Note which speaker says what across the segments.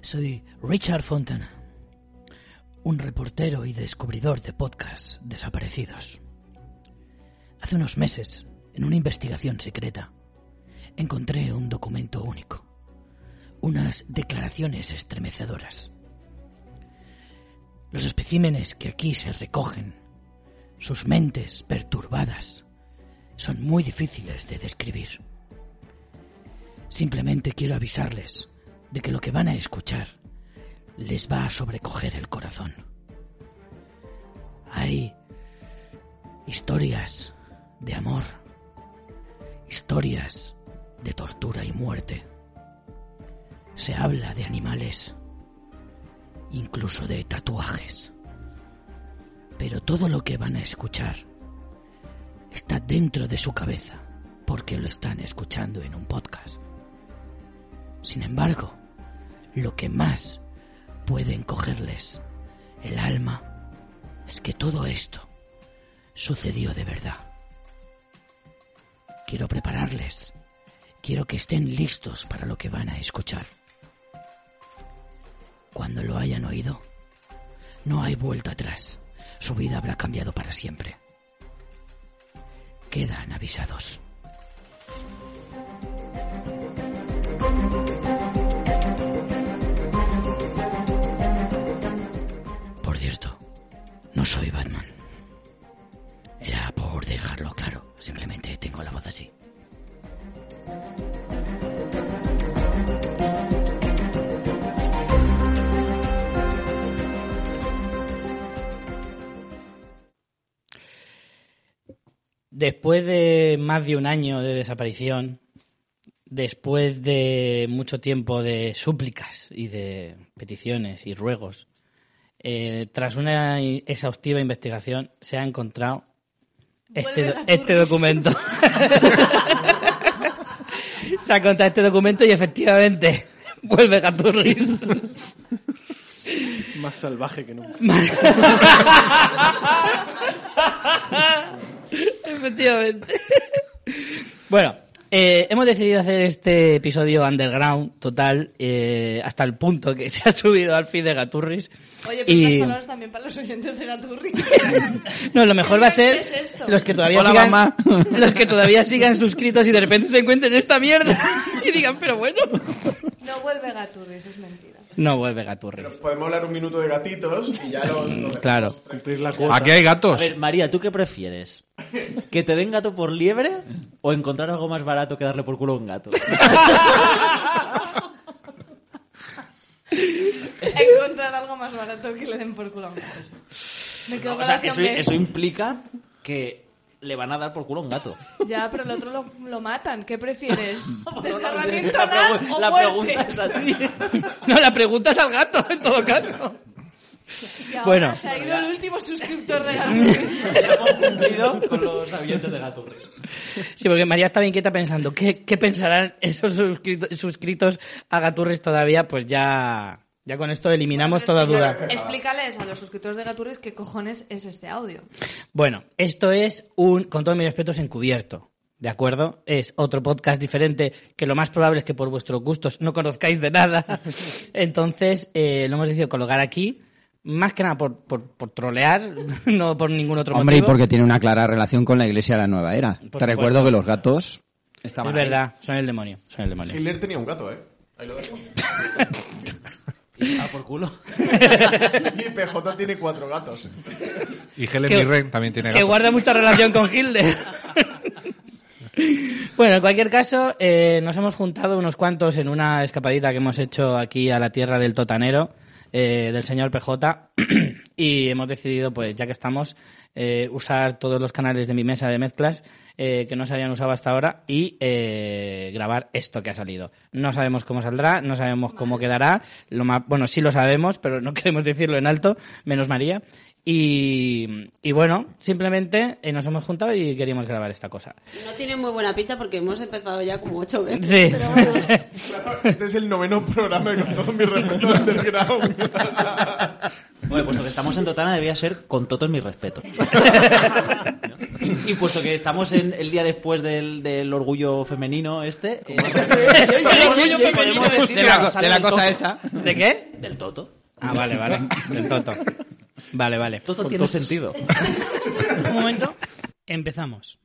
Speaker 1: Soy Richard Fontana, un reportero y descubridor de podcasts desaparecidos. Hace unos meses, en una investigación secreta, encontré un documento único, unas declaraciones estremecedoras. Los especímenes que aquí se recogen, sus mentes perturbadas, son muy difíciles de describir. Simplemente quiero avisarles de que lo que van a escuchar les va a sobrecoger el corazón. Hay historias de amor, historias de tortura y muerte. Se habla de animales, incluso de tatuajes. Pero todo lo que van a escuchar está dentro de su cabeza porque lo están escuchando en un podcast. Sin embargo, lo que más puede encogerles el alma es que todo esto sucedió de verdad. Quiero prepararles, quiero que estén listos para lo que van a escuchar. Cuando lo hayan oído, no hay vuelta atrás, su vida habrá cambiado para siempre. Quedan avisados. Por cierto, no soy Batman. Era por dejarlo claro, simplemente tengo la voz así.
Speaker 2: Después de más de un año de desaparición, después de mucho tiempo de súplicas y de peticiones y ruegos, eh, tras una i- exhaustiva investigación se ha encontrado este,
Speaker 3: Vuelve
Speaker 2: do-
Speaker 3: la
Speaker 2: este
Speaker 3: turris.
Speaker 2: documento. se ha encontrado este documento y efectivamente vuelve Gaturris.
Speaker 4: Más salvaje que nunca.
Speaker 2: Efectivamente. Bueno, eh, hemos decidido hacer este episodio underground total eh, hasta el punto que se ha subido al feed de Gaturris.
Speaker 3: Oye, pero unas
Speaker 2: y
Speaker 3: palabras también para los oyentes de Gaturri.
Speaker 2: no, lo mejor va a ser
Speaker 3: ¿Qué es esto?
Speaker 2: los que todavía
Speaker 5: Hola,
Speaker 2: sigan
Speaker 5: mamá.
Speaker 2: los que todavía sigan suscritos y de repente se encuentren esta mierda y digan, pero bueno,
Speaker 3: no vuelve Gaturri, eso es mentira.
Speaker 2: no vuelve
Speaker 4: Pero
Speaker 2: Gaturris.
Speaker 4: podemos hablar un minuto de gatitos y ya
Speaker 6: Mm,
Speaker 4: los... los-
Speaker 2: Claro.
Speaker 4: Cumplir la cuota.
Speaker 5: Mm, Aquí hay
Speaker 6: A
Speaker 5: gatos.
Speaker 6: ver, María, ¿tú qué prefieres? ¿Que te den gato por liebre o encontrar algo más barato que darle por culo a un gato?
Speaker 3: Encontrar algo más barato que le den por culo a un gato. Me quedo
Speaker 6: No, o
Speaker 3: con
Speaker 6: sea,
Speaker 3: la opción
Speaker 6: eso,
Speaker 3: B.
Speaker 6: eso implica que le van a dar por culo a un gato.
Speaker 3: Ya, pero el otro lo, lo matan. ¿Qué prefieres? ¿Desgarramiento
Speaker 6: La,
Speaker 3: anal
Speaker 6: pregu-
Speaker 3: o
Speaker 6: la
Speaker 3: muerte?
Speaker 6: pregunta es a ti.
Speaker 2: No, la pregunta es al gato en todo caso.
Speaker 3: Y ahora
Speaker 2: Bueno.
Speaker 3: se ha ido el último suscriptor de Gaturri.
Speaker 6: Hemos cumplido con los avientes de gato.
Speaker 2: Sí, porque María estaba inquieta pensando, ¿qué, qué pensarán esos suscrito- suscritos a Gaturris todavía? Pues ya, ya con esto eliminamos toda duda.
Speaker 3: Explícales a los suscriptores de Gaturris qué cojones es este audio.
Speaker 2: Bueno, esto es un, con todos mis respetos, encubierto. ¿De acuerdo? Es otro podcast diferente que lo más probable es que por vuestros gustos no conozcáis de nada. Entonces, eh, lo hemos decidido colocar aquí, más que nada por, por, por trolear, no por ningún otro
Speaker 5: Hombre, y
Speaker 2: motivo.
Speaker 5: porque tiene una clara relación con la iglesia de la nueva era. Te
Speaker 2: supuesto.
Speaker 5: recuerdo que los gatos
Speaker 2: Es
Speaker 5: estaban ahí.
Speaker 2: verdad, son el demonio, son el demonio.
Speaker 4: Hitler tenía un gato, ¿eh? Ahí lo dejo.
Speaker 6: Y a Ah, por culo.
Speaker 4: Y PJ tiene cuatro gatos.
Speaker 5: Y Helen
Speaker 2: Que-
Speaker 5: Mirren también tiene
Speaker 2: que
Speaker 5: gatos.
Speaker 2: guarda mucha relación con Hilde. bueno, en cualquier caso, eh, nos hemos juntado unos cuantos en una escapadita que hemos hecho aquí a la tierra del totanero eh, del señor PJ y hemos decidido, pues ya que estamos, eh, usar todos los canales de mi mesa de mezclas eh, que no se habían usado hasta ahora y eh, grabar esto que ha salido. No sabemos cómo saldrá, no sabemos cómo quedará. Lo más, bueno, sí lo sabemos, pero no queremos decirlo en alto, menos María. Y, y bueno, simplemente eh, nos hemos juntado y queríamos grabar esta cosa.
Speaker 7: No tiene muy buena pinta porque hemos empezado ya como ocho veces.
Speaker 2: Sí.
Speaker 7: Pero bueno,
Speaker 4: Claro, este es el noveno programa y con todo mi respeto underground.
Speaker 6: Bueno, puesto que estamos en Totana, debía ser con todos mis respetos. Y puesto que estamos en el día después del, del orgullo femenino este... eh,
Speaker 2: orgullo femenino
Speaker 6: podemos decir
Speaker 5: de
Speaker 6: que
Speaker 5: la,
Speaker 6: nos
Speaker 5: co-
Speaker 6: sale
Speaker 5: de la
Speaker 6: el
Speaker 5: cosa
Speaker 6: toto.
Speaker 5: esa.
Speaker 2: ¿De qué?
Speaker 6: Del toto.
Speaker 2: Ah, vale, vale. Del toto. Vale, vale.
Speaker 6: Toto tiene sentido.
Speaker 2: Un momento. Empezamos.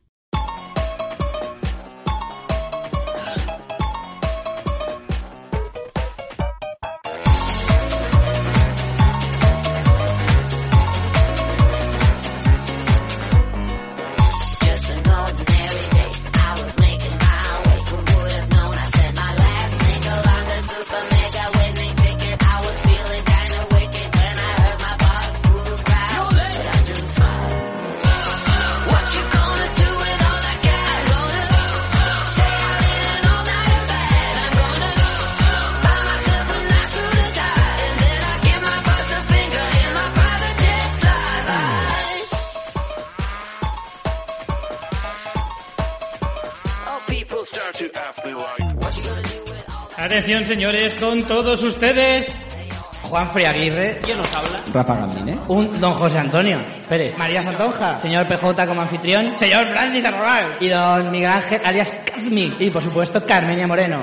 Speaker 2: Atención, señores, con todos ustedes. Juan Friaguirre.
Speaker 6: ¿Quién nos habla?
Speaker 5: Rafa Gambine.
Speaker 2: Un don José Antonio Pérez. María Santonja. Señor PJ como anfitrión. Señor Francis Arrogal. Y don Miguel Ángel alias Carmi. Y por supuesto, Carmenia Moreno.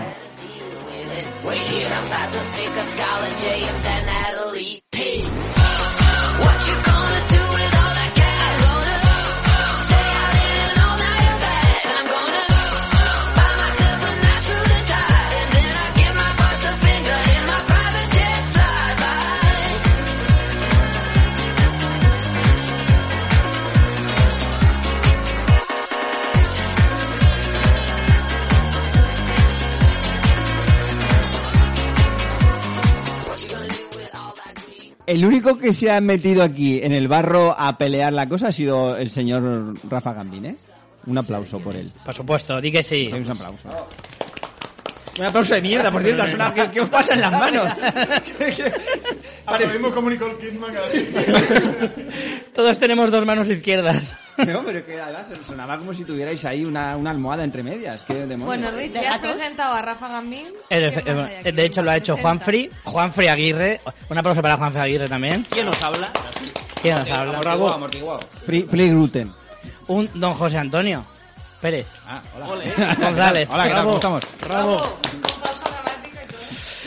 Speaker 5: El único que se ha metido aquí en el barro a pelear la cosa ha sido el señor Rafa Gambine. Un aplauso por él.
Speaker 2: Por supuesto, di que sí.
Speaker 5: Un aplauso.
Speaker 2: Un aplauso de mierda, por cierto. ¿qué, os pasa en las manos?
Speaker 4: Ahora mismo como Nicole Kidman cada vez.
Speaker 2: Todos tenemos dos manos izquierdas.
Speaker 5: No, pero que además sonaba como si tuvierais ahí una, una almohada entre medias. ¿Qué demonios?
Speaker 3: Bueno, Rich,
Speaker 7: ¿De
Speaker 3: ya has
Speaker 7: gatos?
Speaker 3: presentado a Rafa Gambín.
Speaker 2: Eh, eh, eh, De hecho, lo ha hecho Juanfri, Juanfri Aguirre. Un aplauso para Juanfri Aguirre también.
Speaker 6: ¿Quién nos habla?
Speaker 2: ¿Quién nos habla?
Speaker 5: Free, free gluten.
Speaker 2: Un don José Antonio Pérez.
Speaker 6: Ole.
Speaker 2: González.
Speaker 8: Ah, Hola, ¿qué tal?
Speaker 2: Bravo.
Speaker 8: ¿Cómo estamos?
Speaker 2: Bravo.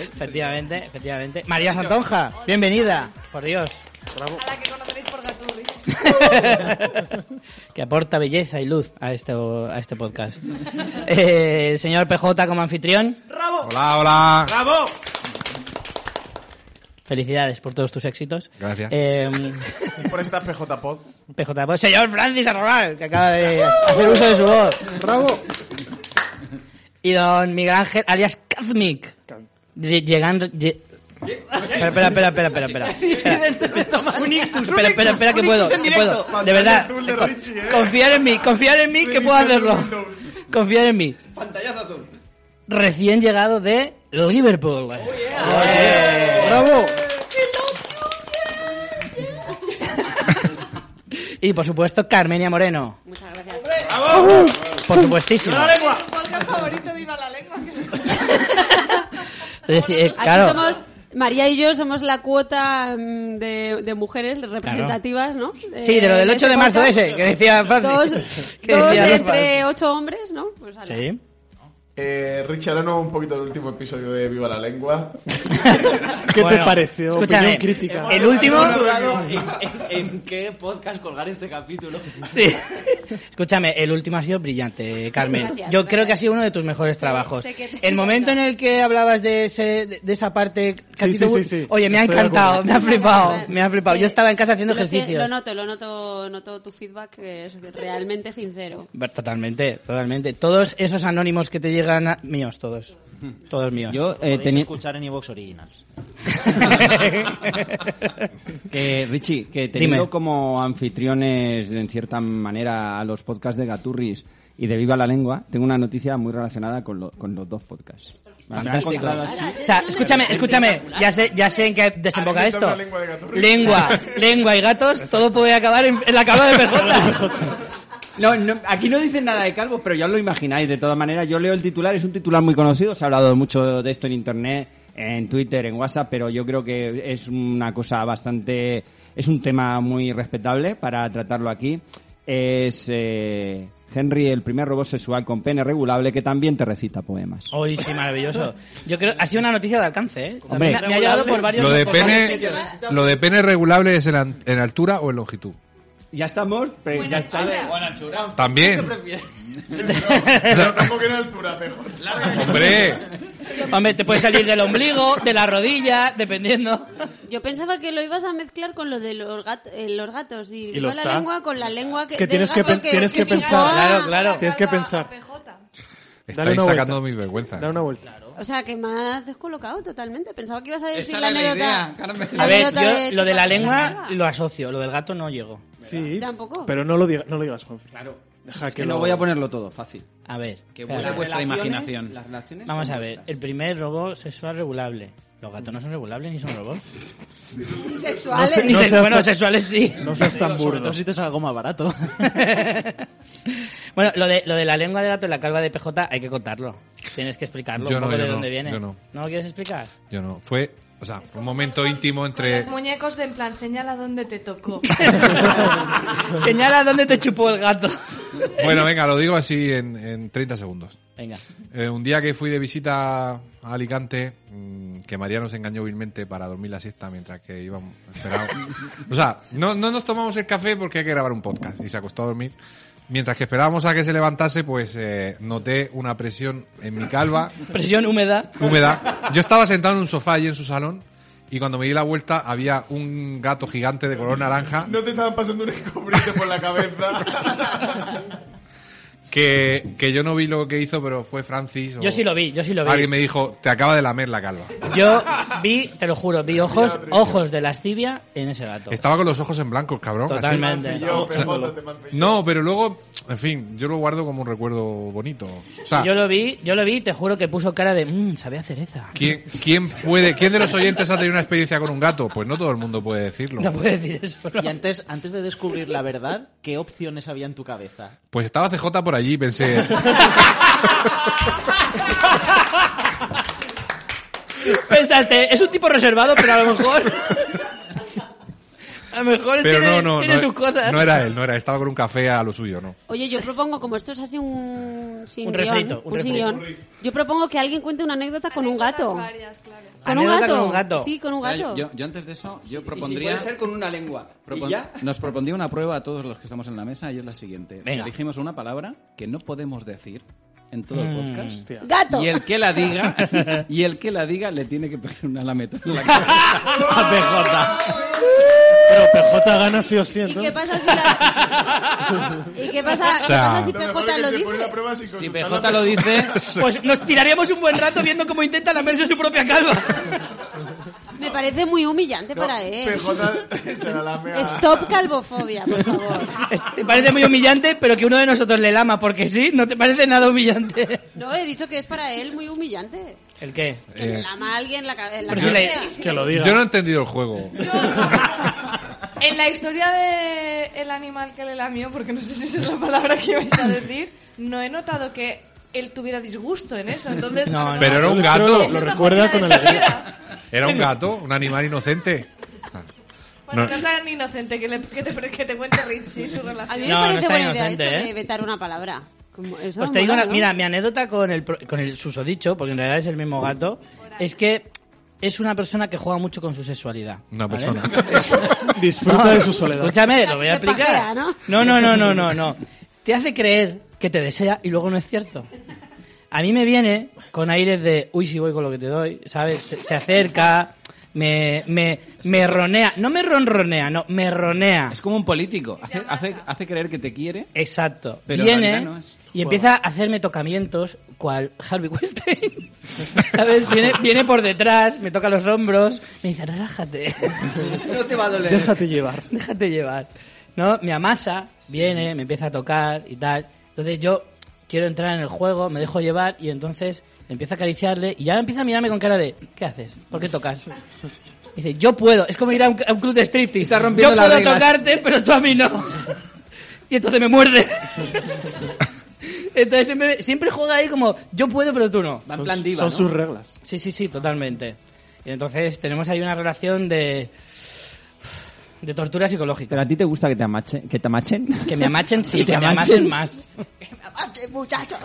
Speaker 2: Efectivamente, efectivamente. María Santonja, bienvenida. Por Dios.
Speaker 3: A la que conoceréis por Gaturi.
Speaker 2: que aporta belleza y luz a este, a este podcast. Eh, señor PJ como anfitrión,
Speaker 8: Hola, hola.
Speaker 2: felicidades por todos tus éxitos.
Speaker 8: Gracias.
Speaker 2: Eh,
Speaker 4: Por esta PJ Pod.
Speaker 2: PJ, pues, señor Francis Arrobal, que acaba de hacer uso de su voz. Bravo. Y don Miguel Ángel, alias Kazmik. Lle- Llegando... lle- Espera, espera, espera, espera, espera, espera. Espera, espera, espera, que puedo, que puedo. De verdad,
Speaker 4: azul de
Speaker 2: co-
Speaker 4: Richie, eh.
Speaker 2: confiar en mí, confiar en mí que puedo
Speaker 4: Reiniciar el
Speaker 2: hacerlo.
Speaker 4: Windows.
Speaker 2: Confiar en mí. Recién llegado de Liverpool.
Speaker 8: ¡Bravo!
Speaker 2: Y por supuesto, Carmenia Moreno.
Speaker 7: Muchas gracias.
Speaker 2: Por supuestísimo.
Speaker 3: El podcast favorito, viva la lengua.
Speaker 2: Reci- eh,
Speaker 7: Aquí
Speaker 2: claro.
Speaker 7: somos, María y yo somos la cuota mm, de, de mujeres representativas, ¿no?
Speaker 2: Sí, de lo del 8 de marzo
Speaker 7: podcast.
Speaker 2: ese, que decía
Speaker 7: Dos,
Speaker 2: Francis. Que
Speaker 7: dos
Speaker 2: decía
Speaker 7: de
Speaker 2: Rafa.
Speaker 7: entre ocho hombres, ¿no? Pues, ala.
Speaker 2: Sí.
Speaker 4: Eh, Richard, no un poquito el último episodio de Viva la Lengua.
Speaker 8: ¿Qué
Speaker 2: Bueno,
Speaker 8: te pareció?
Speaker 2: escúchame,
Speaker 8: Opinión crítica.
Speaker 2: eh, El último.
Speaker 6: Hemos dudado en, en- en qué podcast colgar este capítulo?
Speaker 2: Sí. Escúchame, el último ha sido brillante, Carmen.
Speaker 7: Gracias,
Speaker 2: Yo
Speaker 7: gracias.
Speaker 2: creo que ha sido uno de tus mejores trabajos.
Speaker 7: sé que te
Speaker 2: el momento en
Speaker 7: encanta.
Speaker 2: el que hablabas de, ese, de, de esa parte... que a
Speaker 8: Sí,
Speaker 2: ti te
Speaker 8: sí,
Speaker 2: gu-
Speaker 8: sí, sí.
Speaker 2: Oye, me ha
Speaker 8: Estoy de
Speaker 2: encantado, me
Speaker 8: acuerdo.
Speaker 2: ha flipado,
Speaker 7: Vale.
Speaker 2: me ha flipado. Yo
Speaker 7: Eh,
Speaker 2: estaba en casa haciendo
Speaker 7: lo sé-
Speaker 2: ejercicios.
Speaker 7: Lo noto, lo noto, noto tu feedback que es realmente sincero.
Speaker 2: Totalmente, totalmente. Todos esos anónimos que te llegan a... Míos, todos. Todos míos.
Speaker 5: Yo eh,
Speaker 6: Podéis
Speaker 5: tenía...
Speaker 6: escuchar en Evox Originals.
Speaker 5: Que, Richie, que
Speaker 2: Dime.
Speaker 5: teniendo como anfitriones en cierta manera a los podcasts de Gaturris y de Viva la Lengua, tengo una noticia muy relacionada con, lo- con los dos podcasts. Me han
Speaker 2: Fantástico.
Speaker 5: encontrado así.
Speaker 2: O sea, escúchame, escúchame, ya sé, ya sé en qué desemboca
Speaker 4: Ahí está
Speaker 2: esto.
Speaker 4: la lengua de gato.
Speaker 2: Lengua, lengua y gatos, todo puede acabar en, en la cama de PJ.
Speaker 5: No, no, aquí no dicen nada de calvos, pero ya os lo imagináis. De todas maneras, yo leo el titular, es un titular muy conocido, se ha hablado mucho de esto en internet, en Twitter, en WhatsApp, pero yo creo que es una cosa bastante. Es un tema muy respetable para tratarlo aquí. es eh, Henry, el primer robot sexual con pene regulable que también te recita poemas.
Speaker 2: Hoy sí, maravilloso. Yo creo, ha sido una noticia de alcance, ¿eh?
Speaker 5: Hombre.
Speaker 2: me, ha- me ha llegado por varios...
Speaker 8: Lo de
Speaker 2: por varios
Speaker 8: pene,
Speaker 2: sitios.
Speaker 8: lo de pene regulable es en, an- en altura o en longitud.
Speaker 5: Ya estamos, pero
Speaker 3: Buena
Speaker 5: ya está.
Speaker 3: chica.
Speaker 8: También.
Speaker 4: Pero tampoco en altura, mejor.
Speaker 8: Hombre,
Speaker 2: Hombre, te puede salir del ombligo, de la rodilla, dependiendo.
Speaker 7: Yo pensaba que lo ibas a mezclar con lo de los, gat- eh, los gatos y,
Speaker 9: Y lo
Speaker 7: con la
Speaker 9: está.
Speaker 7: lengua con la lengua que
Speaker 9: Es que
Speaker 7: del
Speaker 9: tienes que pen-
Speaker 7: gato
Speaker 9: tienes que pensar.
Speaker 7: chupaba.
Speaker 2: Claro, claro.
Speaker 9: Tienes que pensar. Dale
Speaker 8: estáis
Speaker 9: una vuelta.
Speaker 8: sacando mis vergüenzas.
Speaker 9: Da una vuelta.
Speaker 7: O sea, que me has descolocado totalmente. Pensaba que ibas a decir
Speaker 10: Esa
Speaker 7: la
Speaker 10: era la
Speaker 7: anécdota.
Speaker 10: idea, Carmen.
Speaker 7: la
Speaker 2: A ver,
Speaker 7: anécdota de
Speaker 2: yo lo de la
Speaker 7: chupar
Speaker 2: lengua
Speaker 7: lengua.
Speaker 2: lo asocio, lo del gato no llego.
Speaker 9: Sí.
Speaker 7: Tampoco.
Speaker 9: Pero no lo, diga- no lo digas, Juan.
Speaker 5: Claro.
Speaker 9: Deja que,
Speaker 5: Que
Speaker 9: lo
Speaker 5: no voy a ponerlo todo, fácil.
Speaker 2: A ver.
Speaker 10: Que
Speaker 2: espera.
Speaker 10: vuela vuestra imaginación.
Speaker 5: Las relaciones
Speaker 2: Vamos
Speaker 5: son
Speaker 2: a ver,
Speaker 5: vuestras.
Speaker 2: el primer robot sexual regulable. Los gatos no son regulables ni son robots.
Speaker 7: Ni
Speaker 9: No
Speaker 7: sexuales.
Speaker 9: sé-
Speaker 2: Ni
Speaker 9: no
Speaker 2: se-
Speaker 9: seas
Speaker 2: bueno,
Speaker 9: tan-
Speaker 2: sexuales sí.
Speaker 9: No seas tan
Speaker 6: Sobre
Speaker 9: burdo.
Speaker 6: todo si te salga goma barato.
Speaker 2: Bueno, lo de, lo de la lengua de gato en la calva de PJ hay que contarlo. Tienes que explicarlo
Speaker 8: Yo
Speaker 2: un
Speaker 8: no,
Speaker 2: poco
Speaker 8: yo
Speaker 2: de
Speaker 8: no,
Speaker 2: dónde viene.
Speaker 8: yo no.
Speaker 2: lo quieres explicar?
Speaker 8: Yo no. Fue, o sea, fue un momento
Speaker 3: Con-
Speaker 8: íntimo
Speaker 3: con
Speaker 8: entre.
Speaker 3: Los muñecos de en plan, señala dónde te tocó.
Speaker 2: Señala dónde te chupó el gato.
Speaker 8: Bueno, venga, lo digo así en, en 30 segundos.
Speaker 2: Venga.
Speaker 8: Eh, un día que fui de visita a Alicante, mm, que María nos engañó vilmente para dormir la siesta mientras que íbamos esperados. O sea, no, no nos tomamos el café porque hay que grabar un podcast y se acostó a dormir. Mientras que esperábamos a que se levantase, pues eh, noté una presión en mi calva
Speaker 2: Presión húmeda.
Speaker 8: húmeda. Yo estaba sentado en un sofá allí en su salón y cuando me di la vuelta había un gato gigante de color naranja
Speaker 4: No te estaban pasando un escobrite por la cabeza.
Speaker 8: que, que yo no vi lo que hizo, pero fue Francis. o-
Speaker 2: Yo sí lo vi, yo sí lo vi.
Speaker 8: Alguien me dijo, te acaba de lamer la calva.
Speaker 2: Yo vi, te lo juro, vi ojos, ojos de lascivia en ese gato.
Speaker 8: Estaba con los ojos en blanco, el cabrón. así.
Speaker 2: Totalmente.
Speaker 4: Yo,
Speaker 8: sea,
Speaker 4: PJ, te manpillé.
Speaker 8: No, pero luego, en fin, yo lo guardo como un recuerdo bonito. O sea,
Speaker 2: Yo lo vi, yo lo vi, y te juro que puso cara de mmm, sabía cereza.
Speaker 8: ¿quién, quién puede, ¿quién de los oyentes ha tenido una experiencia con un gato? Pues no todo el mundo puede decirlo.
Speaker 2: No puede decir eso. ¿no?
Speaker 6: Y antes, antes de descubrir la verdad, ¿qué opciones había en tu cabeza?
Speaker 8: Pues estaba CJ por allí, pensé.
Speaker 2: Pensaste, Eh, es un tipo reservado, pero a lo mejor. A lo mejor
Speaker 8: Pero
Speaker 2: tiene,
Speaker 8: no, no,
Speaker 2: tiene
Speaker 8: no,
Speaker 2: sus cosas.
Speaker 8: no era él, no era, él, estaba con un café a lo suyo, no.
Speaker 7: Oye, yo propongo, como esto es así un sin
Speaker 2: Un
Speaker 7: guión,
Speaker 2: refrito, un
Speaker 7: un sin
Speaker 2: refrito.
Speaker 7: guión, yo propongo que alguien cuente una anécdota con un gato.
Speaker 3: Anécdotas varias, claro.
Speaker 7: Con un
Speaker 2: Anécdota
Speaker 7: gato.
Speaker 2: con un gato.
Speaker 7: Sí, con un
Speaker 10: Mira,
Speaker 7: gato.
Speaker 10: Yo, yo antes de eso, yo
Speaker 5: Y si
Speaker 10: propondría...
Speaker 5: puede ser con una lengua.
Speaker 10: propon-
Speaker 5: ¿Y ya?
Speaker 10: Nos propondría una prueba a todos los que estamos en la mesa y es la siguiente.
Speaker 2: Venga.
Speaker 10: Elegimos una palabra que no podemos decir en todo
Speaker 2: Mm.
Speaker 10: el podcast.
Speaker 9: Hostia.
Speaker 7: Gato.
Speaker 10: Y el que la diga, y el que la diga le tiene que pegar una lameta en la cabeza.
Speaker 9: A PJ. Pero PJ gana sí o sí,
Speaker 7: ¿Y qué
Speaker 9: entonces.
Speaker 7: pasa si la... ¿Y qué pasa, qué
Speaker 8: sea,
Speaker 7: pasa si
Speaker 4: Lo mejor
Speaker 7: PJ
Speaker 4: es
Speaker 7: lo
Speaker 4: que se pone
Speaker 7: dice?
Speaker 4: la prueba sin
Speaker 10: Si
Speaker 4: consultar
Speaker 10: PJ
Speaker 4: la-
Speaker 10: lo dice,
Speaker 2: Pues nos tiraríamos un buen rato viendo cómo intenta lamerse su propia calva.
Speaker 7: Me parece muy humillante
Speaker 4: No,
Speaker 7: para él.
Speaker 4: PJ será la mea.
Speaker 7: Stop calvofobia, por favor.
Speaker 2: Te parece muy humillante, pero que uno de nosotros le lama, porque sí, no te parece nada humillante.
Speaker 7: No, he dicho que es para él muy humillante.
Speaker 2: ¿El qué?
Speaker 7: Que
Speaker 8: Eh,
Speaker 7: le lama a alguien la cabeza.
Speaker 2: Pero si le-
Speaker 9: Que lo diga.
Speaker 8: yo no he entendido el juego.
Speaker 3: En la historia de el animal que le lamió, porque no sé si esa es la palabra que ibais a decir, no he notado que él tuviera disgusto en eso. Entonces,
Speaker 2: No, no.
Speaker 8: Pero era un gato,
Speaker 9: Lo, lo recuerda con alegría.
Speaker 8: era un gato, un animal inocente.
Speaker 3: Bueno,
Speaker 8: No.
Speaker 3: no, es tan inocente que, le- que te, que te cuente Richie su
Speaker 7: A
Speaker 3: relación.
Speaker 7: mí me
Speaker 2: No, no
Speaker 7: parece
Speaker 2: está
Speaker 7: buena idea eso
Speaker 2: inocente, ¿eh?
Speaker 7: de vetar una palabra. Como- eso
Speaker 2: Pues te digo
Speaker 7: mola,
Speaker 2: una,
Speaker 7: ¿no?
Speaker 2: mira, mi anécdota con el, pro- con el susodicho, porque en realidad es el mismo gato, es que es una persona que juega mucho con su sexualidad.
Speaker 8: Una
Speaker 2: ¿vale?
Speaker 8: persona.
Speaker 9: Disfruta de su soledad.
Speaker 2: Escúchame, lo voy a
Speaker 7: Se
Speaker 2: explicar.
Speaker 7: pajea, ¿no?
Speaker 2: no, no, no, no, no, no. Te hace creer que te desea y luego no es cierto. A mí me viene con aires de, uy, si voy con lo que te doy, ¿sabes? Se, se acerca, me, me, me ronea. No me ronronea, no, me ronea.
Speaker 10: es como un político. Hace, hace, hace creer que te quiere.
Speaker 2: Exacto.
Speaker 10: Pero en
Speaker 2: Viene
Speaker 10: realidad no es.
Speaker 2: y empieza a hacerme tocamientos, cual Harvey Weinstein. ¿Sabes? Viene, viene por detrás, me toca los hombros, me dice, relájate.
Speaker 5: No te va a doler.
Speaker 9: Déjate llevar.
Speaker 2: déjate llevar. ¿No? Me amasa, viene, me empieza a tocar y tal. Entonces yo quiero entrar en el juego, me dejo llevar y entonces empiezo a acariciarle y ya empieza a mirarme con cara de, ¿qué haces? ¿Por qué tocas? Dice, yo puedo, es como ir a un, a un club de striptease.
Speaker 5: Está rompiendo
Speaker 2: yo
Speaker 5: las
Speaker 2: puedo
Speaker 5: reglas.
Speaker 2: tocarte, pero tú a mí no. Y entonces me muerde. Entonces siempre, siempre juega ahí como, yo puedo, pero tú no.
Speaker 10: Va en
Speaker 9: Son,
Speaker 10: plan diva,
Speaker 9: son
Speaker 10: ¿no?
Speaker 9: sus reglas.
Speaker 2: Sí, sí, sí, totalmente. Y entonces tenemos ahí una relación de... de tortura psicológica.
Speaker 5: ¿Pero a ti te gusta que te amachen? ¿Que te amachen?
Speaker 2: Que me amachen, sí,
Speaker 5: ¿Que
Speaker 2: que,
Speaker 5: te
Speaker 2: me
Speaker 5: amachen?
Speaker 2: amachen más.
Speaker 11: muchachos!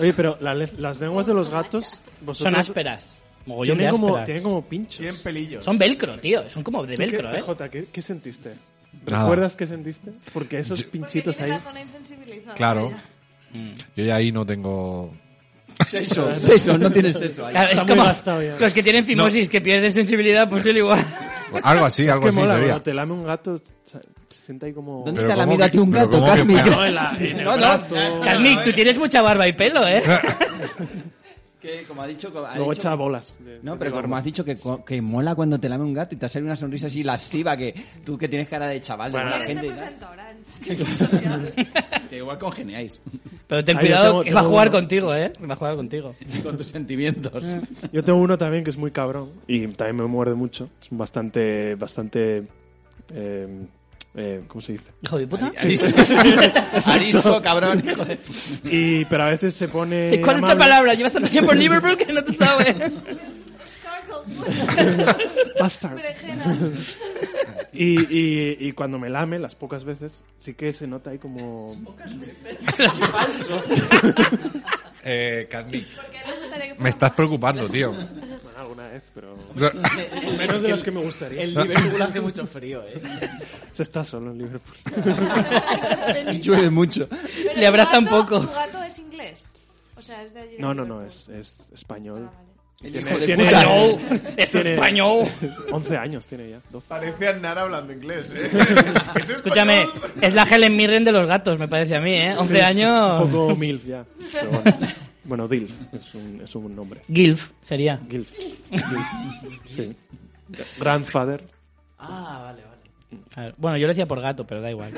Speaker 9: Oye, pero la les- las lenguas de los gatos. vosotros-
Speaker 2: Son ásperas. Mogollón
Speaker 9: Tienen
Speaker 2: de
Speaker 9: como,
Speaker 2: ásperas.
Speaker 9: tienen como pinchos. Tienen
Speaker 4: pelillos.
Speaker 2: Son velcro, tío. Son como de
Speaker 9: ¿Tú qué,
Speaker 2: velcro, ¿eh?
Speaker 9: PJ, ¿qué, qué sentiste?
Speaker 8: Nada.
Speaker 9: ¿Recuerdas qué sentiste? Porque esos pinchitos ahí.
Speaker 8: Claro.
Speaker 2: Mm.
Speaker 8: Yo ya ahí no tengo.
Speaker 5: Sexo, sexo, no tienes sexo ahí.
Speaker 2: Claro, es
Speaker 9: Está muy
Speaker 2: como
Speaker 9: gastado ya.
Speaker 2: los que tienen fimosis que pierden sensibilidad, pues yo igual.
Speaker 8: Algo así,
Speaker 9: es
Speaker 8: algo
Speaker 9: que
Speaker 8: así
Speaker 9: mola,
Speaker 8: sería.
Speaker 9: cuando te lame un gato, o sea, te sienta ahí como.
Speaker 5: ¿Dónde
Speaker 8: Pero
Speaker 5: te ha
Speaker 8: ¿cómo
Speaker 5: lamido a
Speaker 8: que-
Speaker 5: ti un
Speaker 8: pero
Speaker 5: gato,
Speaker 8: cómo que-
Speaker 5: Carmen?
Speaker 9: No, en la- en el
Speaker 5: No, no.
Speaker 9: brazo.
Speaker 2: Carnic, tú tienes mucha barba y pelo, ¿eh?
Speaker 5: Que, como ha dicho... como ha
Speaker 9: Luego
Speaker 5: dicho-
Speaker 9: echa bolas. de-
Speaker 5: No,
Speaker 9: de
Speaker 5: pero
Speaker 9: barba.
Speaker 5: como has dicho que, co- que mola cuando te lame un gato y te sale una sonrisa así lasciva que tú que tienes cara de chaval,
Speaker 9: Bueno,
Speaker 5: la
Speaker 9: eres
Speaker 7: este
Speaker 5: gente...
Speaker 7: Ah,
Speaker 10: Que igual congeniáis.
Speaker 2: Pero ten
Speaker 9: Ahí yo
Speaker 2: cuidado,
Speaker 9: tengo-
Speaker 2: que va a
Speaker 9: tengo
Speaker 2: jugar
Speaker 9: uno.
Speaker 2: contigo, ¿eh? Va a jugar contigo.
Speaker 10: Y con tus sentimientos.
Speaker 9: Yo tengo uno también que es muy cabrón y también me muerde mucho. Es bastante. bastante eh, eh, ¿Cómo se dice?
Speaker 2: Hijo de puta.
Speaker 10: Arisco, cabrón, hijo de puta.
Speaker 9: Y, pero a veces se pone.
Speaker 2: ¿Y ¿Cuál es esa
Speaker 9: amable.
Speaker 2: palabra? Llevas tanto tiempo en Liverpool que no te sabes.
Speaker 9: Bastard. Y, y, y cuando me lame, las pocas veces, sí que se nota ahí como.
Speaker 8: Eh, Carnic,
Speaker 3: Me
Speaker 8: me estás preocupando, tío.
Speaker 9: Bueno, alguna vez, pero. Menos de las que me gustaría.
Speaker 6: El Liverpool hace mucho frío, ¿eh?
Speaker 9: Se está solo en Liverpool.
Speaker 5: Y llueve mucho.
Speaker 2: Le abraza un poco.
Speaker 3: ¿Tu gato es inglés? O sea, es de allí de
Speaker 9: No, no, no,
Speaker 3: Liverpool.
Speaker 9: es, es español.
Speaker 2: Ah,
Speaker 5: El
Speaker 9: Tiene-
Speaker 5: hijo de
Speaker 9: tiene-
Speaker 5: puta.
Speaker 9: no.
Speaker 2: es
Speaker 9: Tiene-
Speaker 2: español.
Speaker 9: 11 años tiene ya, 12.
Speaker 4: Parece Aznar hablando inglés, ¿eh?
Speaker 2: Escúchame, es la Helen Mirren de los gatos, me parece a mí, ¿eh? 11
Speaker 9: Sí,
Speaker 2: años.
Speaker 9: sí, Un poco MILF ya. Pero bueno. bueno, Dil es un, es un nombre.
Speaker 2: Gilf sería.
Speaker 9: Gilf. Gilf. Sí. Grandfather.
Speaker 6: Ah, vale, vale.
Speaker 2: Claro. Bueno, yo lo decía por gato, pero da igual.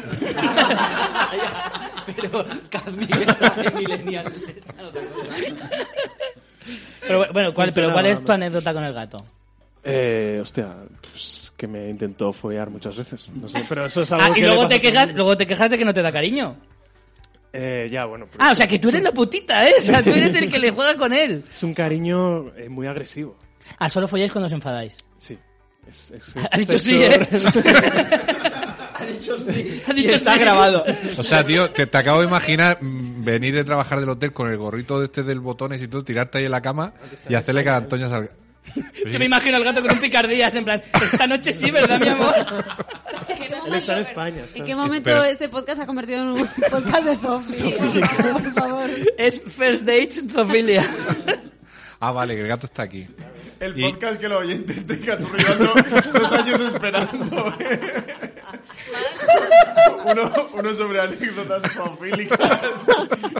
Speaker 6: Pero Carnic está en Millennial. esta otra cosa.
Speaker 2: Pero bueno, ¿cuál, pero
Speaker 9: Funcionaba,
Speaker 2: ¿cuál es tu
Speaker 9: hombre.
Speaker 2: anécdota con el gato?
Speaker 9: Eh, hostia, pues, que me intentó follar muchas veces. No sé, pero eso es algo
Speaker 2: Ah,
Speaker 9: que
Speaker 2: y
Speaker 9: le
Speaker 2: luego
Speaker 9: pasa
Speaker 2: te
Speaker 9: a todo el
Speaker 2: quejas,
Speaker 9: mundo.
Speaker 2: luego te quejas de que no te da cariño.
Speaker 9: Eh, ya, bueno. pero
Speaker 2: Ah, o sea que tú eres la putita, ¿eh? O sea, tú eres el que le juega con él.
Speaker 9: Es un cariño eh, muy agresivo.
Speaker 2: Ah, solo folláis cuando os enfadáis.
Speaker 9: Sí. Es, es-
Speaker 2: Ha
Speaker 9: es
Speaker 2: dicho sí, ¿eh?
Speaker 9: sexo-
Speaker 2: Ha
Speaker 5: Y
Speaker 2: dicho
Speaker 5: está
Speaker 2: sí.
Speaker 5: grabado.
Speaker 8: O sea, tío, te, te acabo de imaginar mm, venir de trabajar del hotel con el gorrito de este del botones y todo, tirarte ahí en la cama y hacerle que Antoña salga.
Speaker 2: Yo me imagino al gato con un picardías, en plan, esta noche sí, ¿verdad, mi amor?
Speaker 3: Que no
Speaker 9: Él está en
Speaker 3: Lover.
Speaker 9: España.
Speaker 7: ¿En
Speaker 9: está-
Speaker 7: qué momento
Speaker 8: Espera.
Speaker 7: este podcast se ha convertido en un podcast de zombies? por favor.
Speaker 2: Es First Dates Zoofilia.
Speaker 8: Ah, vale, que el gato está aquí.
Speaker 4: El
Speaker 8: Y-
Speaker 4: podcast que los oyentes estén caturrillando dos años esperando. ¿eh? uno, uno sobre anécdotas panfílicas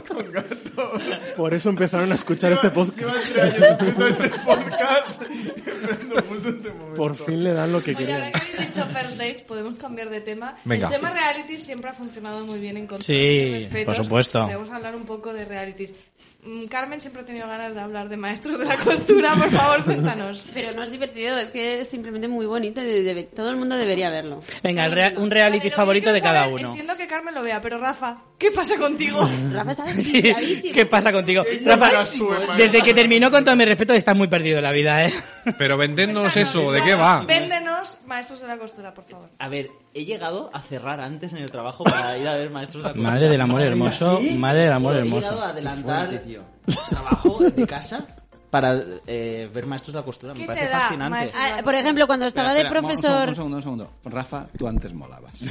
Speaker 4: con gatos.
Speaker 9: Por eso empezaron a escuchar este podcast.
Speaker 4: Llevan tres años escuchando este podcast esperando justo este momento.
Speaker 9: Por fin le dan lo que
Speaker 3: Oye,
Speaker 9: querían.
Speaker 3: ahora que habéis dicho first dates, podemos cambiar de tema.
Speaker 8: Venga.
Speaker 3: El tema reality siempre ha funcionado muy bien en contra
Speaker 2: Sí,
Speaker 3: respetos.
Speaker 2: por supuesto.
Speaker 3: Debemos hablar un poco de realities. Mm, Carmen siempre ha tenido ganas de hablar de maestros de la costura, por favor, cuéntanos.
Speaker 7: Pero no es divertido, es que es simplemente muy bonito y debe- todo el mundo debería verlo.
Speaker 2: Venga, el rea- un
Speaker 3: Vale, lo
Speaker 2: reality
Speaker 3: que yo
Speaker 2: favorito
Speaker 3: quiero
Speaker 2: de cada
Speaker 3: saber,
Speaker 2: uno.
Speaker 3: Entiendo que Carmen lo vea, pero Rafa, ¿qué pasa contigo?
Speaker 7: Rafa está
Speaker 2: Sí,
Speaker 7: picadísimo.
Speaker 2: ¿Qué pasa contigo? Rafa, desde que terminó con todo mi respeto, estás muy perdido en la vida, ¿eh?
Speaker 8: Pero vendéndonos
Speaker 3: Cuéntanos,
Speaker 8: eso, ¿de qué va?
Speaker 3: Véndenos maestros de la costura, por favor.
Speaker 6: A ver, he llegado a cerrar antes en el trabajo para ir a ver maestros de la
Speaker 2: Madre del amor hermoso, madre del amor
Speaker 6: He llegado
Speaker 2: hermoso.
Speaker 6: a adelantar trabajo de casa para eh, ver maestros de la costura.
Speaker 3: ¿Qué
Speaker 6: Me
Speaker 3: te
Speaker 6: parece
Speaker 3: da,
Speaker 6: fascinante.
Speaker 3: maestro?
Speaker 7: Ah, por ejemplo, cuando estaba de
Speaker 10: Espera, espera,
Speaker 7: profesor...
Speaker 10: Un segundo, un segundo, un segundo. Rafa, tú antes molabas.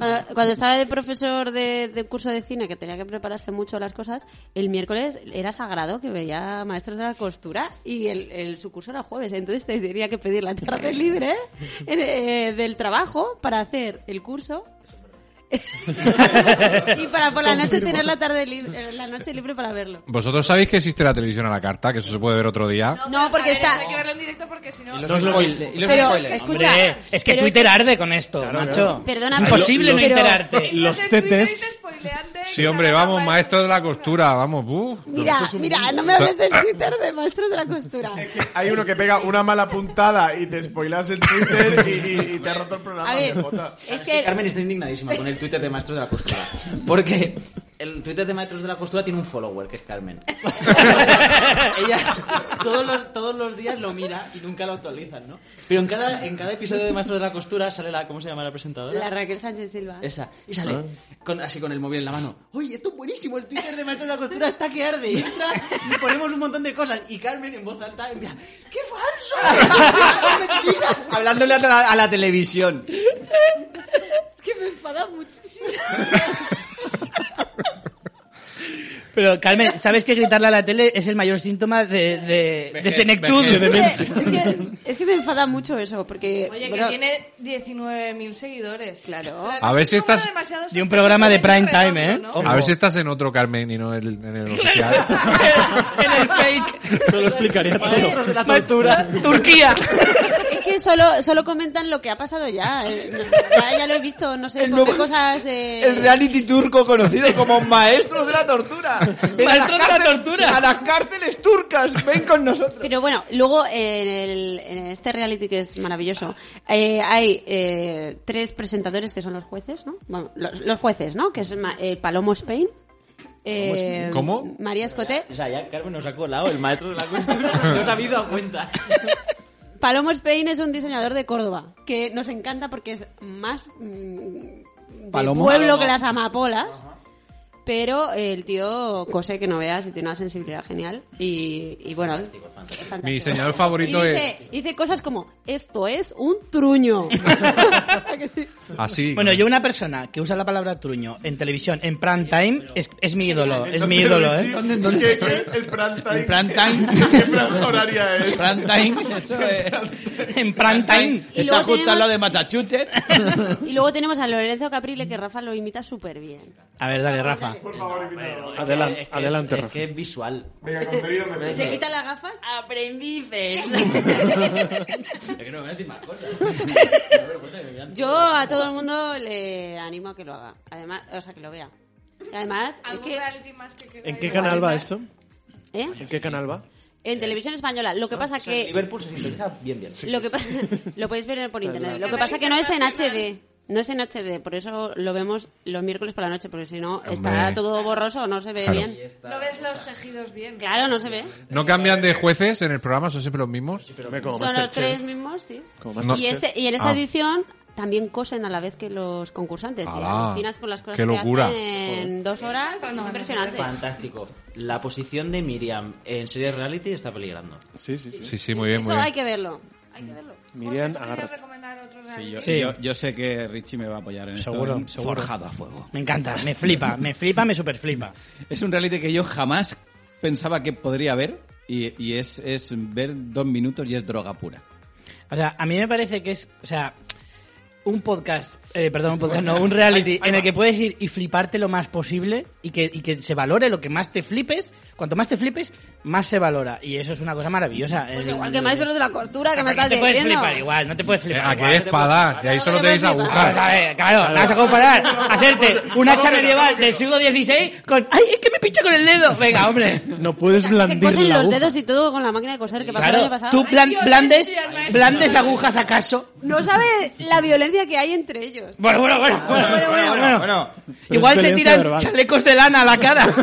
Speaker 7: Ah, Cuando estaba de profesor de, de curso de cine, que tenía que prepararse mucho las cosas, el miércoles era sagrado que veía maestros de la costura y el, el- su curso era jueves. Entonces te tenía que pedir la tarde libre en- eh, del trabajo para hacer el curso. y para por la noche tener la tarde libre, eh, la noche libre para verlo.
Speaker 8: Vosotros sabéis que existe la televisión a la carta, que eso se puede ver otro día.
Speaker 3: pero,
Speaker 7: No, porque
Speaker 3: a ver,
Speaker 7: está-
Speaker 3: Hay que verlo en directo porque si no.
Speaker 10: Y los
Speaker 3: Pero
Speaker 10: spoilers. y los
Speaker 7: Pero
Speaker 10: spoilers.
Speaker 7: escucha,
Speaker 2: Hombre, es que
Speaker 7: pero
Speaker 2: Twitter arde con esto, macho.
Speaker 7: Perdona,
Speaker 2: Imposible no
Speaker 7: pero-
Speaker 2: enterarte.
Speaker 9: Los
Speaker 3: en Twitter
Speaker 9: tetes.
Speaker 3: y te spoilean de-
Speaker 8: Sí, hombre, vamos, maestros de la costura, vamos, buh.
Speaker 7: Mira, mira, no me hables del Twitter de maestros de la costura.
Speaker 4: Hay uno que pega una mala puntada y te spoilas el Twitter y, y- y te ha roto el programa.
Speaker 7: A ver,
Speaker 4: PJ.
Speaker 7: es
Speaker 6: Es que
Speaker 7: que
Speaker 6: Carmen está indignadísima con el Twitter de maestros de la costura. Porque el Twitter de Maestros de la Costura tiene un follower, que es Carmen. Ella todos los, todos los días lo mira y nunca lo actualizan, ¿no? Pero en cada, en cada episodio de Maestros de la Costura sale la... ¿Cómo se llama la presentadora?
Speaker 7: La Raquel Sánchez Silva.
Speaker 6: Esa. Y sale
Speaker 2: Ah.
Speaker 6: con- así con el móvil en la mano. Oye, esto es buenísimo, el Twitter de Maestros de la Costura está que arde. Y entra y ponemos un montón de cosas. Y Carmen en voz alta envía, ¡qué falso! ¡Son mentiras!
Speaker 5: Hablándole a la, a la televisión.
Speaker 7: Es que me enfada muchísimo.
Speaker 2: Pero Carmen, ¿sabes que gritarle a la tele es el mayor síntoma de, de, de senectud?
Speaker 7: Es que, es que me enfada mucho eso, porque...
Speaker 3: Oye, que
Speaker 7: bueno,
Speaker 3: tiene 19.000 seguidores.
Speaker 7: Claro.
Speaker 8: A ver si estás-
Speaker 2: De un programa de prime time, ¿eh?
Speaker 8: A ver si estás en otro Carmen y no en el, en el oficial.
Speaker 2: En el fake.
Speaker 9: lo explicaría
Speaker 8: todo.
Speaker 6: de la tortura.
Speaker 2: Turquía.
Speaker 7: Es que solo, solo comentan lo que ha pasado ya. eh, Ya, ya lo he visto, no sé,
Speaker 5: El
Speaker 7: ponme
Speaker 5: nuevo-
Speaker 7: cosas de...
Speaker 5: El reality turco conocido como Maestros de la Tortura. En las
Speaker 7: Maestros de la
Speaker 5: cárceles-
Speaker 7: tortura.
Speaker 5: A las cárceles turcas, ven con nosotros.
Speaker 7: Pero bueno, luego eh, en, el- en este reality que es maravilloso, eh, hay eh, tres presentadores que son los jueces, ¿no? Bueno, los, los jueces, ¿no? Que es Ma- eh, Palomo Spain. eh,
Speaker 6: ¿Cómo?
Speaker 7: María Escoté.
Speaker 6: O sea, ya Carmen nos ha colado, el maestro de la costura nos ha habido a cuenta.
Speaker 7: Palomo Spain es un diseñador de Córdoba, que nos encanta porque es más mm, de
Speaker 5: Palomo.
Speaker 7: pueblo
Speaker 5: Palomo.
Speaker 7: que las amapolas. Pero el tío cose que no veas y tiene una sensibilidad genial. Y, y bueno, fantástico.
Speaker 8: Mi diseñador favorito
Speaker 7: Y
Speaker 8: es...
Speaker 7: dice, dice cosas como, esto es un truño.
Speaker 8: Así.
Speaker 2: Bueno, yo una persona que usa la palabra truño en televisión, en prime time, es, es mi ídolo, es mi ídolo, ¿eh?
Speaker 4: ¿Dónde, ¿Qué, qué es el prime time?
Speaker 2: El prime time.
Speaker 4: ¿Qué franja horaria es?
Speaker 10: Prime time, eso es.
Speaker 2: En prime time.
Speaker 7: eh. Y
Speaker 10: Está
Speaker 7: luego
Speaker 10: justo
Speaker 7: tenemos-
Speaker 10: al lado de Massachusetts.
Speaker 7: y luego tenemos a Lorenzo Caprile, que Rafa lo imita súper bien.
Speaker 2: A ver, dale, Rafa.
Speaker 4: Por favor, invitado.
Speaker 9: Adelante,
Speaker 6: Es que es-
Speaker 9: adelante,
Speaker 6: es
Speaker 9: Rafa.
Speaker 6: que es visual.
Speaker 4: Venga, contenido me
Speaker 7: ¿Y
Speaker 4: meto.
Speaker 7: se quita las gafas?
Speaker 11: Aprendices.
Speaker 6: Es que no me voy a decir más cosas.
Speaker 7: Yo a todo el mundo le animo a que lo haga. Además, o sea, que lo vea. Y además, es
Speaker 3: ¿Algún
Speaker 7: que-
Speaker 3: reality más que queráis?
Speaker 9: ¿En qué canal va esto?
Speaker 7: ¿eh?
Speaker 9: ¿En qué canal va?
Speaker 7: En televisión española. Lo que pasa
Speaker 3: Eh,
Speaker 7: que...
Speaker 6: Liverpool se sintoniza bien, bien.
Speaker 7: Lo, que pasa- lo podéis ver por internet. Lo que pasa que no es en HD. No es en HD, por eso lo vemos los miércoles por la noche, porque si no está
Speaker 8: Hombre.
Speaker 7: todo borroso, no se ve
Speaker 8: Claro.
Speaker 7: bien.
Speaker 3: No ves los tejidos bien.
Speaker 7: Claro, no se ve.
Speaker 8: ¿No cambian de jueces en el programa? ¿Son siempre los mismos?
Speaker 9: Hombre, como
Speaker 7: Son los
Speaker 9: Masterchef.
Speaker 7: tres mismos, sí.
Speaker 9: Como
Speaker 8: No.
Speaker 7: Y,
Speaker 9: Masterchef.
Speaker 7: este, y en esta
Speaker 8: Ah.
Speaker 7: edición también cosen a la vez que los concursantes. y
Speaker 8: Ah,
Speaker 7: alucinas con las cosas
Speaker 8: qué locura.
Speaker 7: que hacen en dos horas. Es impresionante.
Speaker 6: Fantástico. La posición de Miriam en series reality está peligrando.
Speaker 9: Sí, sí, sí.
Speaker 8: Sí, sí, muy bien,
Speaker 7: Eso
Speaker 8: muy bien.
Speaker 7: hay que verlo.
Speaker 3: Hay que verlo.
Speaker 9: Miriam,
Speaker 3: José, ¿tú querías
Speaker 9: agárrate.
Speaker 3: recomendar otro
Speaker 10: Sí,
Speaker 3: reality?
Speaker 10: yo,
Speaker 2: Sí.
Speaker 10: yo- yo sé que Richie me va a apoyar en esto,
Speaker 2: Seguro,
Speaker 10: ¿eh?
Speaker 2: seguro.
Speaker 10: Forjado a fuego.
Speaker 2: Me encanta, me flipa, me flipa, me super flipa.
Speaker 10: Es un reality que yo jamás pensaba que podría ver y, y es, es ver dos minutos y es droga pura.
Speaker 2: O sea, a mí me parece que es, o sea, un podcast, eh, perdón, un podcast, no, un reality en el que puedes ir y fliparte lo más posible y que, y que se valore lo que más te flipes. Cuanto más te flipes, más se valora. Y eso es una cosa maravillosa.
Speaker 7: Pues
Speaker 2: Es-
Speaker 7: igual que maestros de la costura que me
Speaker 2: No
Speaker 7: estás
Speaker 2: te puedes
Speaker 7: diciendo.
Speaker 2: flipar igual, no te puedes
Speaker 8: Eh,
Speaker 2: flipar
Speaker 8: aquí
Speaker 2: igual.
Speaker 8: es espada, y ahí solo
Speaker 7: No te
Speaker 8: tenéis
Speaker 7: puedes flipar.
Speaker 2: Vamos a
Speaker 8: agujas.
Speaker 2: ver, claro, vas a comparar hacerte una hacha medieval del siglo XVI con... ¡Ay, es que me pincho con el dedo! Venga, hombre.
Speaker 9: No puedes
Speaker 7: Se
Speaker 9: blandir
Speaker 7: cosen
Speaker 9: la
Speaker 7: los
Speaker 9: aguja.
Speaker 7: dedos y todo con la máquina de coser que pasó el año
Speaker 2: Claro,
Speaker 7: pasado.
Speaker 2: tú
Speaker 7: Ay,
Speaker 2: blan-
Speaker 7: Dios,
Speaker 2: blandes, blandes agujas acaso.
Speaker 7: No sabe la violencia que hay entre ellos.
Speaker 2: Bueno, bueno, bueno, bueno, bueno, bueno,
Speaker 5: Bueno,
Speaker 9: Pero
Speaker 2: Igual
Speaker 9: es
Speaker 2: se
Speaker 9: violencia
Speaker 2: tiran
Speaker 9: verbal.
Speaker 2: chalecos de lana a la cara.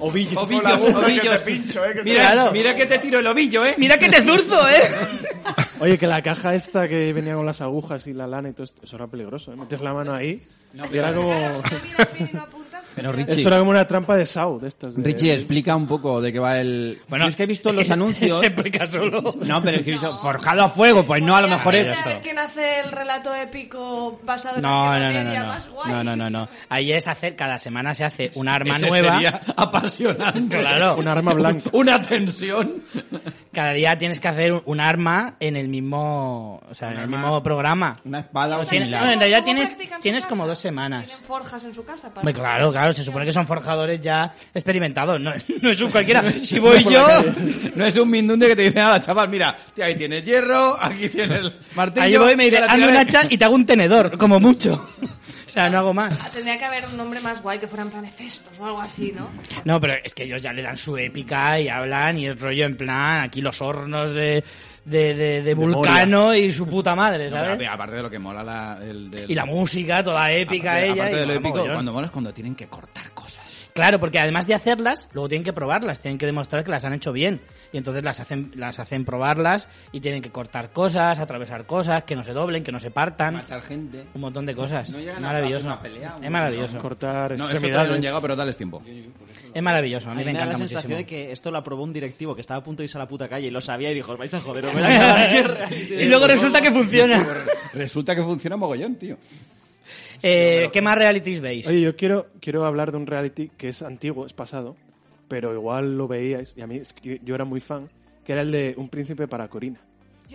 Speaker 10: Ovillos.
Speaker 4: Hola,
Speaker 10: Ovillos,
Speaker 4: hola, que te
Speaker 10: ovillos.
Speaker 4: pincho, eh. Que
Speaker 10: Mira,
Speaker 2: Claro.
Speaker 10: mira que te tiro el ovillo, ¿eh?
Speaker 2: Mira que te zurzo, ¿eh?
Speaker 9: Oye, que la caja esta que venía con las agujas y la lana y todo esto, eso era peligroso, ¿eh? Metes la mano ahí y era como...
Speaker 3: Claro, si no miras bien y no apuntas,
Speaker 10: Pero
Speaker 3: miras-
Speaker 10: Richie-
Speaker 9: Eso era como una trampa de Sau, de estas. de-
Speaker 10: Richie, explica un poco de qué va el... Yo es que he visto los anuncios...
Speaker 2: Se explica solo.
Speaker 5: No, pero es que hizo forjado a fuego, pues no, a lo mejor
Speaker 3: Podrías
Speaker 5: es...
Speaker 3: ver quién hace el relato épico basado en
Speaker 2: No,
Speaker 3: la
Speaker 2: no, no,
Speaker 3: media
Speaker 2: no,
Speaker 3: más
Speaker 2: no.
Speaker 3: guay.
Speaker 2: No, no, no, no. Ahí es hacer, cada semana se hace un arma
Speaker 10: Ese
Speaker 2: nueva.
Speaker 10: sería apasionante.
Speaker 2: Claro.
Speaker 9: Un arma blanca.
Speaker 10: Una tensión.
Speaker 2: Cada día tienes que hacer un- un arma en el mismo, o sea, en el mismo programa.
Speaker 5: Una espada o
Speaker 2: Tiene-
Speaker 5: similar.
Speaker 2: no, en realidad
Speaker 3: ¿Cómo
Speaker 2: tienes,
Speaker 3: practican su
Speaker 2: tienes
Speaker 3: casa?
Speaker 2: como dos semanas.
Speaker 3: Tienen forjas en su casa para...
Speaker 2: Hombre, claro, claro, se supone que son forjadores ya experimentados, no, no es un cualquiera. Si voy yo,
Speaker 10: No es un mindunde que te dice nada, chaval, mira, tío, ahí tienes hierro, aquí tienes el martillo...
Speaker 2: ahí voy y me
Speaker 10: te
Speaker 2: dice,
Speaker 10: la
Speaker 2: hazme
Speaker 10: tiras
Speaker 2: un
Speaker 10: ahí".
Speaker 2: hacha y te hago un tenedor, como mucho. sea, no hago más.
Speaker 3: Tendría que haber un nombre más guay que fuera en plan Hefestos o algo así, ¿no?
Speaker 2: No, pero es que ellos ya le dan su épica y hablan y es rollo en plan aquí los hornos de, de, de- de Vulcano y su puta madre,
Speaker 10: No, pero,
Speaker 2: ¿sabes?
Speaker 10: a ver, aparte de lo que mola la, el, del-
Speaker 2: Y la música toda épica
Speaker 10: aparte,
Speaker 2: ella.
Speaker 10: aparte
Speaker 2: y
Speaker 10: de lo
Speaker 2: mola
Speaker 10: épico,
Speaker 2: mogollón.
Speaker 10: cuando mola es cuando tienen que cortar cosas.
Speaker 2: Claro, porque además de hacerlas, luego tienen que probarlas, tienen que demostrar que las han hecho bien. Y entonces las hacen, las hacen probarlas y tienen que cortar cosas, atravesar cosas, que no se doblen, que no se partan.
Speaker 10: Matar gente.
Speaker 2: Un montón de cosas.
Speaker 10: No
Speaker 2: es
Speaker 10: llegan a
Speaker 2: maravilloso.
Speaker 10: hacer una pelea, un-
Speaker 2: es maravilloso.
Speaker 9: Cortar
Speaker 10: No, eso todavía no han
Speaker 9: extremidades.
Speaker 10: llegado, pero dales tiempo.
Speaker 2: Es maravilloso, a
Speaker 6: A
Speaker 2: mí,
Speaker 6: mí
Speaker 2: me
Speaker 6: me da
Speaker 2: encanta
Speaker 6: la
Speaker 2: muchísimo.
Speaker 6: sensación de que esto lo aprobó un directivo que estaba a punto de irse a la puta calle y lo sabía y dijo, os vais a joder, os vais a acabar la guerra.
Speaker 2: Y luego resulta que funciona.
Speaker 10: Resulta que funciona mogollón, tío.
Speaker 2: Eh, ¿Qué más realities veis?
Speaker 9: Oye, yo quiero, quiero hablar de un reality que es antiguo, es pasado, pero igual lo veíais, y a mí es que yo era muy fan, que era el de Un Príncipe para Corina.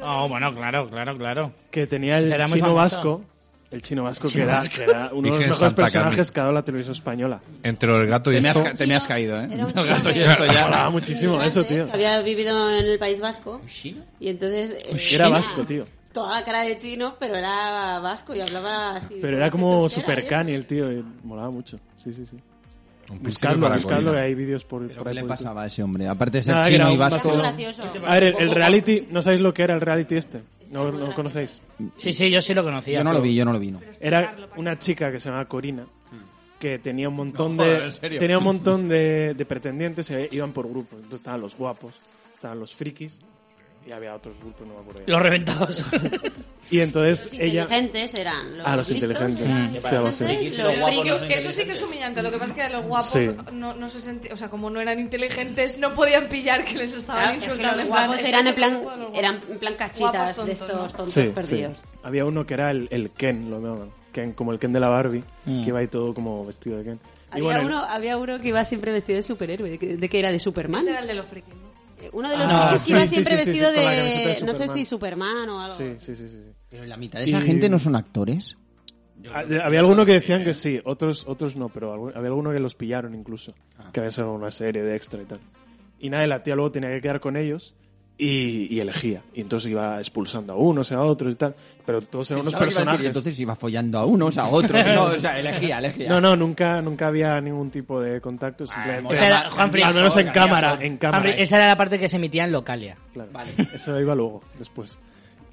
Speaker 2: Oh, bueno, claro, claro, claro.
Speaker 9: Que tenía el
Speaker 2: Será muy
Speaker 9: chino
Speaker 2: famoso.
Speaker 9: vasco, el chino vasco,
Speaker 2: chino
Speaker 9: que, era,
Speaker 2: vasco.
Speaker 9: que era uno de los
Speaker 8: Dije
Speaker 9: mejores
Speaker 8: Santa
Speaker 9: personajes
Speaker 8: Carmen.
Speaker 9: que ha dado la televisión española.
Speaker 8: Entre el gato y
Speaker 10: Te me, has,
Speaker 8: esto,
Speaker 10: ca- te me has caído, ¿eh?
Speaker 7: Era un
Speaker 10: El gato
Speaker 7: tío
Speaker 10: y esto
Speaker 7: que-
Speaker 10: ya.
Speaker 9: Molaba Ah, muchísimo eso, tío.
Speaker 7: que Había vivido en el País Vasco y entonces... eh,
Speaker 2: Pues
Speaker 9: Era vasco, tío.
Speaker 7: Toda la cara de chino, pero era vasco y hablaba así.
Speaker 9: Pero era como
Speaker 7: euskera,
Speaker 9: super
Speaker 7: ¿eh?
Speaker 9: cani el tío, y molaba mucho. Sí, sí, sí.
Speaker 8: un príncipe
Speaker 9: Buscadlo,
Speaker 8: para
Speaker 9: buscadlo, que
Speaker 8: Corina.
Speaker 9: hay vídeos por,
Speaker 10: ¿Pero
Speaker 9: por
Speaker 10: ¿Qué
Speaker 9: ahí.
Speaker 10: le
Speaker 9: por YouTube.
Speaker 10: pasaba a ese hombre? Aparte de ser
Speaker 9: Nada, que
Speaker 10: chino
Speaker 9: Ah, era
Speaker 10: y
Speaker 9: un
Speaker 10: vasco.
Speaker 7: Era
Speaker 9: vasco.
Speaker 7: gracioso.
Speaker 9: A ver, el, el reality, ¿no sabéis lo que era el reality este? No,
Speaker 7: muy
Speaker 9: no lo conocéis.
Speaker 2: Sí, sí, yo sí lo conocía.
Speaker 10: Yo no lo
Speaker 2: pero-
Speaker 10: vi, yo no lo vi. no.
Speaker 9: Era una chica que se llamaba Corina que tenía un montón
Speaker 10: Hmm. No, joder,
Speaker 9: de
Speaker 10: ¿en serio?
Speaker 9: tenía un montón de, de pretendientes e iban por grupos. Entonces estaban los guapos, estaban los frikis y había otros grupos, no me acuerdo. ya.
Speaker 2: Los reventados.
Speaker 9: Y entonces
Speaker 7: Los
Speaker 9: ella
Speaker 7: inteligentes eran. Los
Speaker 9: Ah, los
Speaker 7: listos
Speaker 9: inteligentes.
Speaker 7: eran,
Speaker 9: Mm,
Speaker 7: los
Speaker 9: sí, algo así.
Speaker 7: inteligentes,
Speaker 3: Pero
Speaker 7: los
Speaker 3: friki-
Speaker 7: frikos.
Speaker 3: eso sí que es humillante. Lo que pasa es que los guapos
Speaker 9: Sí.
Speaker 3: no, no se sentían. O sea, como no eran inteligentes, no podían pillar que les estaban
Speaker 7: Claro, es que
Speaker 3: insultando.
Speaker 7: los
Speaker 3: en plan,
Speaker 7: guapos
Speaker 3: "Estás
Speaker 7: eran en
Speaker 3: hablando
Speaker 7: plan,
Speaker 3: de los
Speaker 7: eran
Speaker 3: guapos".
Speaker 7: en plan
Speaker 3: Guapos
Speaker 7: cachitas
Speaker 3: tontos,
Speaker 7: de estos
Speaker 3: ¿no?
Speaker 7: tontos
Speaker 9: sí, sí.
Speaker 7: perdidos.
Speaker 9: Había uno que era el, el Ken, lo llamaban. Ken como el Ken de la Barbie, que iba ahí todo como vestido de Ken. Y
Speaker 7: Había,
Speaker 9: bueno, el-
Speaker 7: uno, había uno que iba siempre vestido de superhéroe, de que, de que era de Superman.
Speaker 3: Ese era el de los frikis, ¿no?
Speaker 7: Eh, Uno de los
Speaker 9: Ah,
Speaker 7: frikis
Speaker 9: sí,
Speaker 7: que iba
Speaker 9: sí,
Speaker 7: siempre
Speaker 9: sí, sí,
Speaker 7: vestido
Speaker 9: sí, con la camiseta
Speaker 7: de,
Speaker 9: de
Speaker 7: no sé
Speaker 9: Superman.
Speaker 7: si Superman o algo.
Speaker 9: sí, sí, sí, sí, sí.
Speaker 10: Pero la mitad de esa
Speaker 9: esa Y- gente
Speaker 10: gente
Speaker 9: no
Speaker 10: no son actores.
Speaker 9: Ah, de- Había algunos que decían que sí, otros otros no, pero algu- había algunos que los pillaron incluso, que había sido una serie de extra y tal. Y nada, y la tía luego tenía que quedar con ellos y, y elegía. Y entonces iba expulsando a unos, a otros y tal, pero todos eran unos personajes.
Speaker 10: entonces iba follando a unos, a otros. No, o sea, elegía, elegía.
Speaker 9: No, no, nunca, nunca había ningún tipo de contacto. simplemente-
Speaker 2: esa era- Juan Fritz.
Speaker 9: al menos en cámara, en cámara.
Speaker 2: Hombre,
Speaker 9: eh.
Speaker 2: esa era la parte que se emitía en Localia.
Speaker 9: Claro. Eso iba luego, después.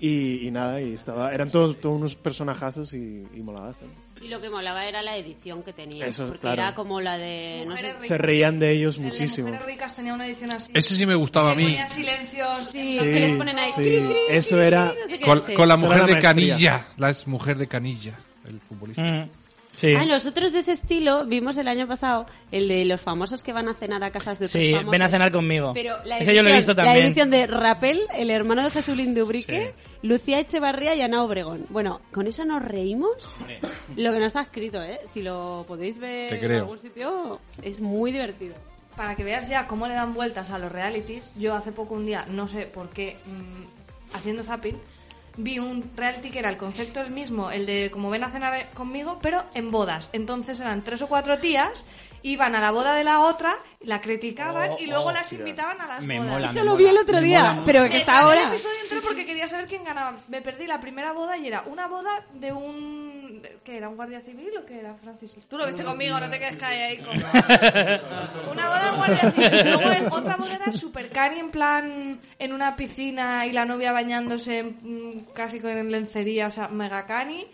Speaker 9: Y, y nada, y estaba, eran todos, todos unos personajazos y, y molaba bastante.
Speaker 7: Y lo que molaba era la edición que tenía.
Speaker 9: Eso,
Speaker 7: porque
Speaker 9: claro.
Speaker 7: era como la de. No sé,
Speaker 3: Mujeres
Speaker 9: Se
Speaker 3: ricas.
Speaker 9: reían de ellos
Speaker 3: El de
Speaker 9: muchísimo.
Speaker 3: Mujeres ricas tenía una edición así.
Speaker 8: Ese sí me gustaba a
Speaker 3: Que
Speaker 8: mí.
Speaker 3: ponían silencios.
Speaker 7: Sí,
Speaker 9: Sí,
Speaker 7: que les ponen ahí.
Speaker 9: sí. Eso era.
Speaker 7: no sé qué
Speaker 8: Con,
Speaker 7: dice.
Speaker 8: con la
Speaker 9: Esa
Speaker 8: mujer
Speaker 9: era la
Speaker 8: de
Speaker 9: maestría.
Speaker 8: Canilla. La es mujer de Canilla, el futbolista.
Speaker 2: Mm, Sí.
Speaker 7: Ah, nosotros de ese estilo vimos el año pasado el de los famosos que van a cenar a casas de otros
Speaker 2: Sí,
Speaker 7: famosos.
Speaker 2: ven a cenar conmigo.
Speaker 7: Pero la
Speaker 2: Ese yo lo he visto
Speaker 7: edición- La
Speaker 2: también.
Speaker 7: edición de Rapel, el hermano de Jesulín de Ubrique, Lucía Echevarría y Ana Obregón. Bueno, con eso nos reímos. Lo que no está escrito, ¿eh? Si lo podéis ver
Speaker 8: Te creo.
Speaker 7: en algún sitio, es muy divertido.
Speaker 3: Para que veas ya cómo le dan vueltas a los realities, yo hace poco un día, no sé por qué, mm, haciendo zapping, vi un reality que era el concepto el mismo, el de como ven a cenar conmigo, pero en bodas. Entonces eran tres o cuatro tías, iban a la boda de la otra, la criticaban
Speaker 8: Oh,
Speaker 3: y luego las invitaban a las
Speaker 6: Me
Speaker 3: bodas.
Speaker 6: mola,
Speaker 7: Eso lo vi el otro día, pero que está
Speaker 3: Empecé
Speaker 7: ahora.
Speaker 3: El este episodio entero porque quería saber quién ganaba. Me perdí la primera boda y era una boda de un... ¿Qué era? ¿Un guardia civil o qué era, Francis? Tú lo viste conmigo, no te quedes callado ahí. Con... una boda de guardia civil. Luego en- otra boda era super cani en plan en una piscina y la novia bañándose mm, casi con lencería, o sea, mega cani.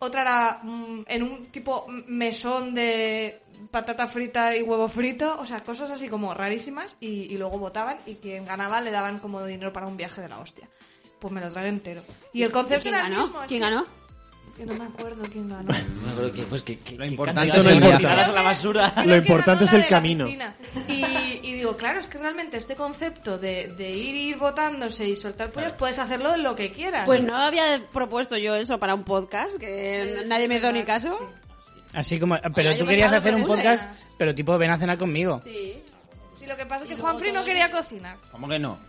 Speaker 3: Otra era mm, en un tipo mesón de patata frita y huevo frito, o sea, cosas así como rarísimas y, y luego votaban y quien ganaba le daban como dinero para un viaje de la hostia. Pues me lo tragué entero. Y el concepto
Speaker 7: ¿Quién
Speaker 3: era el
Speaker 7: ganó?
Speaker 3: mismo. es
Speaker 7: ¿Quién
Speaker 3: que-
Speaker 7: ganó?
Speaker 3: que no me acuerdo quién ganó.
Speaker 6: No, pero que, pues, que, que,
Speaker 10: Lo
Speaker 6: que
Speaker 10: importante
Speaker 6: cantidad
Speaker 9: es lo
Speaker 6: de
Speaker 9: importante.
Speaker 6: tiradas a la basura.
Speaker 9: Lo importante es el camino.
Speaker 3: Y, y digo, claro, es que realmente este concepto de, de ir ir votándose y soltar pollas, puedes hacerlo lo que quieras.
Speaker 7: Pues no había propuesto yo eso para un podcast, que nadie me dio ni caso.
Speaker 2: Así como, pero
Speaker 7: Oye,
Speaker 2: tú
Speaker 7: Ah, yo
Speaker 2: querías
Speaker 7: pensaba que
Speaker 2: hacer un
Speaker 7: me gusta.
Speaker 2: podcast, pero tipo ven a cenar conmigo.
Speaker 7: Sí.
Speaker 3: Si lo que pasa es
Speaker 7: Y
Speaker 3: que
Speaker 7: luego
Speaker 3: Juanfri
Speaker 7: todo
Speaker 3: no
Speaker 7: el-
Speaker 3: quería cocinar.
Speaker 10: ¿Cómo que no?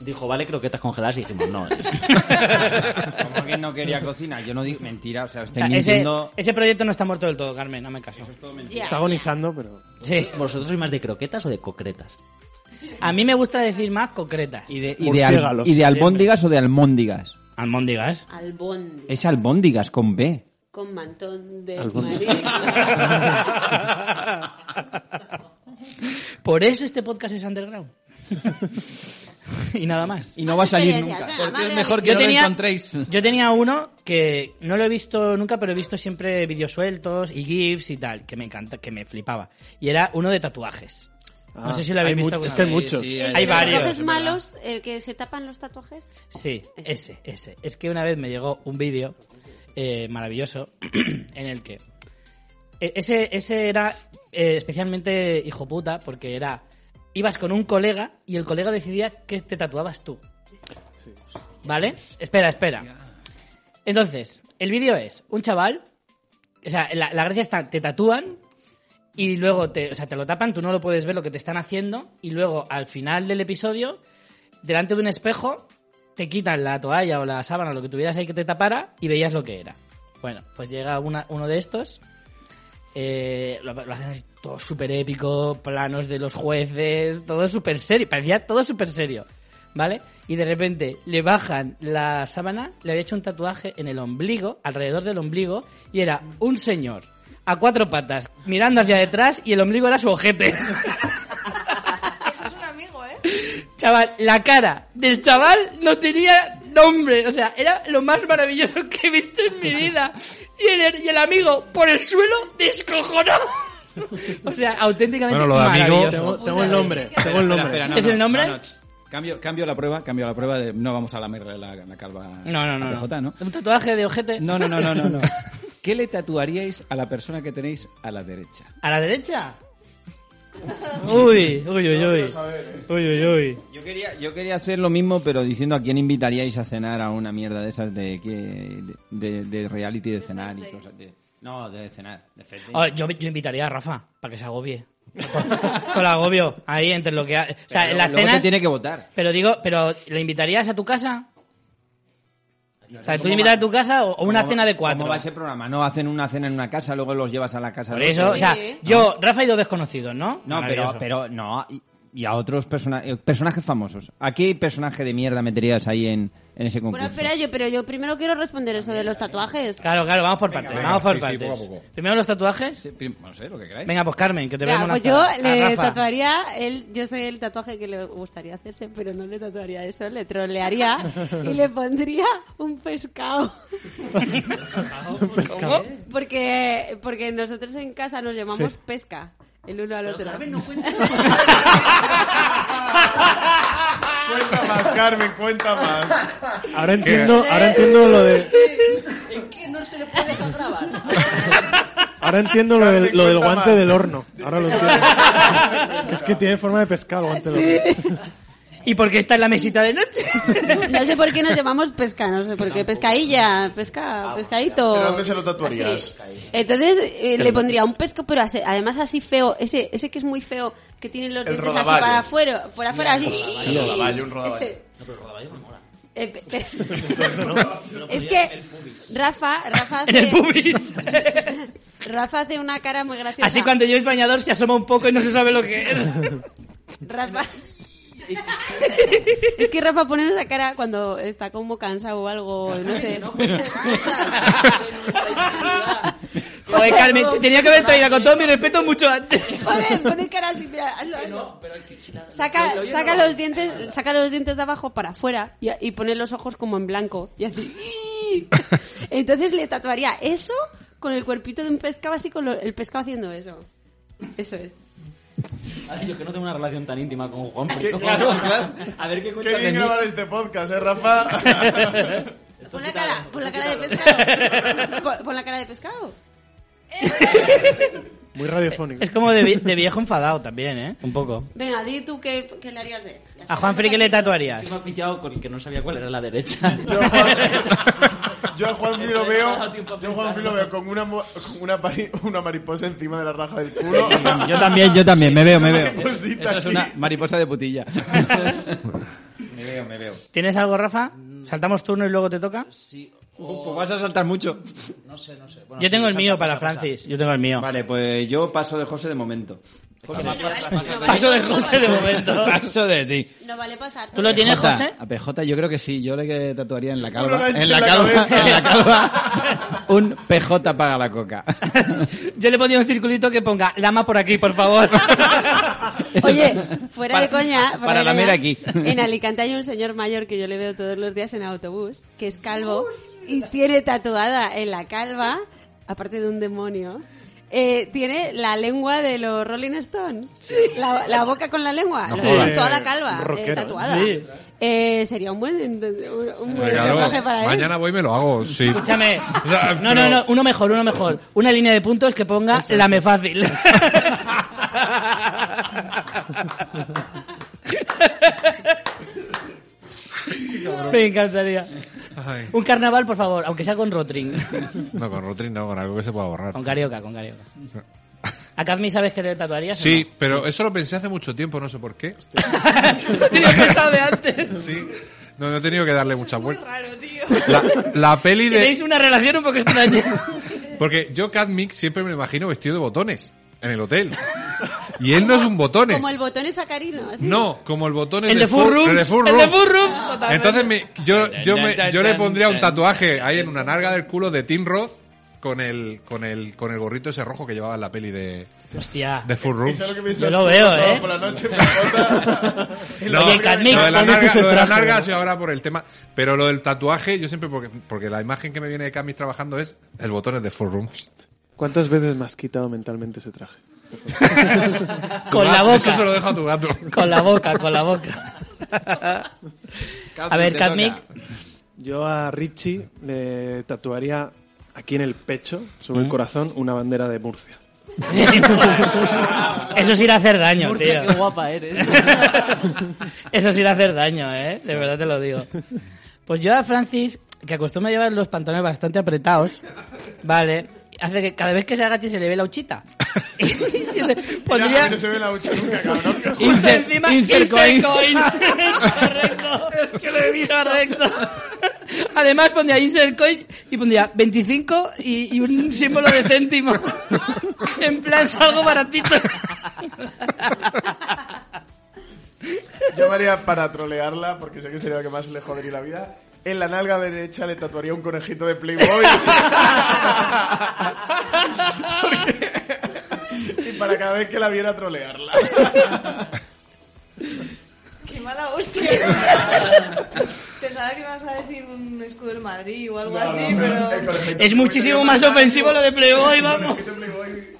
Speaker 6: Dijo, vale, croquetas congeladas y dijimos, no. eh".
Speaker 10: ¿Cómo que no quería cocinar? Yo no digo mentira, o sea,
Speaker 2: O
Speaker 10: estoy
Speaker 2: sea, ese,
Speaker 10: mintiendo.
Speaker 2: ese proyecto no está muerto del todo, Carmen, no me caso.
Speaker 7: Ya.
Speaker 9: Está agonizando, pero.
Speaker 2: Sí.
Speaker 6: ¿Vosotros sois más de croquetas o de concretas?
Speaker 2: A mí me gusta decir más concretas.
Speaker 10: ¿Y de, y,
Speaker 5: Pues
Speaker 10: de al-
Speaker 9: Murciélagos.
Speaker 10: y de albóndigas o de almóndigas?
Speaker 2: Almóndigas.
Speaker 7: Albón.
Speaker 10: Es albóndigas con B.
Speaker 7: con mantón de
Speaker 9: Albóndiga.
Speaker 7: maíz.
Speaker 2: Por eso este podcast es underground. y nada más.
Speaker 10: Y no va a salir nunca. Porque es mejor que
Speaker 2: Yo
Speaker 10: no
Speaker 2: tenía-
Speaker 10: lo encontréis.
Speaker 2: Yo tenía uno que no lo he visto nunca, pero he visto siempre vídeos sueltos y gifs y tal, que me encanta, que me flipaba. Y era uno de tatuajes.
Speaker 9: Ah,
Speaker 2: no sé si lo
Speaker 9: hay
Speaker 2: habéis
Speaker 9: mu-
Speaker 2: visto. alguna
Speaker 9: es que hay
Speaker 2: vez.
Speaker 9: muchos.
Speaker 2: Sí,
Speaker 9: Sí,
Speaker 2: hay,
Speaker 7: ¿El de los
Speaker 2: varios.
Speaker 7: tatuajes malos, el que se tapan los tatuajes.
Speaker 2: Sí, ese, ese. Es que una vez me llegó un vídeo eh, maravilloso en el que... e- Ese, ese era eh, especialmente hijo puta porque era... Ibas con un colega y el colega decidía qué te tatuabas tú. ¿Vale? Espera, espera. Entonces, el vídeo es un chaval... O sea, la, la gracia está, te tatúan y luego te, o sea, te lo tapan, tú no lo puedes ver lo que te están haciendo y luego al final del episodio, delante de un espejo, te quitan la toalla o la sábana o lo que tuvieras ahí que te tapara y veías lo que era. Bueno, pues llega una- uno de estos, eh, lo, lo hacen así todo súper épico, planos de los jueces, todo súper serio, parecía todo súper serio, ¿vale? Y de repente le bajan la sábana, le había hecho un tatuaje en el ombligo, alrededor del ombligo, y era un señor a cuatro patas mirando hacia detrás y el ombligo era su ojete.
Speaker 3: Eso es un amigo, ¿eh?
Speaker 2: Chaval, la cara del chaval no tenía nombre. O sea, era lo más maravilloso que he visto en mi vida. Y el, y el amigo por el suelo descojonado. O sea, auténticamente
Speaker 8: Bueno, lo de amigo-
Speaker 2: maravilloso.
Speaker 9: Tengo, tengo el nombre, tengo el nombre.
Speaker 10: Espera, no,
Speaker 2: ¿Es
Speaker 10: no,
Speaker 2: el nombre?
Speaker 10: no, no, ch- Cambio, cambio la prueba, cambio la prueba de no vamos a lamerle la, la calva
Speaker 2: No, no, no,
Speaker 10: a
Speaker 2: no.
Speaker 10: PJ, ¿no?
Speaker 2: Un tatuaje de ojete
Speaker 10: No, no, no, no, no, no. ¿Qué le tatuaríais a la persona que tenéis a la derecha?
Speaker 2: a la derecha. Uy, uy, uy, uy.
Speaker 8: eh.
Speaker 2: Uy, uy, uy.
Speaker 5: Yo quería, yo quería hacer lo mismo, pero diciendo a quién invitaríais a cenar a una mierda de esas de que de, de reality de cenar y cosas de- No, de cenar, de fete.
Speaker 2: Ah, yo, yo invitaría a Rafa para que se agobie. Con el agobio, ahí entre lo que... ha- O sea, en
Speaker 10: Pero
Speaker 2: las
Speaker 10: luego te
Speaker 2: cenas...
Speaker 10: tiene que votar.
Speaker 2: Pero digo, pero ¿lo invitarías a tu casa? O sea, ¿tú
Speaker 10: ¿Cómo
Speaker 2: invitas
Speaker 10: va-
Speaker 2: a tu casa o- o una
Speaker 5: ¿Cómo-
Speaker 2: cena de cuatro?
Speaker 5: ¿Cómo va ese programa? No hacen una cena en una casa, luego los llevas a la casa.
Speaker 2: Por
Speaker 5: de
Speaker 2: eso,
Speaker 5: otro.
Speaker 2: o sea,
Speaker 7: Sí.
Speaker 2: yo, Rafa y dos desconocidos, ¿no?
Speaker 5: No, pero,
Speaker 2: Maravilloso.
Speaker 5: pero no. Y, y a otros persona- eh, personajes famosos. ¿A qué personaje de mierda meterías ahí en, en ese concurso?
Speaker 7: Bueno, espera, yo, pero yo primero quiero responder eso de los tatuajes.
Speaker 2: Claro, claro, vamos por partes,
Speaker 8: venga,
Speaker 2: vamos por
Speaker 8: sí, sí,
Speaker 2: partes.
Speaker 8: poco a poco.
Speaker 2: Primero los tatuajes.
Speaker 10: Sí, prim- no sé, lo que queráis.
Speaker 2: Venga, pues Carmen, que te
Speaker 7: Venga,
Speaker 2: vemos
Speaker 7: pues yo
Speaker 2: una
Speaker 7: le
Speaker 2: a Rafa.
Speaker 7: tatuaría, él, yo sé el tatuaje que le gustaría hacerse, pero no le tatuaría eso, le trolearía y le pondría un pescado.
Speaker 2: ¿Cómo?
Speaker 7: Porque, porque nosotros en casa nos llamamos pesca, el uno al otro.
Speaker 6: Carmen, no cuenta.
Speaker 4: Cuenta más, Carmen, cuenta más.
Speaker 9: Ahora entiendo, ahora entiendo lo de,
Speaker 6: ¿En qué no se le puede dejar grabar?
Speaker 9: ahora entiendo lo, del- lo del
Speaker 4: Cuenta
Speaker 9: guante
Speaker 4: más.
Speaker 9: del horno. Ahora lo entiendo. es que tiene forma de pescado el guante del horno.
Speaker 2: ¿Y por qué está en la mesita de noche?
Speaker 7: No sé por qué nos llamamos pesca, no sé por qué. Pescadilla, pesca,
Speaker 4: Ah,
Speaker 7: pescadito.
Speaker 4: ¿Pero dónde se lo tatuarías?
Speaker 7: Así. Entonces eh, le pondría un pesco, pero así- además así feo, ese, ese que es muy feo, que tiene los
Speaker 4: El
Speaker 7: dientes así
Speaker 4: rodaballo.
Speaker 7: para afuera, por afuera así.
Speaker 4: Un rodaballo, un rodaballo.
Speaker 7: Ese. Eh, pe- pe- es que Rafa, Rafa
Speaker 2: en el
Speaker 7: hace,
Speaker 2: pubis.
Speaker 7: Rafa hace una cara muy graciosa.
Speaker 2: Así cuando yo es bañador se asoma un poco y no se sabe lo que es.
Speaker 7: Rafa. es que Rafa pone esa cara cuando está como cansado o algo, no sé.
Speaker 2: Joder, Carmen, te tenía que haber traído con todo mi respeto mucho antes.
Speaker 7: Pone, pone cara así, mira, hazlo, hazlo. Saca, saca los dientes, saca los dientes de abajo para afuera y, y pone los ojos como en blanco y así. Entonces le tatuaría eso con el cuerpito de un pescado así con lo- el pescado haciendo eso. Eso es.
Speaker 6: Ay, yo que no tengo una relación tan íntima con Juan.
Speaker 4: ¿Qué-
Speaker 6: pero-
Speaker 4: claro, claro.
Speaker 6: A ver qué cuenta
Speaker 4: Qué
Speaker 6: de
Speaker 4: bien
Speaker 6: mí.
Speaker 4: grabar este podcast, ¿eh, Rafa? Pues
Speaker 7: Pon la cara, pon la cara de pescado. Pon, pon la cara de pescado.
Speaker 9: Muy radiofónico.
Speaker 2: Es como de, vie- de viejo enfadado también, ¿eh? Un poco.
Speaker 7: Venga, di tú qué, qué le harías de. Ya
Speaker 2: A
Speaker 7: está.
Speaker 2: Juan Free, ¿qué le tatuarías?
Speaker 6: Sí Me ha pillado con el que no sabía cuál era la derecha.
Speaker 4: Yo a Juan, yo a Juanfri lo
Speaker 6: Me ha dado
Speaker 4: veo,
Speaker 6: tiempo a
Speaker 4: yo a Juanfri lo
Speaker 6: pensarlo.
Speaker 4: veo con una, mo- con una, pari- una mariposa encima de la raja del culo.
Speaker 5: Yo también, yo también, me veo, me veo.
Speaker 4: Mariposita
Speaker 10: Eso es
Speaker 4: aquí.
Speaker 10: una mariposa de putilla.
Speaker 2: ¿Tienes algo, Rafa? Saltamos turno y luego te toca.
Speaker 6: Sí,
Speaker 5: Pues vas a saltar mucho.
Speaker 6: No sé, no sé.
Speaker 2: yo tengo el mío para Francis. Yo tengo el mío.
Speaker 5: Vale, pues yo paso de José de momento.
Speaker 2: Paso de José de momento.
Speaker 10: Paso de ti.
Speaker 7: No vale pasar.
Speaker 2: ¿Tú lo tienes,
Speaker 10: PJ,
Speaker 2: José?
Speaker 10: A PJ yo creo que sí, yo le que tatuaría en la
Speaker 4: Un
Speaker 10: calva.
Speaker 4: orange
Speaker 10: En la
Speaker 4: en la
Speaker 10: calva,
Speaker 4: cabeza.
Speaker 10: en la calva. Un PJ paga la coca.
Speaker 2: Yo le ponía un circulito que ponga lama por aquí, por favor.
Speaker 7: Oye, fuera de
Speaker 10: Para-
Speaker 7: coña. fuera
Speaker 10: para
Speaker 7: de
Speaker 10: lamer
Speaker 7: coña,
Speaker 10: aquí.
Speaker 7: En Alicante hay un señor mayor que yo le veo todos los días en autobús, que es calvo y tiene tatuada en la calva, aparte de un demonio. eh, tiene la lengua de los Rolling Stones. La, la boca con la lengua.
Speaker 10: No
Speaker 7: Lo-
Speaker 10: jodas.
Speaker 7: toda la calva eh,
Speaker 9: Rockero,
Speaker 7: tatuada.
Speaker 2: sí.
Speaker 7: Eh, sería un buen, un buen
Speaker 8: Pues claro,
Speaker 7: tatuaje para él.
Speaker 8: mañana voy y me lo hago. Sí.
Speaker 2: Escúchame.
Speaker 8: O sea,
Speaker 2: No, no,
Speaker 8: pero-
Speaker 2: no, uno mejor, uno mejor. Una línea de puntos que ponga lame fácil. Me encantaría.
Speaker 8: Ay,
Speaker 2: Un carnaval, por favor, aunque sea con Rotring.
Speaker 8: no, con Rotring no, con algo que se pueda borrar.
Speaker 2: Con Carioca, con Carioca. ¿A Cadmi sabes que le tatuarías? o
Speaker 8: Sí, pero eso lo pensé hace mucho tiempo, no sé por qué.
Speaker 2: no? Lo tenía pensado de antes.
Speaker 8: Sí. No, no he tenido que darle mucha
Speaker 3: Muy
Speaker 8: vuelta.
Speaker 3: raro, tío.
Speaker 8: La, la peli
Speaker 2: Tenéis
Speaker 8: de...
Speaker 2: una relación un poco extraña.
Speaker 8: Porque yo, Cat Mix, siempre me lo imagino vestido de botones en el hotel. Y él no es un botones.
Speaker 7: Como el botón es sacarino. así.
Speaker 8: No, como el botones
Speaker 2: El de
Speaker 8: Full-
Speaker 2: Furrum.
Speaker 8: el de Full
Speaker 2: El de
Speaker 8: Room.
Speaker 2: Furrum. totalmente.
Speaker 8: Entonces me- yo, yo, me- yo le pondría un tatuaje ahí en una narga del culo de Tim Roth con el, con el, con el gorrito ese rojo que llevaba en la peli de,
Speaker 2: Hostia.
Speaker 8: de Full Room.
Speaker 4: Eso es lo que piensas
Speaker 2: Yo lo
Speaker 4: tú
Speaker 2: veo,
Speaker 4: los sábados
Speaker 2: ¿eh?
Speaker 4: Por la noche, en la bota. Y
Speaker 8: No,
Speaker 4: la
Speaker 2: Oye,
Speaker 4: boca
Speaker 2: Cat
Speaker 4: de-
Speaker 2: Mix,
Speaker 8: lo de la
Speaker 9: pones
Speaker 8: narga,
Speaker 9: ese
Speaker 8: lo de la
Speaker 9: traje,
Speaker 8: narga
Speaker 9: ¿no?
Speaker 8: sí, ahora por el tema. Pero lo del tatuaje, yo siempre, porque, porque la imagen que me viene de Camis trabajando es el botón es de Full Room.
Speaker 9: ¿Cuántas veces me has quitado mentalmente ese traje?
Speaker 2: Con la
Speaker 8: Eso se
Speaker 2: boca.
Speaker 8: lo dejo a tu gato.
Speaker 2: Con la boca, con la boca. A ver,
Speaker 10: Te
Speaker 2: Catmic.
Speaker 10: toca.
Speaker 9: Yo a Richie le tatuaría aquí en el pecho, sobre
Speaker 2: Mm.
Speaker 9: el corazón, una bandera de Murcia.
Speaker 2: Eso es ir a hacer daño,
Speaker 6: Murcia,
Speaker 2: tío.
Speaker 6: qué guapa eres.
Speaker 2: Eso es ir a hacer daño, ¿eh? De verdad te lo digo. Pues yo a Francis, que acostumbra llevar los pantalones bastante apretados, ¿vale? Hace que cada vez que se agache se le ve la uchita. Y le
Speaker 4: Mira,
Speaker 2: pondría-
Speaker 4: a mí no se ve la hucha nunca, cabrón.
Speaker 2: Justo
Speaker 10: Insert-
Speaker 2: encima,
Speaker 10: insert coin.
Speaker 2: Correcto. Es que lo he visto. Correcto. Además pondría insert coin y pondría 25 y, y un símbolo de céntimo. en plan, es algo baratito.
Speaker 4: Yo me haría para trolearla, porque sé que sería lo que más le jodería la vida. En la nalga derecha le tatuaría un conejito de Playboy. Porque- y para cada vez que la viera trolearla.
Speaker 3: Qué mala hostia. Pensaba que ibas a decir un escudo del Madrid o algo así,
Speaker 4: El
Speaker 3: pero...
Speaker 4: conejito
Speaker 2: Es
Speaker 4: de
Speaker 2: muchísimo
Speaker 4: Playboy
Speaker 2: más
Speaker 4: te mata,
Speaker 2: ofensivo
Speaker 4: tío.
Speaker 2: lo de Playboy,
Speaker 4: El
Speaker 2: vamos.
Speaker 4: conejito de Playboy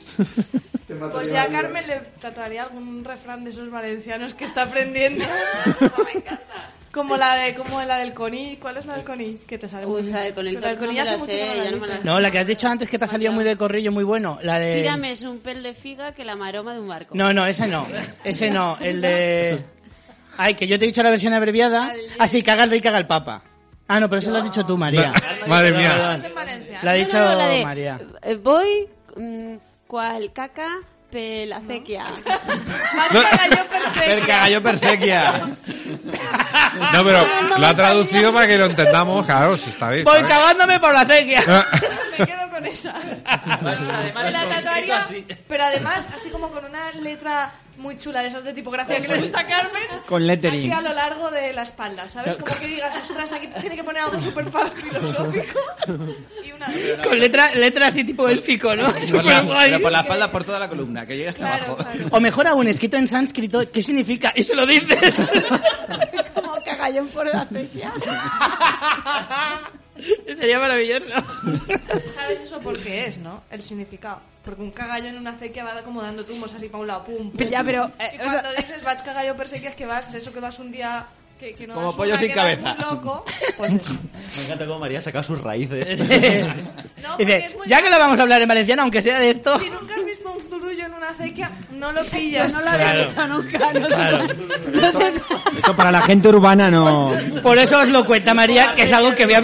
Speaker 4: te mataría
Speaker 3: Pues
Speaker 4: la
Speaker 3: ya
Speaker 4: vida.
Speaker 3: Carmen le tatuaría algún refrán de esos valencianos que está aprendiendo. Me encanta. Como la de, como la del Coni, ¿cuál es la del Coni? Que te sale
Speaker 7: Uy,
Speaker 3: muy-
Speaker 7: la del Coni,
Speaker 3: Pero la del
Speaker 7: no
Speaker 3: Coni
Speaker 7: me
Speaker 3: hace
Speaker 7: la
Speaker 3: mucho
Speaker 7: sé,
Speaker 3: que
Speaker 7: ya no me
Speaker 3: no
Speaker 7: la
Speaker 3: la
Speaker 7: sé.
Speaker 2: No, la que has dicho antes que te ha salido muy de corrillo, muy bueno. La de...
Speaker 7: Tírame es un pel de figa que la maroma de un barco.
Speaker 2: No, no, ese no. Ese no. El de... Ay, que yo te he dicho la versión abreviada. Ah, sí, caga el rey, caga el papa. Ah, no, pero eso lo has dicho tú, María.
Speaker 8: Madre mía.
Speaker 2: Perdón.
Speaker 3: Es en Valencia.
Speaker 2: La ha
Speaker 7: No,
Speaker 2: dicho
Speaker 7: no, no, la de,
Speaker 2: María.
Speaker 7: eh, Voy mm, cual caca pelacequia.
Speaker 3: Marca la yo perfecta.
Speaker 5: Perca gallo persequia.
Speaker 8: No, pero lo ha traducido para que lo entendamos. Claro, sí, está bien.
Speaker 2: Voy
Speaker 8: está
Speaker 2: cagándome por la acequia.
Speaker 8: bien.
Speaker 3: Me
Speaker 5: Ah.
Speaker 3: quedo con esa. Se la tatuaría, pero además, así como con una letra muy chula de esas de tipografía que le gusta a Carmen.
Speaker 5: Con lettering.
Speaker 3: Así a lo largo de la espalda, ¿sabes? Como que digas, ostras, aquí tiene que poner algo súper filosófico. Y una...
Speaker 2: Con letra, letra así tipo élfico, ¿no?
Speaker 5: Por la-
Speaker 2: Superguay.
Speaker 5: pero por la espalda, por toda la columna, que llega hasta
Speaker 3: Claro,
Speaker 5: abajo.
Speaker 3: claro.
Speaker 2: O mejor aún, escrito en sánscrito, ¿qué significa? Y se lo dices.
Speaker 7: Como cagallón por la acequia.
Speaker 2: Sería maravilloso.
Speaker 3: ¿Sabes eso por qué es, no? El significado. Porque un cagallo en una acequia va como dando tumbos así para un lado, pum, pum.
Speaker 7: Ya, pero, eh,
Speaker 3: y
Speaker 7: o sea-
Speaker 3: cuando dices vas cagallo perseguías que vas, de eso que vas un día... Que, que no
Speaker 5: Como
Speaker 3: das
Speaker 5: pollo
Speaker 3: una,
Speaker 5: sin
Speaker 3: que vas
Speaker 5: cabeza.
Speaker 3: muy loco, pues eso.
Speaker 6: Me encanta cómo María ha sacado sus raíces.
Speaker 3: No, porque
Speaker 2: Dice,
Speaker 3: es muy
Speaker 2: ya que lo vamos a hablar en valenciano, aunque sea de esto.
Speaker 3: Si nunca has visto un zurullo en una acequia, no lo pillas.
Speaker 7: No lo había
Speaker 2: Claro.
Speaker 7: visto nunca. No sé, no sé.
Speaker 5: Esto para la gente urbana no.
Speaker 2: Por eso os lo cuenta María, que es algo que ve
Speaker 7: Tu día a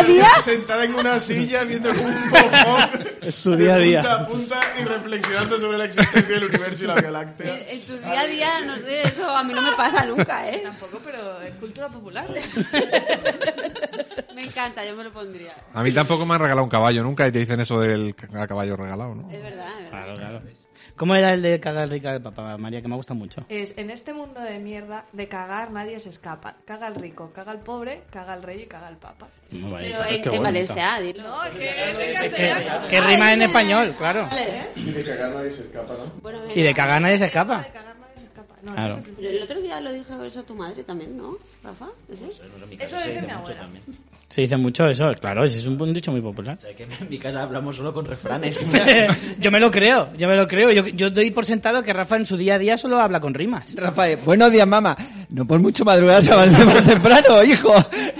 Speaker 2: habitualmente.
Speaker 7: día.
Speaker 4: Sentada en una silla viendo un cojón.
Speaker 9: Es su día a día.
Speaker 4: De punta a punta y reflexionando sobre la existencia del universo y la Vía Láctea.
Speaker 7: En tu día a día, no sé, eso a mí no me pasa nunca, ¿eh?
Speaker 3: Tampoco, pero es cultura popular.
Speaker 7: Me encanta, yo me lo pondría.
Speaker 8: A mí tampoco me han regalado un caballo nunca y te dicen eso del c- caballo regalado, ¿no?
Speaker 7: Es verdad, es verdad.
Speaker 2: Claro, claro. ¿Cómo era el de cagar rica de papá María? Que me gusta mucho.
Speaker 3: Es, en este mundo de mierda, de cagar nadie se escapa. Caga el rico, caga el pobre, caga el rey y caga el papa.
Speaker 2: Muy bonito.
Speaker 7: Pero en, en Valencia, dilo.
Speaker 3: No, que es en castellano.
Speaker 2: Que rima en español, claro.
Speaker 7: Vale.
Speaker 4: Y de cagar nadie se escapa, ¿no?
Speaker 7: Bueno,
Speaker 2: Y de cagar nadie se escapa.
Speaker 3: De cagar nadie se escapa. No,
Speaker 2: Claro.
Speaker 3: eso es el
Speaker 7: Pero el otro día lo dijo eso a tu madre también, ¿no, Rafa? ¿Sí?
Speaker 6: Eso en mi
Speaker 3: Eso
Speaker 6: casa se
Speaker 3: dice mi
Speaker 6: mucho
Speaker 3: abuela.
Speaker 6: también.
Speaker 2: Se dice mucho eso, claro, ese es un, un dicho muy popular.
Speaker 6: O sea, que en mi casa hablamos solo con refranes.
Speaker 2: yo me lo creo, yo me lo creo. Yo, yo doy por sentado que Rafa en su día a día solo habla con rimas.
Speaker 5: Rafael, eh, buenos días, mamá. No por mucho madrugar, chaval, más temprano, hijo.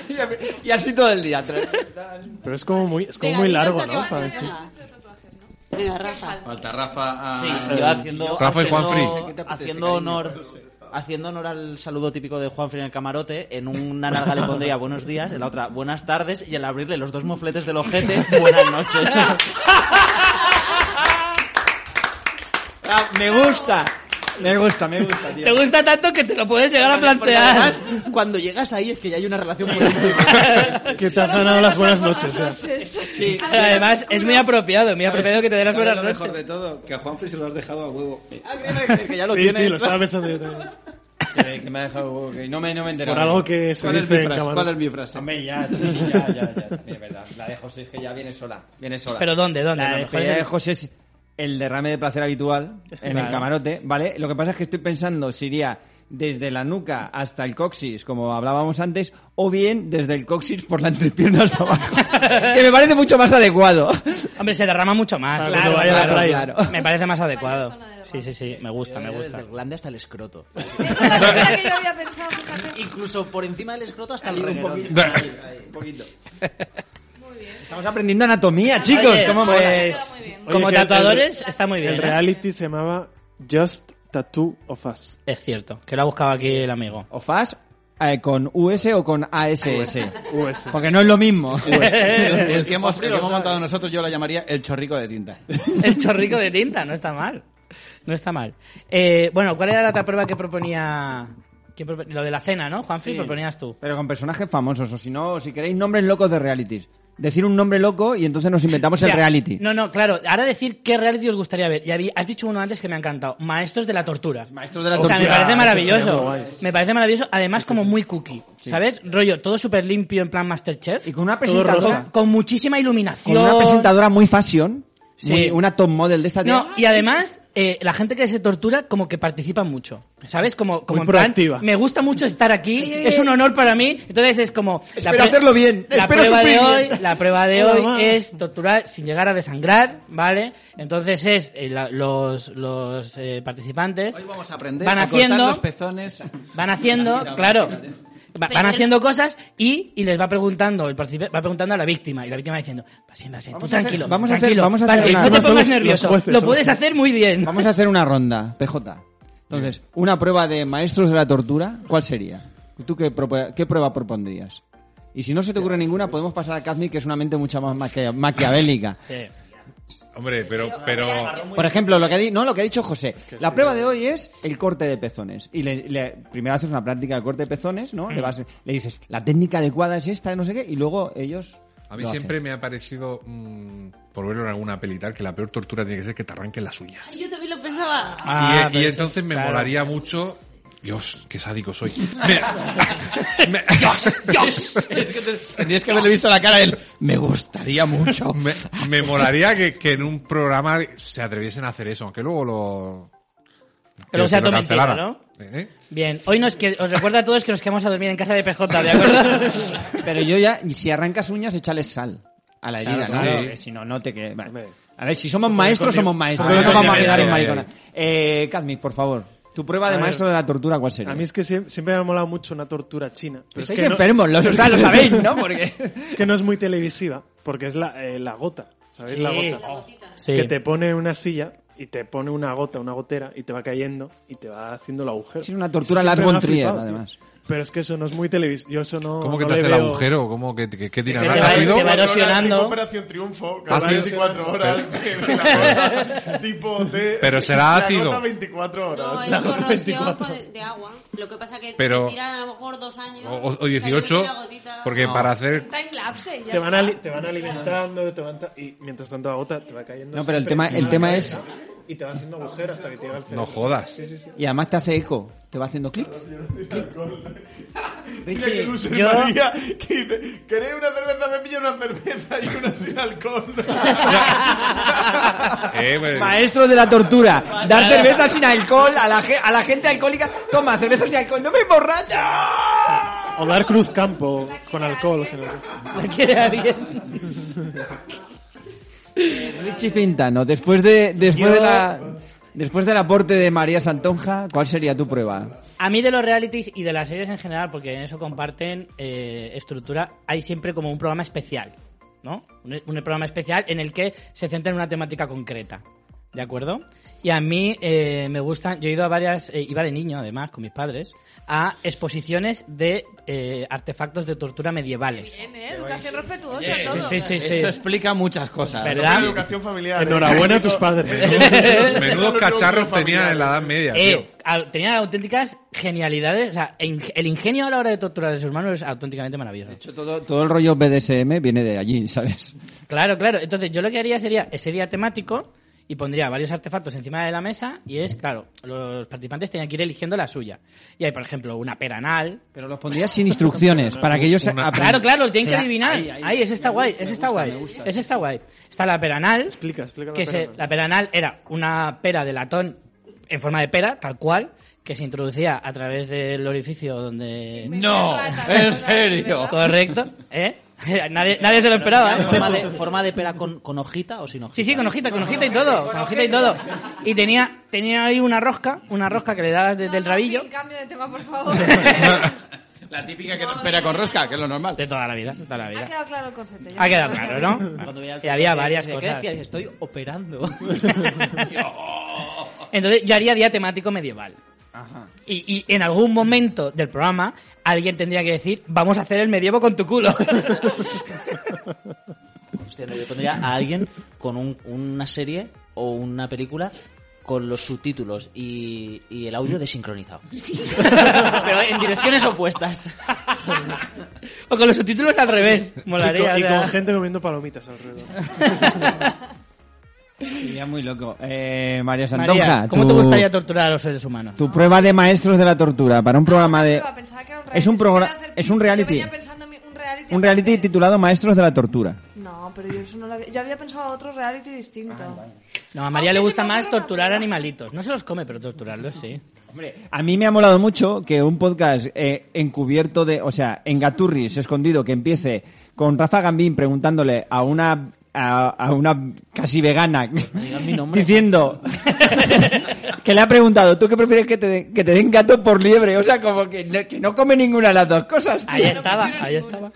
Speaker 5: Y a- Y así todo el día.
Speaker 9: Pero es como muy, es como
Speaker 7: Venga,
Speaker 9: muy
Speaker 7: dilo
Speaker 9: largo,
Speaker 7: hasta que
Speaker 9: ¿no?
Speaker 7: vas
Speaker 9: Para
Speaker 7: a
Speaker 9: decir-
Speaker 7: llegar. Venga, Rafa.
Speaker 10: Falta Rafa a...
Speaker 6: Sí, yo haciendo,
Speaker 8: Rafa y
Speaker 6: haciendo,
Speaker 10: Juanfrey.
Speaker 6: haciendo honor haciendo honor al saludo típico de Juanfrey en el camarote, en una narga le pondría buenos días, en la otra buenas tardes y al abrirle los dos mofletes del ojete, buenas noches.
Speaker 5: Ah, me gusta. Me gusta, me gusta, tío.
Speaker 2: Te gusta tanto que te lo puedes llegar a
Speaker 6: Porque
Speaker 2: plantear.
Speaker 6: además, cuando llegas ahí es que ya hay una relación muy íntima.
Speaker 9: Que te has ganado las buenas noches. ¿eh?
Speaker 6: Sí.
Speaker 2: Pero además es muy apropiado, muy apropiado que te dé las
Speaker 10: ¿Sabes
Speaker 2: buenas
Speaker 10: lo mejor
Speaker 2: noches.
Speaker 10: de todo? Que a Juanfrey se lo has dejado a huevo.
Speaker 6: Ah, que ya lo
Speaker 9: Sí,
Speaker 6: tiene
Speaker 9: sí, lo
Speaker 6: hecho.
Speaker 9: estaba pensando yo también.
Speaker 10: Eh, que me ha dejado a huevo. Que no me, no me he enterado.
Speaker 9: Por algo que se
Speaker 10: ¿Cuál es
Speaker 9: dice
Speaker 10: mi
Speaker 9: en
Speaker 10: frase?
Speaker 9: cámara.
Speaker 10: ¿Cuál es mi frase? Hombre, ya, sí, ya, ya, ya. Es verdad. La de José es que ya viene sola. Viene sola.
Speaker 2: Pero ¿dónde? ¿Dónde? A
Speaker 5: La
Speaker 2: lo mejor es
Speaker 5: despedida
Speaker 2: el-
Speaker 5: de José es el derrame de placer habitual en
Speaker 2: Claro.
Speaker 5: el camarote, ¿vale? Lo que pasa es que estoy pensando si iría desde la nuca hasta el coxis, como hablábamos antes, o bien desde el coxis por la entrepierna hasta abajo, que me parece mucho más adecuado.
Speaker 2: Hombre, se derrama mucho más.
Speaker 9: Para cuando vaya a la playa.
Speaker 2: Me parece más adecuado. Sí, sí, sí, me gusta, me
Speaker 6: Desde
Speaker 2: gusta.
Speaker 6: el glande hasta el escroto.
Speaker 3: Esa es la primera que yo había pensado, fíjate.
Speaker 6: Incluso por encima del escroto hasta el reguerón.
Speaker 5: Estamos aprendiendo anatomía, chicos.
Speaker 2: Oye,
Speaker 5: ¿cómo
Speaker 2: pues,
Speaker 5: mola?
Speaker 9: Oye,
Speaker 2: como
Speaker 9: que el-
Speaker 2: tatuadores está muy bien.
Speaker 9: El
Speaker 2: ¿eh?
Speaker 9: reality se llamaba Just Tattoo of Us.
Speaker 2: Es cierto, que lo ha buscado aquí el amigo.
Speaker 5: ¿O FAS eh, con US o con ASS?
Speaker 10: Pues,
Speaker 9: US.
Speaker 5: Porque no es lo mismo.
Speaker 10: El que hemos, el que hemos montado nosotros yo lo llamaría el chorrico de tinta.
Speaker 2: El chorrico de tinta, no está mal. No está mal. Eh, bueno, ¿cuál era la otra prueba que proponía? que propo- Lo de la cena, ¿no? Juanfri, proponías tú.
Speaker 5: Pero con personajes famosos, o si no, si queréis nombres locos de realities. Decir un nombre loco y entonces nos inventamos
Speaker 2: O
Speaker 5: el
Speaker 2: sea,
Speaker 5: reality.
Speaker 2: No, no, claro. Ahora decir qué reality os gustaría ver. Y habí- has dicho uno antes que me ha encantado. Maestros de la tortura.
Speaker 10: Maestros de la
Speaker 2: O sea, me
Speaker 10: tortura.
Speaker 2: parece
Speaker 9: estaría muy
Speaker 2: maravilloso.
Speaker 9: guay.
Speaker 2: Me parece maravilloso. Además, como muy cookie. ¿Sabes? Rollo, todo súper limpio en plan Masterchef.
Speaker 5: Y con una
Speaker 9: Todo rosa.
Speaker 5: presentadora.
Speaker 2: Con, con muchísima iluminación.
Speaker 5: Con una presentadora muy fashion.
Speaker 2: Sí.
Speaker 5: muy- una top model de esta tía.
Speaker 2: No, y además, eh, la gente que se tortura como que participa mucho. ¿Sabes? Como, como
Speaker 9: Muy
Speaker 2: en plan,
Speaker 9: proactiva.
Speaker 2: me gusta mucho estar aquí, es un honor para mí. Entonces es como... la
Speaker 5: Espero
Speaker 2: prue-
Speaker 5: hacerlo bien,
Speaker 2: La
Speaker 5: espero
Speaker 2: prueba de
Speaker 5: sufrir
Speaker 2: hoy,
Speaker 5: bien.
Speaker 2: la prueba de
Speaker 9: Hola,
Speaker 2: hoy
Speaker 9: mamá.
Speaker 2: es torturar sin llegar a desangrar, ¿vale? Entonces es eh, la- los, los eh, participantes
Speaker 10: Hoy vamos a aprender
Speaker 2: Van
Speaker 10: a
Speaker 2: haciendo-
Speaker 10: cortar los pezones.
Speaker 2: van haciendo, claro, va- van haciendo cosas y, y les va preguntando, el participa- va preguntando a la víctima y la víctima va diciendo, vas bien, vas bien, tú
Speaker 5: Vamos a hacer-
Speaker 2: tranquilo,
Speaker 5: vamos a hacer-
Speaker 2: tranquilo,
Speaker 5: vamos a
Speaker 2: vas
Speaker 5: hacer
Speaker 2: bien,
Speaker 5: una-
Speaker 2: no te
Speaker 5: somos
Speaker 2: pongas
Speaker 9: los
Speaker 2: nervioso,
Speaker 9: jueces,
Speaker 2: lo
Speaker 9: somos-
Speaker 2: puedes hacer muy bien.
Speaker 5: Vamos a hacer una ronda, PJ. Entonces, una prueba de maestros de la tortura, ¿cuál sería? ¿Tú qué, propo- qué prueba propondrías? Y si no se te ocurre ninguna, podemos pasar a Kazmi, que es una mente mucho más maquia- maquiavélica.
Speaker 2: Sí.
Speaker 8: Eh, Hombre, pero, pero
Speaker 5: Por ejemplo, lo que, ha di- no, lo que ha dicho José. La prueba de hoy es el corte de pezones. Y le, le- primero haces una práctica de corte de pezones, ¿no? Le, vas- le dices, la técnica adecuada es esta, no sé qué, y luego ellos...
Speaker 8: a mí
Speaker 5: lo hacen.
Speaker 8: siempre me ha parecido, mm, por verlo en alguna peli y tal, que la peor tortura tiene que ser que te arranquen las uñas.
Speaker 7: Yo también lo pensaba.
Speaker 2: Ah,
Speaker 8: y, y
Speaker 2: pero-
Speaker 8: entonces me
Speaker 2: claro.
Speaker 8: molaría mucho... Dios, qué sádico soy. Me- me- Dios, Dios.
Speaker 10: Tendrías que haberle visto la cara del me gustaría mucho.
Speaker 8: Me, me molaría que, que en un programa se atreviesen a hacer eso, aunque luego lo.
Speaker 2: Que luego sea
Speaker 8: lo
Speaker 2: todo mentira,
Speaker 8: cancelaran.
Speaker 2: ¿no?
Speaker 8: ¿Eh?
Speaker 2: Bien, hoy nos que, os recuerdo a todos que nos quedamos a dormir en casa de PJ, ¿de acuerdo?
Speaker 5: Pero yo ya, y si arrancas uñas, échales sal a la herida,
Speaker 8: Claro,
Speaker 5: ¿no?
Speaker 8: sí.
Speaker 5: Porque Si no, no te que- vale.
Speaker 9: Hombre.
Speaker 5: A ver, si somos maestros, somos maestros.
Speaker 9: poco de
Speaker 5: No nos vamos a
Speaker 9: condimento,
Speaker 5: quedar en
Speaker 8: eh.
Speaker 5: maricona. Eh, Kazmik, por favor. Tu prueba de
Speaker 9: A ver.
Speaker 5: maestro de la tortura, ¿cuál sería?
Speaker 9: A mí es que sie- siempre me ha molado mucho una tortura china. Pero es
Speaker 5: Estáis
Speaker 9: que no-
Speaker 5: enfermos, lo, o sea, lo sabéis, ¿no? Porque...
Speaker 9: Es que no es muy televisiva, porque es la, eh, la gota, ¿sabéis? La
Speaker 2: Sí.
Speaker 9: gota.
Speaker 2: Sí.
Speaker 9: Que te pone en una silla y te pone una gota, una gotera, y te va cayendo y te va haciendo el agujero.
Speaker 5: Es una tortura
Speaker 9: Siempre
Speaker 5: Lars
Speaker 9: me
Speaker 5: von
Speaker 9: ha
Speaker 5: Trier,
Speaker 9: flipado, tío.
Speaker 5: además.
Speaker 9: Pero es que eso no es muy televisivo. Yo eso no.
Speaker 8: ¿Cómo que
Speaker 9: no
Speaker 8: te
Speaker 9: le
Speaker 8: hace el
Speaker 9: veo-
Speaker 8: agujero? ¿Cómo que, que, que tiene
Speaker 2: Que te va-
Speaker 8: rápido?
Speaker 2: te va
Speaker 4: Cuatro horas,
Speaker 2: erosionando.
Speaker 4: tipo Operación Triunfo, cada
Speaker 8: Ácido.
Speaker 4: 24 horas. de la cosa, tipo de.
Speaker 8: Pero será
Speaker 4: la
Speaker 8: ácido.
Speaker 4: gota 24
Speaker 7: No,
Speaker 4: horas.
Speaker 7: es corrosión con- de agua. Lo que pasa que
Speaker 8: Pero-
Speaker 7: se tiran a lo mejor dos años.
Speaker 8: O, o-
Speaker 7: sea,
Speaker 8: o
Speaker 7: yo creo que
Speaker 8: 18,
Speaker 7: la gotita-
Speaker 8: porque para hacer...
Speaker 3: Time lapse y ya
Speaker 9: Te van,
Speaker 3: está.
Speaker 9: ali- te van alimentando, te van ta- y mientras tanto la gota te va cayendo.
Speaker 5: No, pero el tema-
Speaker 9: siempre encima
Speaker 5: el
Speaker 9: de
Speaker 5: tema
Speaker 9: la
Speaker 5: es-
Speaker 9: cabeza Y te va haciendo agujero hasta que te llega al cerebro.
Speaker 8: No jodas.
Speaker 9: Sí, sí, sí.
Speaker 5: Y además te hace eco. Te va haciendo clic.
Speaker 4: Mira que luce
Speaker 2: yo-
Speaker 4: María, que dice, ¿queréis una cerveza? Me pillo una cerveza y una sin alcohol.
Speaker 8: Eh, pues,
Speaker 5: Maestros de la tortura. Dar cerveza sin alcohol a la, ge- a la gente alcohólica. Toma, cerveza sin alcohol. ¡No me emborracha!
Speaker 9: O dar cruz campo con alcohol. o sea,
Speaker 2: ¿La quiere alguien?
Speaker 5: Richie Pintano, después de, después
Speaker 2: Yo-
Speaker 5: de la... Después del aporte de María Santonja, ¿cuál sería tu prueba?
Speaker 2: A mí de los realities y de las series en general, porque en eso comparten eh, estructura, hay siempre como un programa especial, ¿no? Un, un programa especial en el que se centra en una temática concreta, ¿de acuerdo? Y a mí eh, me gustan, yo he ido a varias, eh, iba de niño además con mis padres, a exposiciones de eh, artefactos de tortura medievales.
Speaker 3: Bien, ¿eh? Educación respetuosa, todo.
Speaker 2: Sí, sí, sí, sí.
Speaker 10: Eso explica muchas cosas.
Speaker 2: ¿Verdad?
Speaker 4: Educación familiar. ¿eh?
Speaker 9: Enhorabuena a tus padres.
Speaker 8: menudos cacharros tenían en la Edad Media, tío.
Speaker 2: Eh, al- tenía auténticas genialidades, o sea, en- el ingenio a la hora de torturar a sus hermanos es auténticamente maravilloso.
Speaker 5: De hecho, todo, todo el rollo BDSM viene de allí, ¿sabes?
Speaker 2: Claro, claro. Entonces, yo lo que haría sería ese día temático y pondría varios artefactos encima de la mesa y es, claro, los participantes tenían que ir eligiendo la suya. Y hay, por ejemplo, una pera anal.
Speaker 5: Pero los pondrías sin instrucciones, para que ellos... aprendan.
Speaker 2: Claro, claro, lo tienen que
Speaker 5: Claro,
Speaker 2: adivinar.
Speaker 5: ahí,
Speaker 2: Ahí,
Speaker 5: ahí.
Speaker 2: ese está guay, ese está guay. Ese está guay. Está la pera anal.
Speaker 9: Explica, explica la
Speaker 2: que
Speaker 9: pera
Speaker 2: se-
Speaker 9: anal.
Speaker 2: la pera anal era una pera de latón en forma de pera, tal cual, que se introducía a través del orificio donde...
Speaker 10: No,
Speaker 3: Ratas,
Speaker 10: en
Speaker 3: ratas,
Speaker 10: serio.
Speaker 3: ¿verdad?
Speaker 2: Correcto, ¿eh? nadie, nadie se lo esperaba. ¿eh?
Speaker 6: ¿Forma de, forma de pera con, con hojita o sin hojita?
Speaker 2: Sí, sí, con hojita, con hojita y todo, con hojita y todo. Y tenía, tenía ahí una rosca, una rosca que le dabas desde el rabillo
Speaker 3: En cambio de tema, por favor.
Speaker 10: La típica que espera con rosca, que es lo normal.
Speaker 2: de toda la vida, de toda la
Speaker 3: ha
Speaker 2: vida.
Speaker 3: quedado claro el concepto. ya.
Speaker 2: Ha quedado claro,
Speaker 6: Cuando
Speaker 2: ¿no?
Speaker 6: veía el
Speaker 2: Y había
Speaker 6: de-
Speaker 2: varias
Speaker 6: de- de-
Speaker 2: cosas.
Speaker 6: ¿Qué decías? Estoy operando.
Speaker 2: Entonces yo haría día temático medieval. Y, y en algún momento del programa alguien tendría que decir, vamos a hacer el medievo con tu culo.
Speaker 6: Hostia, no, yo pondría a alguien con un- una serie o una película con los subtítulos y, y el audio desincronizado. Pero en direcciones opuestas.
Speaker 2: o con los subtítulos al revés. Molaría.
Speaker 9: y,
Speaker 2: o
Speaker 9: con, y
Speaker 2: sea.
Speaker 9: con gente comiendo palomitas alrededor.
Speaker 5: Sería muy loco. Eh, María Santonja,
Speaker 2: María, ¿cómo
Speaker 5: tu,
Speaker 2: te gustaría torturar a los seres humanos?
Speaker 5: tu prueba de maestros de la tortura para un programa de...
Speaker 3: Pensaba, Ah, pensaba que era un
Speaker 5: Es un
Speaker 3: reality,
Speaker 5: programa-
Speaker 3: se iban a hacer
Speaker 5: es un
Speaker 3: pis, yo
Speaker 5: reality.
Speaker 3: venía pensando en mi- un reality.
Speaker 5: Un reality
Speaker 3: aparte.
Speaker 5: titulado Maestros de la Tortura.
Speaker 3: No, pero yo eso no lo había... Yo había pensado otro reality distinto.
Speaker 2: No, a María le
Speaker 3: Aunque se
Speaker 2: gusta
Speaker 3: me
Speaker 2: más
Speaker 3: ocurre una
Speaker 2: torturar
Speaker 3: prueba.
Speaker 2: animalitos. No se los come, pero torturarlos sí.
Speaker 5: A mí me ha molado mucho que un podcast eh, encubierto de, o sea, en Gaturris, escondido, que empiece con Rafa Gambín preguntándole a una a, a una casi vegana
Speaker 6: mi nombre.
Speaker 5: diciendo que le ha preguntado, ¿tú qué prefieres que te, den- que te den gato por liebre? O sea, como que no, que no come ninguna de las dos cosas.
Speaker 2: Ahí
Speaker 5: Tío.
Speaker 2: estaba, ahí estaba.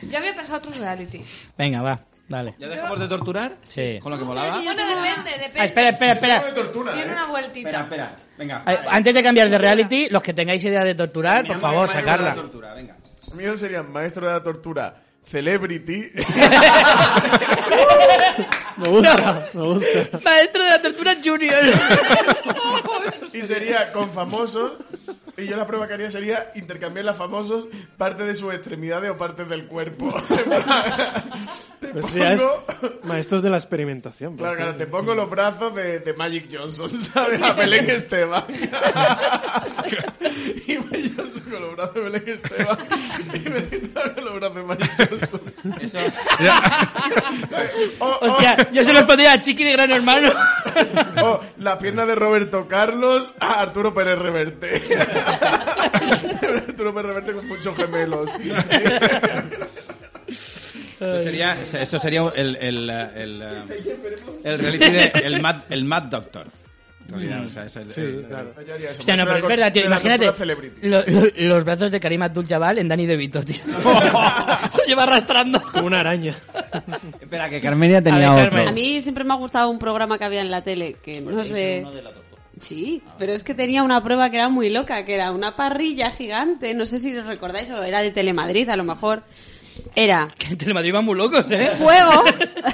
Speaker 3: Yo había pensado otro reality.
Speaker 2: Venga, va, dale.
Speaker 10: ¿Ya dejamos de torturar?
Speaker 2: Sí.
Speaker 10: Con lo que molaba.
Speaker 3: Bueno, depende, depende.
Speaker 2: Ah, espera, espera,
Speaker 4: de
Speaker 2: espera.
Speaker 4: tortura.
Speaker 3: Tiene
Speaker 5: ¿eh?
Speaker 3: una ¿eh? vueltita.
Speaker 5: espera, venga.
Speaker 2: Ay, Antes de cambiar de reality, los que tengáis idea de torturar, por favor, sacarla.
Speaker 5: venga.
Speaker 4: Los míos serían maestro de la tortura, celebrity.
Speaker 9: Me gusta, me gusta.
Speaker 2: Maestro de la tortura junior.
Speaker 4: y sería con famosos. Y yo la prueba que haría sería intercambiar a famosos parte de sus extremidades o partes del cuerpo. te
Speaker 9: Pero
Speaker 4: pongo,
Speaker 9: eso Pues ya es maestros de la experimentación.
Speaker 4: Claro,
Speaker 9: porque-
Speaker 4: claro, te pongo los brazos de, de Magic Johnson, ¿sabes? A Belén Esteban. y Magic Johnson con los brazos de Belén Esteban. Y Belén Esteban con los brazos de Magic Johnson.
Speaker 10: Eso,
Speaker 4: O, o-
Speaker 2: Hostia, yo se los pondría a Chiqui de Gran Hermano.
Speaker 4: o la pierna de Roberto Carlos a Arturo Pérez Reverte. Arturo Pérez Reverte con muchos gemelos.
Speaker 10: eso sería, eso sería el, el, el, eh, el reality de el Mad, el mad Doctor. En realidad, o sea, es el- el-
Speaker 9: Sí, claro.
Speaker 4: Yo haría eso,
Speaker 2: Hostia, no, pero es
Speaker 4: con-
Speaker 2: verdad, tío.
Speaker 4: con la
Speaker 2: Imagínate
Speaker 4: cultura celebrity.
Speaker 2: lo- lo- los brazos de Karim Abdul-Jabbar en Dani DeVito, tío. Lo lleva arrastrando.
Speaker 9: Como una araña.
Speaker 5: Espera, que Carmenia tenía
Speaker 2: A ver,
Speaker 5: otro.
Speaker 2: Carmen.
Speaker 7: A mí siempre me ha gustado un programa que había en la tele, que no sé... Sí, pero es que tenía una prueba que era muy loca, que era una parrilla gigante, no sé si lo recordáis, o era de Telemadrid a lo mejor. Era
Speaker 2: Que en Telemadrid van muy locos, ¿eh?
Speaker 7: fuego,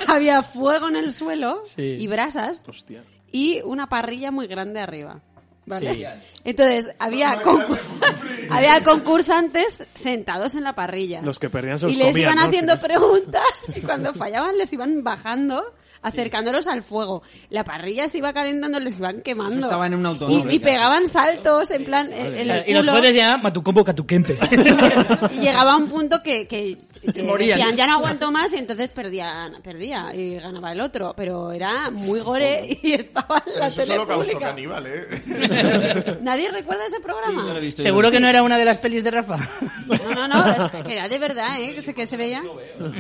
Speaker 7: había fuego en el suelo
Speaker 2: Sí.
Speaker 7: y brasas
Speaker 9: Hostia.
Speaker 7: y una parrilla muy grande arriba. ¿Vale?
Speaker 2: Sí.
Speaker 7: Entonces, había, concu- había concursantes sentados en la parrilla.
Speaker 9: Los que perdían se los
Speaker 7: Y les
Speaker 9: comían,
Speaker 7: iban
Speaker 9: ¿no? Al
Speaker 7: haciendo
Speaker 9: final.
Speaker 7: preguntas y cuando fallaban les iban bajando, acercándolos al fuego. La parrilla se iba calentando, les iban quemando.
Speaker 5: Eso estaba en un automóvil,
Speaker 7: Y, y pegaban saltos, en plan, eh, en- en el
Speaker 2: Y los
Speaker 7: culo.
Speaker 2: jueces ya, Matucombo Catuquempe.
Speaker 7: Y llegaba un punto que, que, que
Speaker 10: Morían.
Speaker 7: decían, ya no aguanto más, y entonces perdían, perdía y ganaba el otro. Pero era muy gore y estaba en la
Speaker 4: Eso
Speaker 7: tele
Speaker 4: solo causó
Speaker 7: pública.
Speaker 4: caníbal, ¿eh?
Speaker 7: ¿Nadie recuerda ese programa?
Speaker 2: ¿Seguro que no era una de las pelis de Rafa?
Speaker 7: No, no, no, es que era de verdad, ¿eh? Que se, que se veía.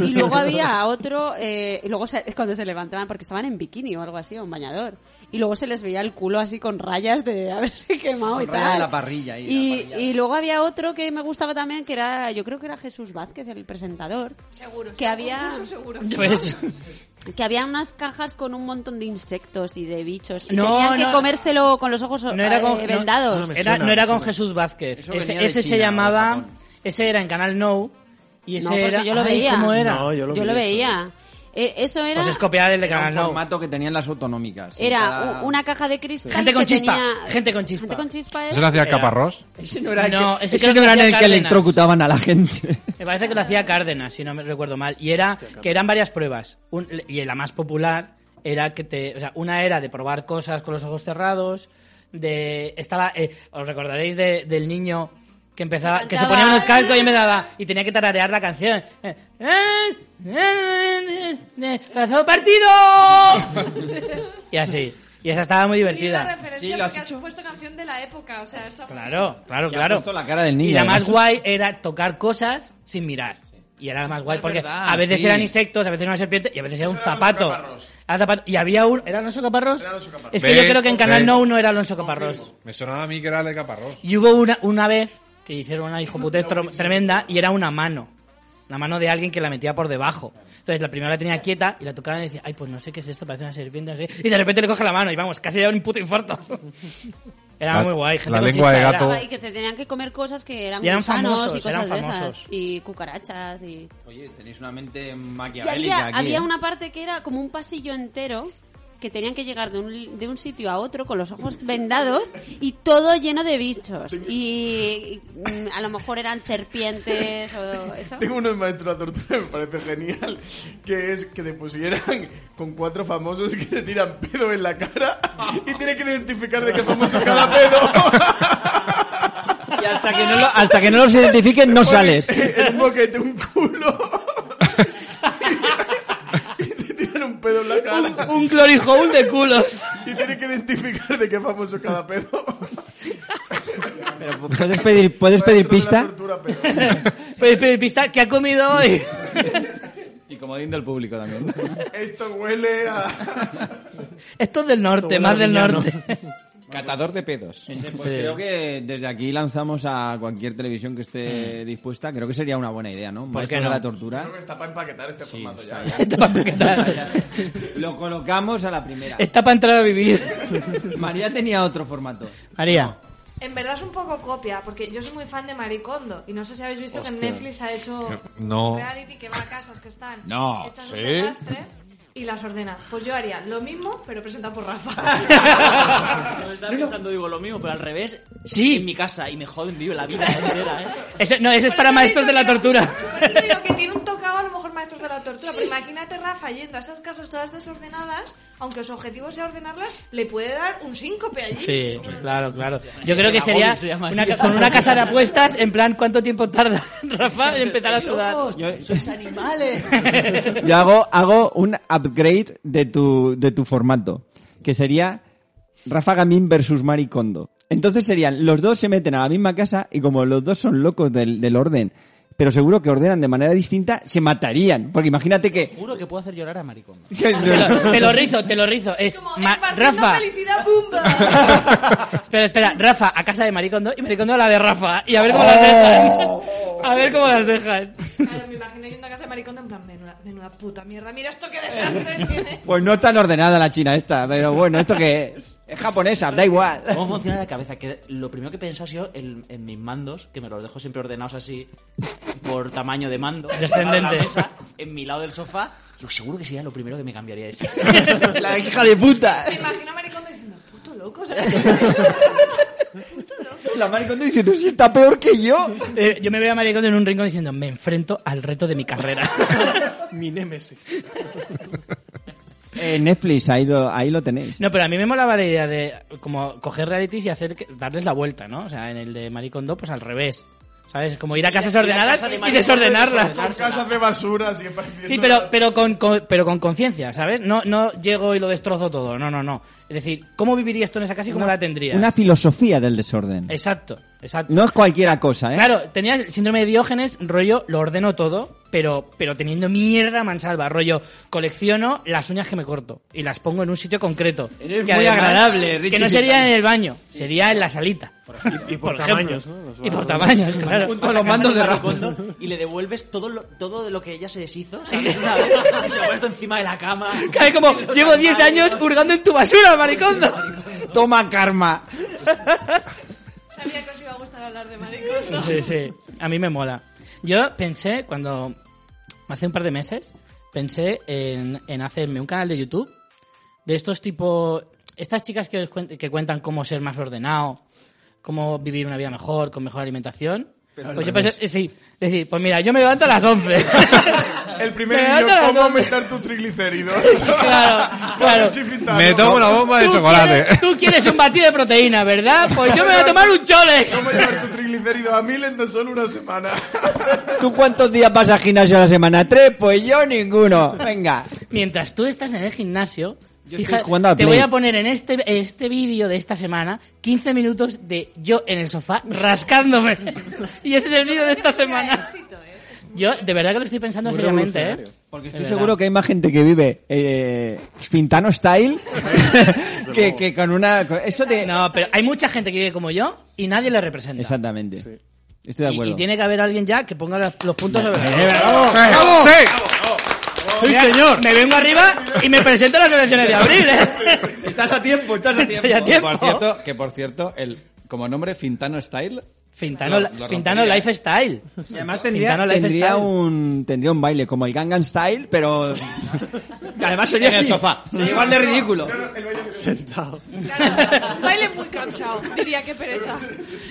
Speaker 7: Y luego había otro, eh, y luego se- cuando se levantaban, porque estaban en bikini o algo así, o un bañador. Y luego se les veía el culo así con rayas de haberse quemado y
Speaker 5: Con raya
Speaker 7: tal.
Speaker 5: de la parrilla ahí,
Speaker 7: y,
Speaker 5: la parrilla.
Speaker 7: y luego había otro que me gustaba también, que era, yo creo que era Jesús Vázquez, el presentador.
Speaker 3: Seguro.
Speaker 7: Que había- Pues,
Speaker 3: Eso seguro.
Speaker 2: Ya ves.
Speaker 7: Que había unas cajas con un montón de insectos y de bichos. Y
Speaker 2: No,
Speaker 7: tenían que
Speaker 2: no.
Speaker 7: comérselo con los ojos
Speaker 2: No era
Speaker 7: eh,
Speaker 2: con, no-
Speaker 7: vendados.
Speaker 2: era- no era con Jesús Vázquez.
Speaker 5: Eso
Speaker 2: Ese,
Speaker 5: venía de
Speaker 2: ese se
Speaker 5: China o
Speaker 2: llamaba.
Speaker 5: Japón.
Speaker 2: Ese era en Canal No. Y ese
Speaker 7: No, porque
Speaker 2: era.
Speaker 7: yo lo
Speaker 2: ay,
Speaker 7: veía.
Speaker 2: ¿Cómo era?
Speaker 9: No, yo lo,
Speaker 7: yo
Speaker 9: vi
Speaker 7: lo
Speaker 9: eso.
Speaker 7: veía. Eh, eso era...
Speaker 2: Pues es copiada del de
Speaker 5: Era
Speaker 2: Canal
Speaker 5: un
Speaker 2: No.
Speaker 5: formato que tenían las autonómicas.
Speaker 7: Era u- una caja de cristal.
Speaker 2: Gente con
Speaker 7: que
Speaker 2: chispa,
Speaker 7: tenía-
Speaker 2: gente con chispa.
Speaker 7: Gente con chispa ¿eh?
Speaker 8: ¿Eso lo
Speaker 7: era.
Speaker 8: hacía Caparrós?
Speaker 5: Ese no era,
Speaker 2: No,
Speaker 5: que-
Speaker 2: ese
Speaker 5: ese
Speaker 2: creo
Speaker 5: no
Speaker 2: que
Speaker 5: era
Speaker 2: hacía
Speaker 5: el que
Speaker 2: Cárdenas.
Speaker 5: electrocutaban a la gente.
Speaker 2: Me parece que lo hacía Cárdenas, si no me recuerdo mal. Y era que eran varias pruebas. Un- y la más popular era que te. O sea, una era de probar cosas con los ojos cerrados. De. Estaba. eh, os recordaréis de- del niño que empezaba. Que se
Speaker 7: Cantaba.
Speaker 2: ponía unos calcos y empezaba. Y tenía que tararear la canción. Eh, eh, eh, eh, ¡Pasado partido! y así. Y esa estaba muy
Speaker 3: Y la
Speaker 2: divertida.
Speaker 3: referencia
Speaker 5: Sí, lo has
Speaker 3: porque has
Speaker 5: hecho.
Speaker 3: puesto canción de la época, o sea, esta fue-
Speaker 2: Claro, claro,
Speaker 5: Y ha
Speaker 2: claro.
Speaker 5: puesto la cara del niño,
Speaker 2: Y la más
Speaker 5: además.
Speaker 2: guay era tocar cosas sin mirar. Y era la más guay porque
Speaker 10: verdad,
Speaker 2: a veces
Speaker 10: sí.
Speaker 2: eran insectos, a veces era una serpiente y a veces era un
Speaker 4: Eso era
Speaker 2: zapato.
Speaker 4: Alonso Caparrós.
Speaker 2: Era zapato. Y había un. ¿Era Alonso Caparrós?
Speaker 4: Era Alonso Caparrós.
Speaker 2: Es que yo
Speaker 8: ¿Ves?
Speaker 2: creo que en Canal
Speaker 8: ¿Ves?
Speaker 2: No uno era Alonso Caparrós.
Speaker 8: Me sonaba a mí que era el de Caparrós.
Speaker 2: Y hubo una, una vez que hicieron una hijoputez tro- tremenda y era una mano. La mano de alguien que la metía por debajo. Entonces la primera la tenía quieta y la tocaba y decía, ay, pues no sé qué es esto, parece una serpiente, no sé qué". Y de repente le coge la mano y vamos, casi le da un puto infarto. Era
Speaker 8: La-
Speaker 2: muy guay. gente
Speaker 8: la
Speaker 2: con
Speaker 8: lengua de
Speaker 2: chispa, era-
Speaker 8: gato.
Speaker 7: Y que te tenían que comer cosas que eran,
Speaker 2: Y eran
Speaker 7: gusanos
Speaker 2: famosos,
Speaker 7: y cosas
Speaker 2: eran
Speaker 7: de esas.
Speaker 2: famosos.
Speaker 7: Y cucarachas y...
Speaker 5: Oye, tenéis una mente
Speaker 7: Y
Speaker 5: maquiavélica
Speaker 7: había,
Speaker 5: aquí.
Speaker 7: había
Speaker 5: ¿eh?
Speaker 7: una parte que era como un pasillo entero que tenían que llegar de un, de un sitio a otro con los ojos vendados y todo lleno de bichos. Y, y, mm, a lo mejor eran serpientes o eso.
Speaker 4: Tengo uno de Maestro de la Tortura que me parece genial, que es que te pusieran con cuatro famosos que te tiran pedo en la cara y tienes que identificar de qué famoso cada pedo.
Speaker 5: Y hasta que, no lo- hasta que no los identifiquen no sales.
Speaker 4: En un boquete, un culo. y te tiran un pedo en la cara.
Speaker 2: Un glory hole de culos.
Speaker 4: Y tienes que identificar de qué famoso cada pedo.
Speaker 5: Pero puedes pedir, puedes pedir
Speaker 4: Maestro de la
Speaker 5: pista.
Speaker 4: tortura, pedo.
Speaker 2: Pe- pe- Pues, Pista, ¿qué ha comido hoy?
Speaker 5: Y comodín del público también.
Speaker 4: Esto huele a...
Speaker 2: Esto es del norte, más del norte.
Speaker 5: Catador de pedos. Pues Creo que desde aquí lanzamos a cualquier televisión que esté dispuesta. Creo que sería una buena idea, Pues ¿no?
Speaker 2: Mm. qué
Speaker 5: Maestros
Speaker 2: no?
Speaker 5: de la tortura.
Speaker 4: Creo que está para empaquetar este formato ya.
Speaker 5: Lo colocamos a la primera.
Speaker 2: Está para entrar a vivir.
Speaker 5: María tenía otro formato.
Speaker 2: María,
Speaker 3: En verdad es un poco copia, porque yo soy muy fan de Maricondo. Y no sé si habéis visto que
Speaker 5: Hostia.
Speaker 3: Netflix ha hecho
Speaker 8: No.
Speaker 3: un reality que va a casas que están
Speaker 10: No,
Speaker 3: hechas
Speaker 10: ¿sí?
Speaker 3: un desastre y las ordena. Pues yo haría lo mismo, pero presentado por Rafa.
Speaker 6: Yo estaba pensando, digo, lo mismo, pero al revés.
Speaker 2: Sí.
Speaker 6: En mi casa y me joden vivo la vida entera, ¿eh?
Speaker 2: ese, no, ese es para
Speaker 3: Por eso
Speaker 2: maestros de
Speaker 3: digo
Speaker 2: la
Speaker 3: que-
Speaker 2: tortura.
Speaker 3: Por eso digo que tiene un tocado a lo mejor maestros de la tortura. Pero imagínate Rafa yendo a esas casas todas desordenadas, aunque su objetivo sea ordenarlas, le puede dar un síncope allí.
Speaker 2: Sí, claro, claro. Yo creo que
Speaker 6: Dragón
Speaker 2: sería
Speaker 6: se llama.
Speaker 2: una ca- con una casa de apuestas, en plan, ¿cuánto tiempo tarda Rafa en empezar a sudar?
Speaker 6: ¡Sois animales!
Speaker 5: Yo hago, hago un upgrade de tu, de tu formato, que sería Rafa Gamín versus Mari Kondo. Entonces serían, los dos se meten a la misma casa y como los dos son locos del, del orden, pero seguro que ordenan de manera distinta, se matarían. Porque imagínate que...
Speaker 6: Juro que puedo hacer llorar a maricón.
Speaker 2: Te lo, te lo rizo, te lo rizo. Es
Speaker 3: Como
Speaker 2: ma-
Speaker 3: esparciendo
Speaker 2: Rafa.
Speaker 3: felicidad, bumba.
Speaker 2: Espera, espera, Rafa a casa de Maricondo y
Speaker 5: Oh.
Speaker 2: Maricondo a la de Rafa. Y a ver cómo las dejan. A ver cómo las dejan.
Speaker 3: Claro, me imagino yendo a casa de maricón en plan, menuda, menuda puta mierda, mira esto que desastre tiene.
Speaker 5: Pues no es tan ordenada la China esta, pero bueno, esto que es, es japonesa, da igual.
Speaker 6: ¿Cómo funciona la cabeza? Que lo primero que pensás yo en, en mis mandos, que me los dejo siempre ordenados así por tamaño de mando,
Speaker 2: Descendente.
Speaker 6: al lado de la mesa, en mi lado del sofá, yo seguro que sería lo primero que me cambiaría ese.
Speaker 5: La hija de puta.
Speaker 3: Me imagino a maricón diciendo, puto loco, ¿sabes? puto loco.
Speaker 5: La maricondo diciendo, si está peor que yo.
Speaker 2: Eh, yo me veo a Maricón en un rincón diciendo, me enfrento al reto de mi carrera.
Speaker 9: Mi némesis.
Speaker 5: En Netflix, ahí lo, ahí lo tenéis.
Speaker 2: No, pero a mí me molaba la idea de como coger realities y hacer que- darles la vuelta, ¿no? O sea, en el de Maricondo, pues al revés. ¿Sabes? Como ir a casas ordenadas
Speaker 6: casa de
Speaker 2: y
Speaker 6: Maricondo y
Speaker 2: desordenarlas.
Speaker 6: desordenarlas.
Speaker 4: Casas de basura, así apareciendo.
Speaker 2: Sí, pero, pero, con, con- pero con conciencia, ¿sabes? No, no llego y lo destrozo todo, no, no, no. Es decir, ¿cómo viviría esto en esa casa y cómo la tendrías?
Speaker 5: Una filosofía del desorden.
Speaker 2: Exacto, exacto.
Speaker 5: No es cualquiera cosa, ¿eh?
Speaker 2: Claro, tenía el síndrome de Diógenes, rollo, lo ordeno todo, pero, pero teniendo mierda a mansalva, rollo, colecciono las uñas que me corto y las pongo en un sitio concreto.
Speaker 5: Eres
Speaker 2: Que
Speaker 5: muy agradable,
Speaker 2: Que
Speaker 5: Richie
Speaker 2: no sería
Speaker 5: Gitano.
Speaker 2: en el baño, sería en la salita.
Speaker 9: Y, y por,
Speaker 2: Por ejemplo.
Speaker 9: tamaños,
Speaker 5: Pues
Speaker 9: ¿no? Los
Speaker 2: Y
Speaker 9: barros.
Speaker 2: por tamaños, claro.
Speaker 5: Junto a los mandos de Rafa.
Speaker 6: Fondo, y le devuelves todo lo, todo de lo que ella se deshizo, ¿sabes? Una vez, y se lo pones tú encima de la cama.
Speaker 2: Cae como,
Speaker 6: en los
Speaker 2: llevo 10
Speaker 6: armarios.
Speaker 2: años hurgando en tu basura, maricondo.
Speaker 5: Toma karma.
Speaker 3: Sabía que os iba a gustar hablar de maricón. ¿no?
Speaker 2: Sí, sí, a mí me mola. Yo pensé, cuando hace un par de meses, pensé en, en hacerme un canal de YouTube de estos tipo, estas chicas que, os cuen- que cuentan cómo ser más ordenado, cómo vivir una vida mejor, con mejor alimentación. Pues yo pensé, eh, sí, es decir, pues mira, yo me levanto a las 11.
Speaker 4: El
Speaker 2: Me
Speaker 4: primer
Speaker 2: levanto
Speaker 4: vídeo,
Speaker 2: a las
Speaker 4: ¿cómo
Speaker 2: once.
Speaker 4: aumentar tus triglicéridos?
Speaker 2: claro, claro.
Speaker 4: Chifitano.
Speaker 8: Me tomo una bomba de
Speaker 2: Tú
Speaker 8: chocolate.
Speaker 2: quieres- Tú quieres un batido de proteína, ¿verdad? Pues yo me voy a tomar un chole.
Speaker 4: ¿Cómo llevar tus triglicéridos a mil en tan solo una semana?
Speaker 5: ¿Tú cuántos días vas a gimnasio a la semana? ¿Tres? Pues yo ninguno. Venga.
Speaker 2: Mientras tú estás en el gimnasio,
Speaker 5: Yo
Speaker 2: fija-
Speaker 5: estoy jugando al
Speaker 2: te
Speaker 5: Play.
Speaker 2: voy a poner en este, en este vídeo de esta semana 15 minutos de yo en el sofá rascándome. y ese es el vídeo de esta
Speaker 3: Sería
Speaker 2: semana.
Speaker 3: éxito, ¿eh?
Speaker 2: Yo de verdad que lo estoy pensando seriamente, ¿eh?
Speaker 5: Porque
Speaker 2: Es
Speaker 5: estoy
Speaker 2: verdad.
Speaker 5: seguro que hay más gente que vive eh, Pintano Style que, que con una... con- Eso te...
Speaker 2: No, pero hay mucha gente que vive como yo y nadie le representa.
Speaker 5: Exactamente.
Speaker 9: Sí.
Speaker 5: Estoy de
Speaker 2: Y-
Speaker 5: acuerdo.
Speaker 2: Y, tiene que haber alguien ya que ponga los, los puntos sobre
Speaker 8: ¡Bravo! ¡Sí!
Speaker 2: ¡Sí, señor! Me vengo arriba y me presento a las elecciones de abril, ¿eh?
Speaker 10: Estás a tiempo, estás a tiempo.
Speaker 2: Estoy a tiempo.
Speaker 10: Por cierto, que por cierto, el, como nombre Fintano Style.
Speaker 2: Fintano,
Speaker 10: Lo- lo
Speaker 2: Fintano
Speaker 10: rompería.
Speaker 2: Lifestyle.
Speaker 5: Y además tendría,
Speaker 2: Fintano Lifestyle.
Speaker 5: tendría un, tendría un baile como el Gangnam Style, pero... además sería
Speaker 10: En el
Speaker 5: así.
Speaker 10: sofá.
Speaker 5: Sería igual de ridículo.
Speaker 3: Claro, un baile muy cansado, diría que pereza.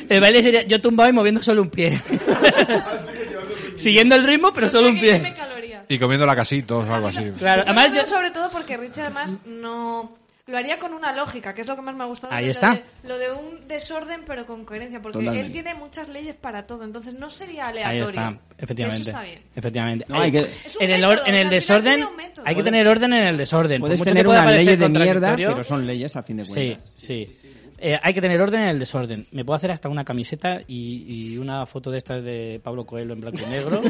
Speaker 2: El baile sería yo tumbado y moviendo solo un pie.
Speaker 3: Ah,
Speaker 2: Siguiendo el ritmo, pero solo un
Speaker 3: Dime
Speaker 2: pie.
Speaker 3: calorías.
Speaker 8: Y comiéndola casitos o algo así.
Speaker 2: Claro, además yo...
Speaker 3: Yo sobre todo porque Richie además no lo haría con una lógica, que es lo que más me ha gustado.
Speaker 2: Ahí
Speaker 3: de lo
Speaker 2: está.
Speaker 3: de- Lo de, un desorden pero con coherencia, porque
Speaker 5: Totalmente.
Speaker 3: él tiene muchas leyes para todo, entonces no sería
Speaker 2: Ahí
Speaker 3: aleatorio.
Speaker 2: está, efectivamente.
Speaker 3: Eso está bien.
Speaker 2: Efectivamente.
Speaker 5: No, hay que-
Speaker 3: Es un
Speaker 2: en el,
Speaker 3: método,
Speaker 2: or- en el
Speaker 3: al final
Speaker 2: desorden
Speaker 3: sería un método.
Speaker 2: hay que tener orden en el desorden. Por
Speaker 5: Puedes
Speaker 2: mucho que
Speaker 5: tener
Speaker 2: pueda
Speaker 5: una
Speaker 2: parecer
Speaker 5: ley de mierda,
Speaker 2: contradictorio,
Speaker 5: pero son leyes a fin de
Speaker 2: Sí,
Speaker 5: cuentas.
Speaker 2: sí. Eh, hay que tener orden en el desorden. Me puedo hacer hasta una camiseta y, y una foto de estas de Pablo Coelho en blanco y negro,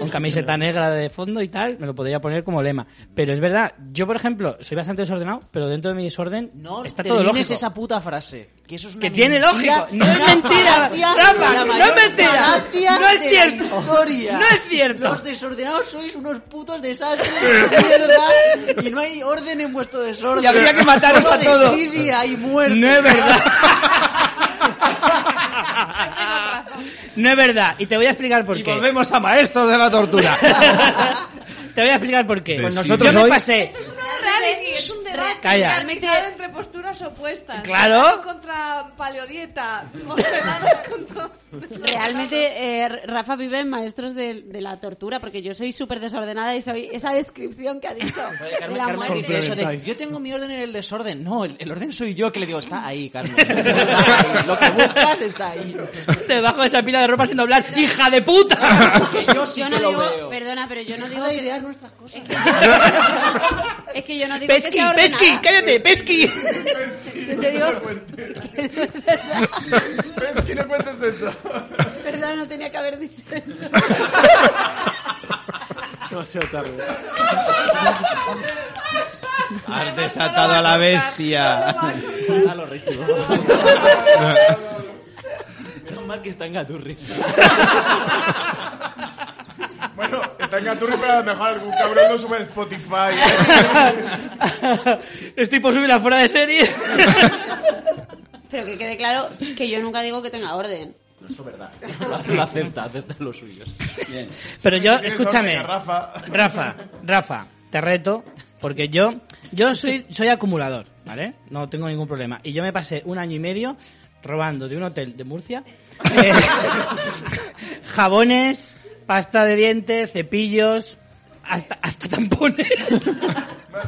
Speaker 2: con camiseta negra de fondo y tal, me lo podría poner como lema. Pero es verdad, yo por ejemplo soy bastante desordenado, pero dentro de mi desorden
Speaker 6: No
Speaker 2: está todo
Speaker 6: termines
Speaker 2: lógico.
Speaker 6: esa puta frase. Que eso es una
Speaker 2: Que tiene
Speaker 6: mentira,
Speaker 2: lógico. No es
Speaker 6: una
Speaker 2: mentira.
Speaker 6: falacia, la
Speaker 2: Rafa, no
Speaker 6: mayor
Speaker 2: es mentira.
Speaker 6: falacia
Speaker 2: No es
Speaker 6: de la
Speaker 2: cierto.
Speaker 6: historia.
Speaker 2: No es cierto.
Speaker 6: Los desordenados sois unos putos desastres de mierda y no hay orden en vuestro desorden.
Speaker 5: Y habría que mataros
Speaker 6: Solo
Speaker 5: a todos.
Speaker 6: desidia y muerte.
Speaker 2: No es verdad.
Speaker 3: Estoy con Rafa.
Speaker 2: No es verdad. Y te voy a explicar por
Speaker 10: Y
Speaker 2: qué.
Speaker 10: volvemos a Maestros de la Tortura.
Speaker 2: Te voy a explicar por qué.
Speaker 8: Con
Speaker 5: nosotros
Speaker 2: yo
Speaker 5: hoy-
Speaker 2: me pasé.
Speaker 3: Esto es una reality, es un debate
Speaker 2: Calla.
Speaker 3: realmente entre posturas opuestas.
Speaker 2: Claro.
Speaker 3: Veganos contra paleodieta, los veganos contra...
Speaker 7: Realmente eh, Rafa vive en Maestros de, de la Tortura, porque yo soy súper desordenada y soy esa descripción que ha dicho.
Speaker 6: Oye, Carmen,
Speaker 7: La
Speaker 6: Carmen
Speaker 7: muerte.
Speaker 6: dice eso de,
Speaker 9: Complementáis.
Speaker 6: yo tengo mi orden en el desorden. No, el, el orden soy yo que le digo, está ahí, Carmen. Está ahí. Lo que buscas está ahí.
Speaker 2: Debajo de esa pila de ropa sin doblar. ¡Hija de puta!
Speaker 6: Que yo sí
Speaker 7: Yo
Speaker 6: que
Speaker 7: no
Speaker 6: lo
Speaker 7: digo,
Speaker 6: veo.
Speaker 7: perdona, pero yo no digo
Speaker 6: Deja de
Speaker 7: que...
Speaker 6: idear nuestras cosas.
Speaker 7: Es que yo no digo que
Speaker 2: Pesky,
Speaker 7: sea ordenada.
Speaker 2: pesky, cállate, pesky.
Speaker 7: Yo te digo...
Speaker 4: ¿Ves que no cuentes eso?
Speaker 7: Perdón, no tenía que haber dicho eso.
Speaker 9: Demasiado tarde.
Speaker 10: Has desatado a la bestia.
Speaker 6: Déjalo, Ricky. Menos mal que está en Gaturri.
Speaker 4: Bueno, está Venga, tú para mejor algún cabrón lo sube a Spotify. ¿eh?
Speaker 2: Estoy por subirla fuera de serie.
Speaker 7: Pero que quede claro que yo nunca digo que tenga orden.
Speaker 6: No, eso es verdad. Lo, lo acepta, acepta los suyos. Bien.
Speaker 2: Pero yo,
Speaker 4: Tienes
Speaker 2: escúchame.
Speaker 4: orden, Rafa.
Speaker 2: Rafa, Rafa, te reto, porque yo, yo soy, soy acumulador, ¿vale? No tengo ningún problema. Y yo me pasé un año y medio robando de un hotel de Murcia eh, jabones, pasta de dientes, cepillos, hasta, hasta tampones.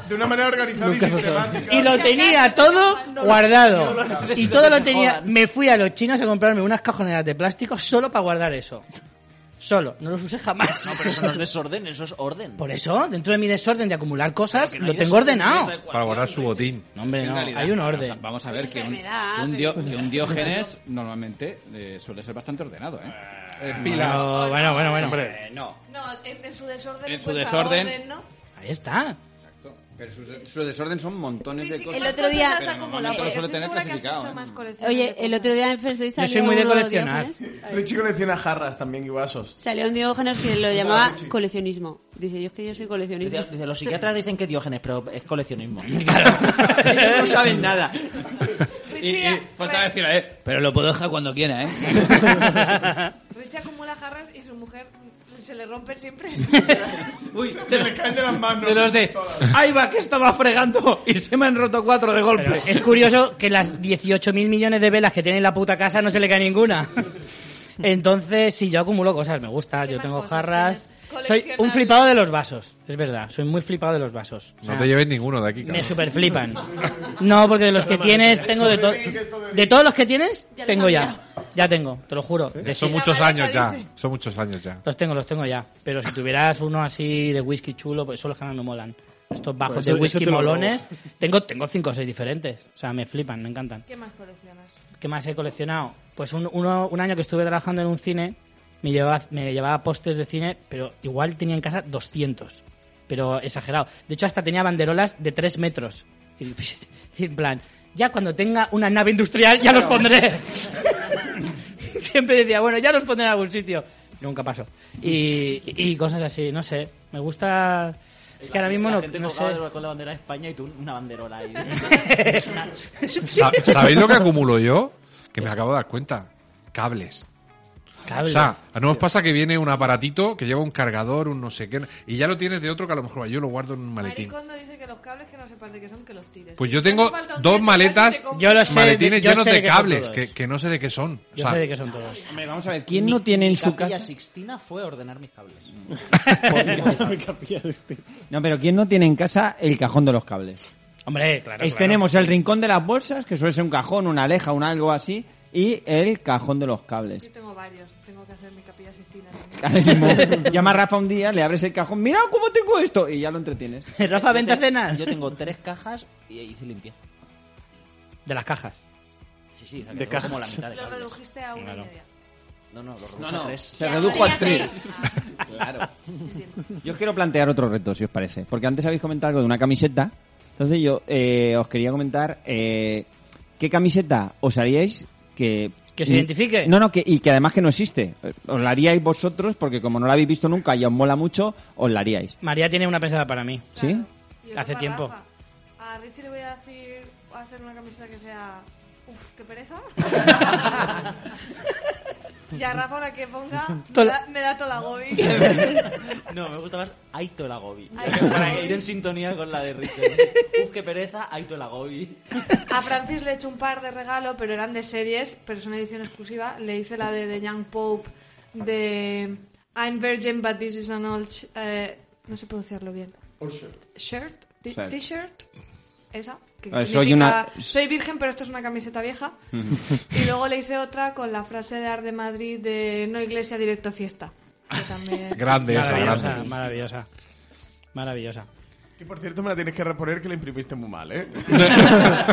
Speaker 4: De una manera organizada y sistemática.
Speaker 2: Y lo tenía todo guardado. Y todo lo tenía. Me fui a los chinos a comprarme unas cajoneras de plástico solo para guardar eso. Solo, no los usé jamás.
Speaker 6: No, pero eso no es desorden, eso es orden.
Speaker 2: Por eso, dentro de mi desorden de acumular cosas,
Speaker 6: Que no
Speaker 2: lo
Speaker 6: hay
Speaker 2: tengo
Speaker 6: desorden,
Speaker 2: ordenado.
Speaker 6: es
Speaker 8: Para guardar su botín.
Speaker 2: No, hombre,
Speaker 10: En
Speaker 2: no,
Speaker 10: realidad,
Speaker 2: hay un
Speaker 10: vamos a-
Speaker 2: orden.
Speaker 10: Vamos a ver que un,
Speaker 7: Enfermedad,
Speaker 10: que un
Speaker 7: pero-
Speaker 10: dio- que un Diógenes normalmente eh, suele ser bastante ordenado, ¿eh?
Speaker 2: Bueno, bueno, bueno, bueno.
Speaker 10: Eh, no.
Speaker 3: No, en, en su desorden.
Speaker 10: En su
Speaker 3: encuentra
Speaker 10: desorden.
Speaker 3: orden, ¿no?
Speaker 2: Ahí está.
Speaker 10: Exacto. Pero sus su desorden son montones de
Speaker 3: Sí,
Speaker 10: cosas.
Speaker 7: El otro día-
Speaker 3: has
Speaker 10: Pero
Speaker 3: acumulado,
Speaker 10: normalmente lo
Speaker 3: porque
Speaker 10: suele
Speaker 3: estoy
Speaker 10: tener
Speaker 3: segura que has
Speaker 10: clasificado,
Speaker 3: hecho
Speaker 10: ¿eh?
Speaker 3: más colecciones
Speaker 7: Oye,
Speaker 3: de
Speaker 7: el
Speaker 3: cosas.
Speaker 7: otro día en Facebook salió
Speaker 2: soy muy de
Speaker 7: uno
Speaker 2: coleccionar.
Speaker 7: Diógenes.
Speaker 4: El chico le tiene jarras también y vasos.
Speaker 7: Salió un Diógenes que lo llamaba coleccionismo. Dice, yo es que yo soy coleccionista.
Speaker 6: Dice, dice, los psiquiatras dicen que Diógenes, pero es coleccionismo. Ellos no saben nada.
Speaker 10: Y,
Speaker 3: Richie,
Speaker 10: y falta
Speaker 3: Richie
Speaker 10: decir, eh, pero lo puedo dejar cuando quiera, ¿eh?
Speaker 3: ¿eh? acumula jarras y su mujer se le rompen siempre.
Speaker 10: Uy,
Speaker 4: Se le caen de las manos.
Speaker 10: de los de, ¡ay va, que estaba fregando! Y se me han roto cuatro de
Speaker 2: Pero
Speaker 10: golpe.
Speaker 2: es curioso que las 18.000 millones de velas que tiene en la puta casa no se le cae ninguna. Entonces, si yo acumulo cosas, me gusta.
Speaker 3: ¿Qué
Speaker 2: Yo
Speaker 3: más
Speaker 2: tengo
Speaker 3: cosas
Speaker 2: jarras.
Speaker 3: tienes?
Speaker 2: Soy un
Speaker 3: Coleccionables.
Speaker 2: flipado de los vasos, es verdad. Soy muy flipado de los vasos. O sea,
Speaker 8: No te lleves ninguno de aquí,
Speaker 2: me
Speaker 8: cabrón.
Speaker 2: superflipan. No, porque de los que tienes, tengo de todo. De todos los que tienes,
Speaker 7: Ya los
Speaker 2: tengo ya.
Speaker 7: había.
Speaker 2: Ya tengo, te lo juro. que sí.
Speaker 8: Son muchos
Speaker 3: maleta
Speaker 8: años ya.
Speaker 3: dice.
Speaker 8: Son muchos años ya.
Speaker 2: Los tengo, los tengo ya. Pero si tuvieras uno así de whisky chulo, pues esos los que no me molan. Estos bajos
Speaker 9: Pues eso-
Speaker 2: de whisky
Speaker 9: eso te lo robo.
Speaker 2: molones, tengo, tengo cinco o seis diferentes. O sea, me flipan, me encantan.
Speaker 3: ¿Qué más coleccionas?
Speaker 2: ¿Qué más he coleccionado? Pues un, uno- un año que estuve trabajando en un cine, me llevaba, me llevaba postes de cine, pero igual tenía en casa 200. Pero exagerado. De hecho, hasta tenía banderolas de 3 metros. Y, pues, en plan, ya cuando tenga una nave industrial, ya los pondré. Siempre decía, bueno, ya los pondré en algún sitio. Nunca pasó. Y, y cosas así, no sé. Me gusta... Es que ahora mismo
Speaker 6: la
Speaker 2: no,
Speaker 6: gente
Speaker 2: no sé.
Speaker 6: colgada con la bandera de España y tú una banderola ahí.
Speaker 8: Sa- ¿Sabéis lo que acumulo yo? Que me acabo de dar cuenta. Cables.
Speaker 2: Cables.
Speaker 8: O sea, no os pasa que viene un aparatito que lleva un cargador, un no sé qué, y ya lo tienes de otro que a lo mejor yo lo guardo en un maletín.
Speaker 3: Maricondo dice que los cables que no sepas de qué son, que los tires.
Speaker 8: Pues yo
Speaker 3: Te
Speaker 8: tengo
Speaker 3: hace falta un
Speaker 8: dos
Speaker 3: diente, casi
Speaker 8: maletas,
Speaker 3: te compras.
Speaker 2: Yo lo sé,
Speaker 8: maletines
Speaker 2: yo
Speaker 8: llenos
Speaker 2: sé de
Speaker 8: de
Speaker 2: qué son
Speaker 8: cables,
Speaker 2: todos.
Speaker 8: que, que no sé de qué son. O
Speaker 2: Yo
Speaker 8: sea,
Speaker 2: sé de qué son todos.
Speaker 10: Hombre, vamos a ver, ¿quién no tiene en
Speaker 6: Mi
Speaker 10: su
Speaker 6: capilla
Speaker 10: casa?
Speaker 6: Sixtina fue ordenar mis cables.
Speaker 9: Me capilla este.
Speaker 5: No, pero ¿quién no tiene en casa el cajón de los cables?
Speaker 2: Hombre, claro.
Speaker 5: Es-
Speaker 2: claro.
Speaker 5: Tenemos el rincón de las bolsas, que suele ser un cajón, una aleja, un algo así, y el cajón de los cables.
Speaker 3: Yo tengo varios, tengo que hacer mi capilla Sistina. también.
Speaker 5: Ahora mismo, Llama a Rafa un día, le abres el cajón, mira cómo tengo esto, y ya lo entretienes.
Speaker 2: Rafa, vente a
Speaker 6: Yo te-
Speaker 2: cenar.
Speaker 6: Yo tengo tres cajas y hice limpia.
Speaker 2: De las cajas.
Speaker 6: Sí, sí, o sea, que
Speaker 9: De
Speaker 6: tengo como la
Speaker 9: cajas.
Speaker 6: mitad de
Speaker 3: Lo
Speaker 6: cables.
Speaker 3: redujiste a una y media.
Speaker 6: No, no, lo reduje
Speaker 10: No,
Speaker 6: a
Speaker 10: no,
Speaker 6: tres.
Speaker 5: se redujo a
Speaker 3: Ya
Speaker 5: tres.
Speaker 3: seis.
Speaker 10: Claro.
Speaker 5: Yo os quiero plantear otro reto, si os parece. Porque antes habéis comentado algo de una camiseta. Entonces yo eh, os quería comentar eh, qué camiseta os haríais que...
Speaker 2: Que se identifique.
Speaker 5: No, no, que, y que además que no existe. Eh, Os la haríais vosotros porque como no la habéis visto nunca y os mola mucho, os la haríais.
Speaker 2: María tiene una pensada para mí.
Speaker 5: ¿Sí?
Speaker 3: Y el
Speaker 2: Hace
Speaker 3: Rafa,
Speaker 2: tiempo.
Speaker 3: Rafa. A Richie le voy a decir, a hacer una camiseta que sea. Uf, qué pereza. y a Rafa la que ponga, me
Speaker 2: Tola-
Speaker 3: da, me da toda gobi.
Speaker 6: No, me gusta más Aito el Agobi.
Speaker 3: Aito el
Speaker 6: Para
Speaker 3: Agobi.
Speaker 6: ir en sintonía con la de Richard. Uf, qué pereza, Aito el Agobi.
Speaker 3: A Francis le he hecho un par de regalo, pero eran de series, pero es una edición exclusiva. Le hice la de The Young Pope, de I'm Virgin, but this is an old. sh- eh, no sé pronunciarlo bien. Shirt. T-
Speaker 5: Shirt.
Speaker 3: T-shirt. Esa. que
Speaker 5: Ah, soy
Speaker 3: significa,
Speaker 5: una-
Speaker 3: soy virgen, pero esto es una camiseta vieja. y luego le hice otra con la frase de Art de Madrid de No iglesia, directo fiesta. Que también-
Speaker 8: grande esa,
Speaker 2: maravillosa,
Speaker 8: grande.
Speaker 2: maravillosa. Maravillosa.
Speaker 4: Que por cierto me la tienes que reponer que la imprimiste muy mal, ¿eh?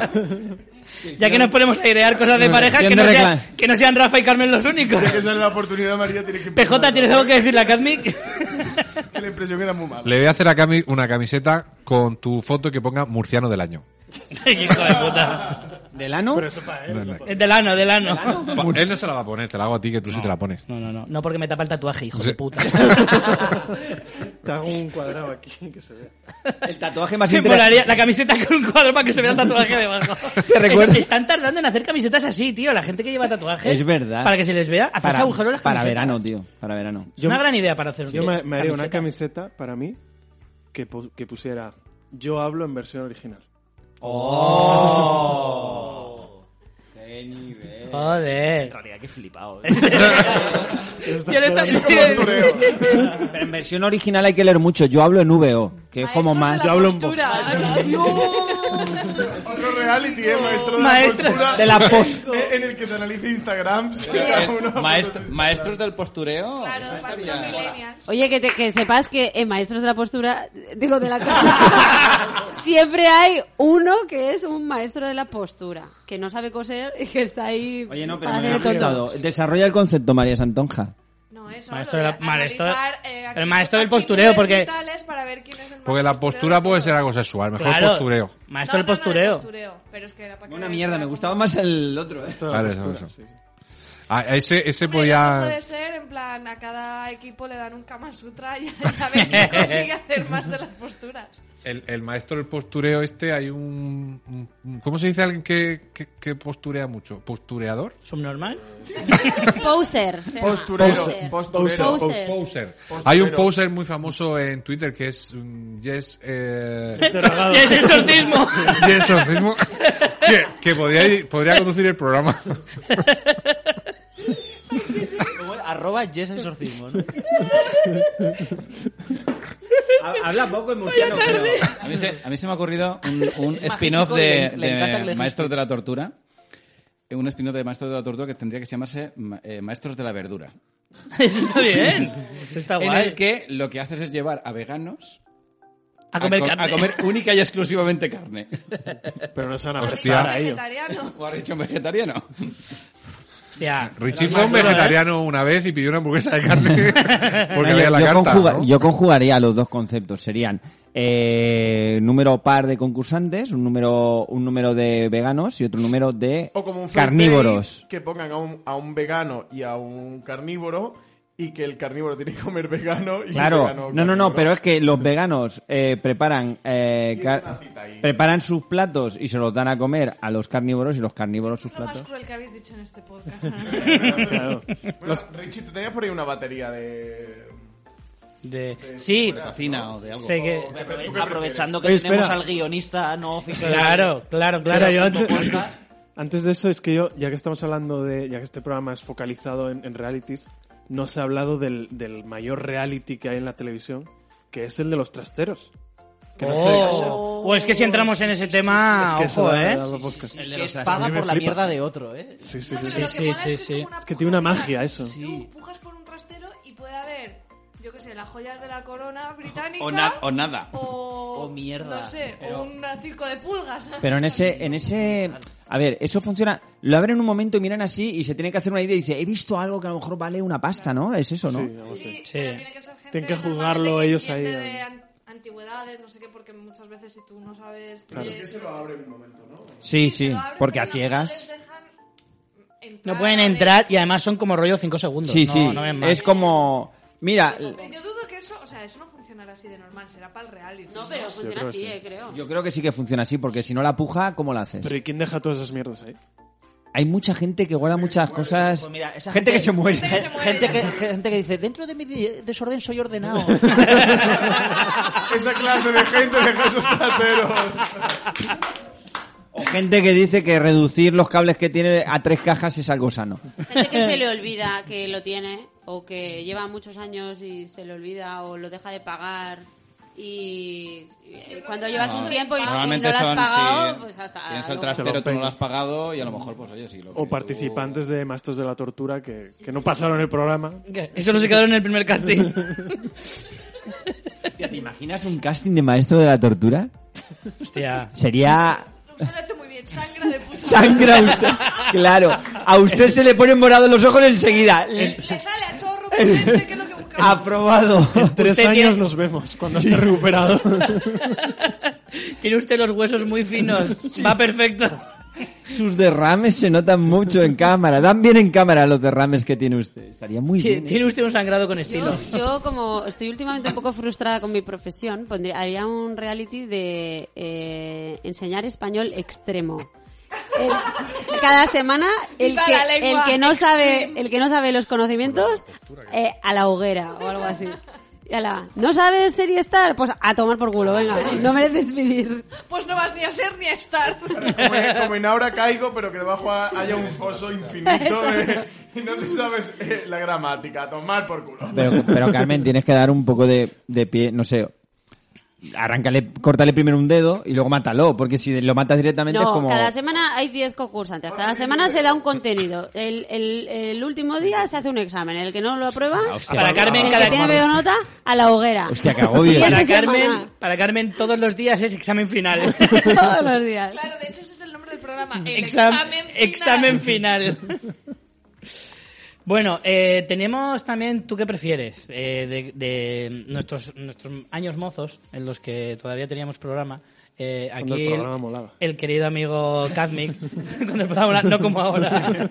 Speaker 2: Ya que nos ponemos a idear cosas de pareja que
Speaker 5: Acción
Speaker 2: no,
Speaker 5: de
Speaker 2: sean,
Speaker 5: recla-
Speaker 2: que no sean Rafa y Carmen los únicos.
Speaker 4: Tienes que esa es la oportunidad, María. Tienes que
Speaker 2: PJ, ¿tienes algo que decirle a Cadmic?
Speaker 4: Que la impresión era muy mala.
Speaker 8: Le voy a hacer a Cami una camiseta con tu foto que ponga murciano del año.
Speaker 2: Hijo de puta.
Speaker 5: ¿Del ano?
Speaker 9: Pero eso para él.
Speaker 8: No, no.
Speaker 2: Del ano, del ano.
Speaker 8: Pa- Él no se la va a poner, te la hago a ti que tú sí te la pones.
Speaker 2: No, no, no. No porque me tapa el tatuaje, hijo
Speaker 8: Sí.
Speaker 2: de puta.
Speaker 9: Te hago un cuadrado aquí que se vea.
Speaker 5: El tatuaje más
Speaker 2: Me
Speaker 5: interesante.
Speaker 2: molaría la camiseta con un cuadro para que se vea el tatuaje debajo.
Speaker 5: Te recuerdo-
Speaker 2: Es- Están tardando en hacer camisetas así, tío. La gente que lleva tatuajes.
Speaker 5: Es verdad.
Speaker 2: Para que se les vea, haces agujeros en las
Speaker 5: para
Speaker 2: camisetas.
Speaker 5: verano, tío. Para verano.
Speaker 2: Es una gran idea para hacer
Speaker 9: Yo me, me haría una camiseta para mí que, pu- que pusiera Yo hablo en versión original.
Speaker 11: Oh.
Speaker 2: Joder.
Speaker 6: realidad, qué flipado.
Speaker 2: eh.
Speaker 5: ¿eh?
Speaker 2: Yo le estaba-
Speaker 5: Pero en versión original hay que leer mucho. Yo hablo en VO, que es como más.
Speaker 3: Yo hablo un poco.
Speaker 4: Otro reality, ¿eh? Maestro de
Speaker 2: Maestro.
Speaker 4: la postura. Eh,
Speaker 5: De la post.
Speaker 4: En el que se analiza Instagram.
Speaker 10: Eh, Maestro- maestros del postureo.
Speaker 3: Claro,
Speaker 10: Eso
Speaker 3: para
Speaker 10: estaría-
Speaker 3: millennials.
Speaker 7: Oye, que, te- que sepas que en Maestros de la Postura, digo, de la costura, siempre hay uno que es un maestro de la postura, que no sabe coser y que está ahí
Speaker 5: Oye, no, pero
Speaker 7: para
Speaker 5: me ha
Speaker 7: hacer el tonto.
Speaker 5: gustado. Desarrolla el concepto, María Santonja.
Speaker 3: No, eso.
Speaker 2: Maestro
Speaker 3: lo de
Speaker 2: de la- maestro-
Speaker 3: analizar, eh,
Speaker 2: el maestro del
Speaker 3: actitudes
Speaker 2: postureo, porque-
Speaker 3: mentales para ver quién es el más
Speaker 8: Porque la
Speaker 3: posturero
Speaker 8: postura
Speaker 3: de
Speaker 8: puede
Speaker 3: todos.
Speaker 8: ser algo sexual, mejor
Speaker 2: Claro.
Speaker 8: postureo.
Speaker 2: Maestro
Speaker 3: No,
Speaker 2: del
Speaker 3: no, no,
Speaker 2: postureo.
Speaker 3: postureo, pero es que era para que
Speaker 5: Una
Speaker 3: la
Speaker 5: mierda,
Speaker 3: hecho
Speaker 5: me
Speaker 3: era
Speaker 5: gustaba
Speaker 3: como-
Speaker 5: más el otro. ¿eh?
Speaker 8: Vale, eso, eso. Ah, ese ese
Speaker 3: Hombre, no
Speaker 8: podía.
Speaker 3: puede ser, en plan, a cada equipo le dan un Kama Sutra y a ver quién consigue hacer más de las posturas.
Speaker 8: El, el maestro del postureo este, hay un. un- un- ¿Cómo se dice alguien que, que- que posturea mucho? ¿Postureador?
Speaker 2: Subnormal.
Speaker 7: Poser. se llama.
Speaker 4: Posturero.
Speaker 7: Poser.
Speaker 4: Posturero.
Speaker 7: Poser.
Speaker 8: Poser. Hay un poser muy famoso en Twitter que es mm, Yes. Eh,
Speaker 2: Y es exorcismo.
Speaker 8: yes Orcismo, que, que podría, podría conducir el programa.
Speaker 6: Como Arroba yes exorcismo, ¿no?
Speaker 5: Ha- Habla poco en murciano, pero-
Speaker 10: A mí, se, a mí se me ha ocurrido un, un
Speaker 6: más
Speaker 10: spin-off
Speaker 6: físico y
Speaker 10: de,
Speaker 6: le- le
Speaker 10: de
Speaker 6: encanta que le
Speaker 10: Maestros de la Tortura. Un spin-off de Maestros de la Tortura que tendría que llamarse Ma- eh, Maestros de la Verdura.
Speaker 2: Eso está bien. Eso está
Speaker 10: En
Speaker 2: guay.
Speaker 10: el que lo que haces es llevar a veganos
Speaker 2: A comer
Speaker 10: co-
Speaker 2: carne.
Speaker 10: a comer única y exclusivamente carne.
Speaker 9: Pero no se van a
Speaker 8: Hostia.
Speaker 9: prestar a ello.
Speaker 3: vegetariano.
Speaker 10: O has dicho vegetariano.
Speaker 2: Hostia.
Speaker 8: Richie fue un
Speaker 10: ¿eh?
Speaker 2: ¿eh?
Speaker 8: vegetariano una vez y pidió una hamburguesa de carne porque
Speaker 5: No,
Speaker 8: veía
Speaker 5: yo,
Speaker 8: la
Speaker 5: yo
Speaker 8: carta.
Speaker 5: conjuga-
Speaker 8: ¿no?
Speaker 5: yo conjugaría los dos conceptos. Serían eh, número par de concursantes, un número, un número de veganos y otro número de
Speaker 4: O como un first
Speaker 5: carnívoros.
Speaker 4: date que pongan a un, a un vegano y a un carnívoro y que el carnívoro tiene que comer vegano y el
Speaker 5: Claro,
Speaker 4: vegano
Speaker 5: no, no, no,
Speaker 4: carnívoro.
Speaker 5: pero es que los veganos eh, preparan, eh,
Speaker 4: Y es
Speaker 5: car-
Speaker 4: una cita ahí.
Speaker 5: preparan sus platos y se los dan a comer a los carnívoros y los carnívoros sus
Speaker 3: Es lo más
Speaker 5: platos.
Speaker 3: cruel que habéis dicho en este podcast.
Speaker 9: Claro.
Speaker 4: Bueno, Richie, tú tenías por ahí una batería de...
Speaker 2: De... Sí.
Speaker 10: Cocina o de algo.
Speaker 2: Sé que...
Speaker 6: Aprovechando que
Speaker 9: Oye, espera.
Speaker 6: tenemos al guionista no oficial.
Speaker 2: Claro, claro, claro.
Speaker 9: Espera, yo antes, antes- antes de eso, es que yo, ya que estamos hablando de. Ya que este programa es focalizado en, en realities, no se ha hablado del, del mayor reality que hay en la televisión, que es el de los trasteros. Que no sé-
Speaker 2: Oh. O es que si entramos en ese tema,
Speaker 9: es que eso
Speaker 2: ojo,
Speaker 9: da-
Speaker 2: ¿eh?
Speaker 9: da para podcast.
Speaker 6: El de los que paga
Speaker 9: A mí me
Speaker 6: por la
Speaker 9: flipa.
Speaker 6: mierda de otro, ¿eh?
Speaker 9: Sí, sí, sí.
Speaker 3: Bueno,
Speaker 9: sí.
Speaker 3: lo
Speaker 2: sí,
Speaker 3: mola
Speaker 2: sí,
Speaker 3: es que
Speaker 2: sí.
Speaker 3: es como una
Speaker 9: Es que tiene una
Speaker 3: puja,
Speaker 9: magia eso.
Speaker 3: Tú pujas por un trastero y puede haber, yo qué sé, las joyas de la corona británica
Speaker 10: O, na- o nada.
Speaker 3: o-
Speaker 6: O mierda,
Speaker 3: No sé,
Speaker 6: pero-
Speaker 3: o un circo de pulgas.
Speaker 5: Pero en ese, en ese, a ver, eso funciona. Lo abren un momento y miran así y se tienen que hacer una idea y dice, he visto algo que a lo mejor vale una pasta, ¿no? Es eso, ¿no?
Speaker 9: Sí, algo así.
Speaker 3: Sí,
Speaker 2: Sí.
Speaker 3: pero tiene que ser gente
Speaker 9: Tienen que
Speaker 3: normalmente
Speaker 9: juzgarlo
Speaker 3: que
Speaker 9: ellos
Speaker 3: entiende
Speaker 9: ahí,
Speaker 3: de
Speaker 9: ¿no?
Speaker 3: an- antigüedades, no sé qué, porque muchas veces si tú no sabes...
Speaker 9: Claro.
Speaker 3: de-
Speaker 5: Sí,
Speaker 3: te
Speaker 5: sí,
Speaker 3: lo abren,
Speaker 5: porque a
Speaker 3: pero no
Speaker 5: ciegas.
Speaker 3: les dejan entrar,
Speaker 2: No pueden
Speaker 3: de-
Speaker 2: entrar y además son como rollo 5 segundos.
Speaker 5: Sí,
Speaker 2: No,
Speaker 5: sí,
Speaker 2: no ven más.
Speaker 5: es como, mira,
Speaker 3: Yo dudo que eso, o sea, eso no funcionará así de normal, será para el reality.
Speaker 7: No, pero funciona
Speaker 9: creo
Speaker 7: así,
Speaker 9: que sí.
Speaker 7: eh, creo.
Speaker 5: yo creo que sí que funciona así porque si no la puja, ¿cómo la haces?
Speaker 9: Pero ¿y quién deja todas esas mierdas ahí?
Speaker 5: Hay mucha gente que guarda muchas cosas.
Speaker 6: Pues mira, esa
Speaker 5: gente que se muere.
Speaker 3: Gente que se muere.
Speaker 6: Gente que, gente que dice, dentro de mi di- desorden soy ordenado.
Speaker 4: Esa clase de gente deja sus traseros.
Speaker 5: O gente que dice que reducir los cables que tiene a tres cajas es algo sano.
Speaker 7: Gente que se le olvida que lo tiene o que lleva muchos años y se le olvida o lo deja de pagar y y cuando llevas
Speaker 5: Ah.
Speaker 7: un tiempo y no, y no
Speaker 10: Normalmente
Speaker 7: lo has
Speaker 10: son
Speaker 7: pagado,
Speaker 10: si
Speaker 7: pues hasta
Speaker 10: tienes el
Speaker 7: luego.
Speaker 10: trastero, tú no
Speaker 9: Rompen.
Speaker 10: lo has pagado y a lo mejor, pues oye, sí. Lo que
Speaker 9: O
Speaker 10: tú-
Speaker 9: participantes de Masters de la Tortura que, que no pasaron el programa.
Speaker 2: ¿Qué? Eso no se quedó en el primer casting.
Speaker 5: Hostia, ¿Te imaginas un casting de maestro de la tortura?
Speaker 2: Hostia.
Speaker 5: Sería
Speaker 3: Usted lo ha hecho muy bien, sangre de puta.
Speaker 5: sangra usted. Claro, a usted se le ponen morados los ojos enseguida.
Speaker 3: Le sale a chorro, potente, que es lo que buscaba.
Speaker 5: Aprobado.
Speaker 9: Tres
Speaker 2: Usted
Speaker 9: años
Speaker 2: tiene-
Speaker 9: nos vemos cuando esté recuperado.
Speaker 2: Tiene usted los huesos muy finos. Va perfecto.
Speaker 5: Sus derrames se notan mucho en cámara. Dan bien en cámara los derrames que tiene usted. Estaría muy
Speaker 2: Ti-
Speaker 5: bien. ¿eh?
Speaker 2: Tiene usted un sangrado con
Speaker 7: Yo,
Speaker 2: estilo.
Speaker 7: yo, como estoy últimamente un poco frustrada con mi profesión, pondría, haría un reality de eh, enseñar español extremo. El- cada semana el
Speaker 3: Viva la
Speaker 7: que,
Speaker 3: lengua
Speaker 7: el que no sabe
Speaker 3: extreme.
Speaker 7: el que no sabe los conocimientos eh, a la hoguera o algo así. Y ala, ¿No sabes ser y estar? Pues a tomar por culo, venga. No mereces vivir.
Speaker 3: Pues no vas ni a ser ni a estar.
Speaker 4: Como en, como en ahora caigo, pero que debajo ha- haya un foso infinito de- y no te sabes eh, la gramática. Tomar por culo.
Speaker 5: Pero, pero, Carmen, tienes que dar un poco de, de pie, no sé. Arráncale, córtale primero un dedo y luego mátalo, porque si lo matas directamente es
Speaker 7: No,
Speaker 5: como.
Speaker 7: cada semana hay 10 concursantes. Cada semana se da un contenido. El, el- el último día se hace un examen. El que no lo aprueba,
Speaker 10: Hostia,
Speaker 2: Para Carmen,
Speaker 7: el
Speaker 2: cada
Speaker 7: que tiene peor nota, a la hoguera.
Speaker 5: Hostia, qué agobio.
Speaker 7: Siguiente
Speaker 2: Para
Speaker 7: semana.
Speaker 2: Carmen, para Carmen todos los días es examen final.
Speaker 7: Todos los días.
Speaker 3: Claro, de hecho ese es el nombre del programa. El
Speaker 2: Exam-
Speaker 3: examen. final.
Speaker 2: examen final. Bueno, eh, tenemos también, ¿tú qué prefieres? Eh, de de nuestros, nuestros años mozos, en los que todavía teníamos programa. eh, aquí
Speaker 9: Cuando el programa molaba.
Speaker 2: el querido amigo Kazmik, cuando el programa molaba, no como ahora.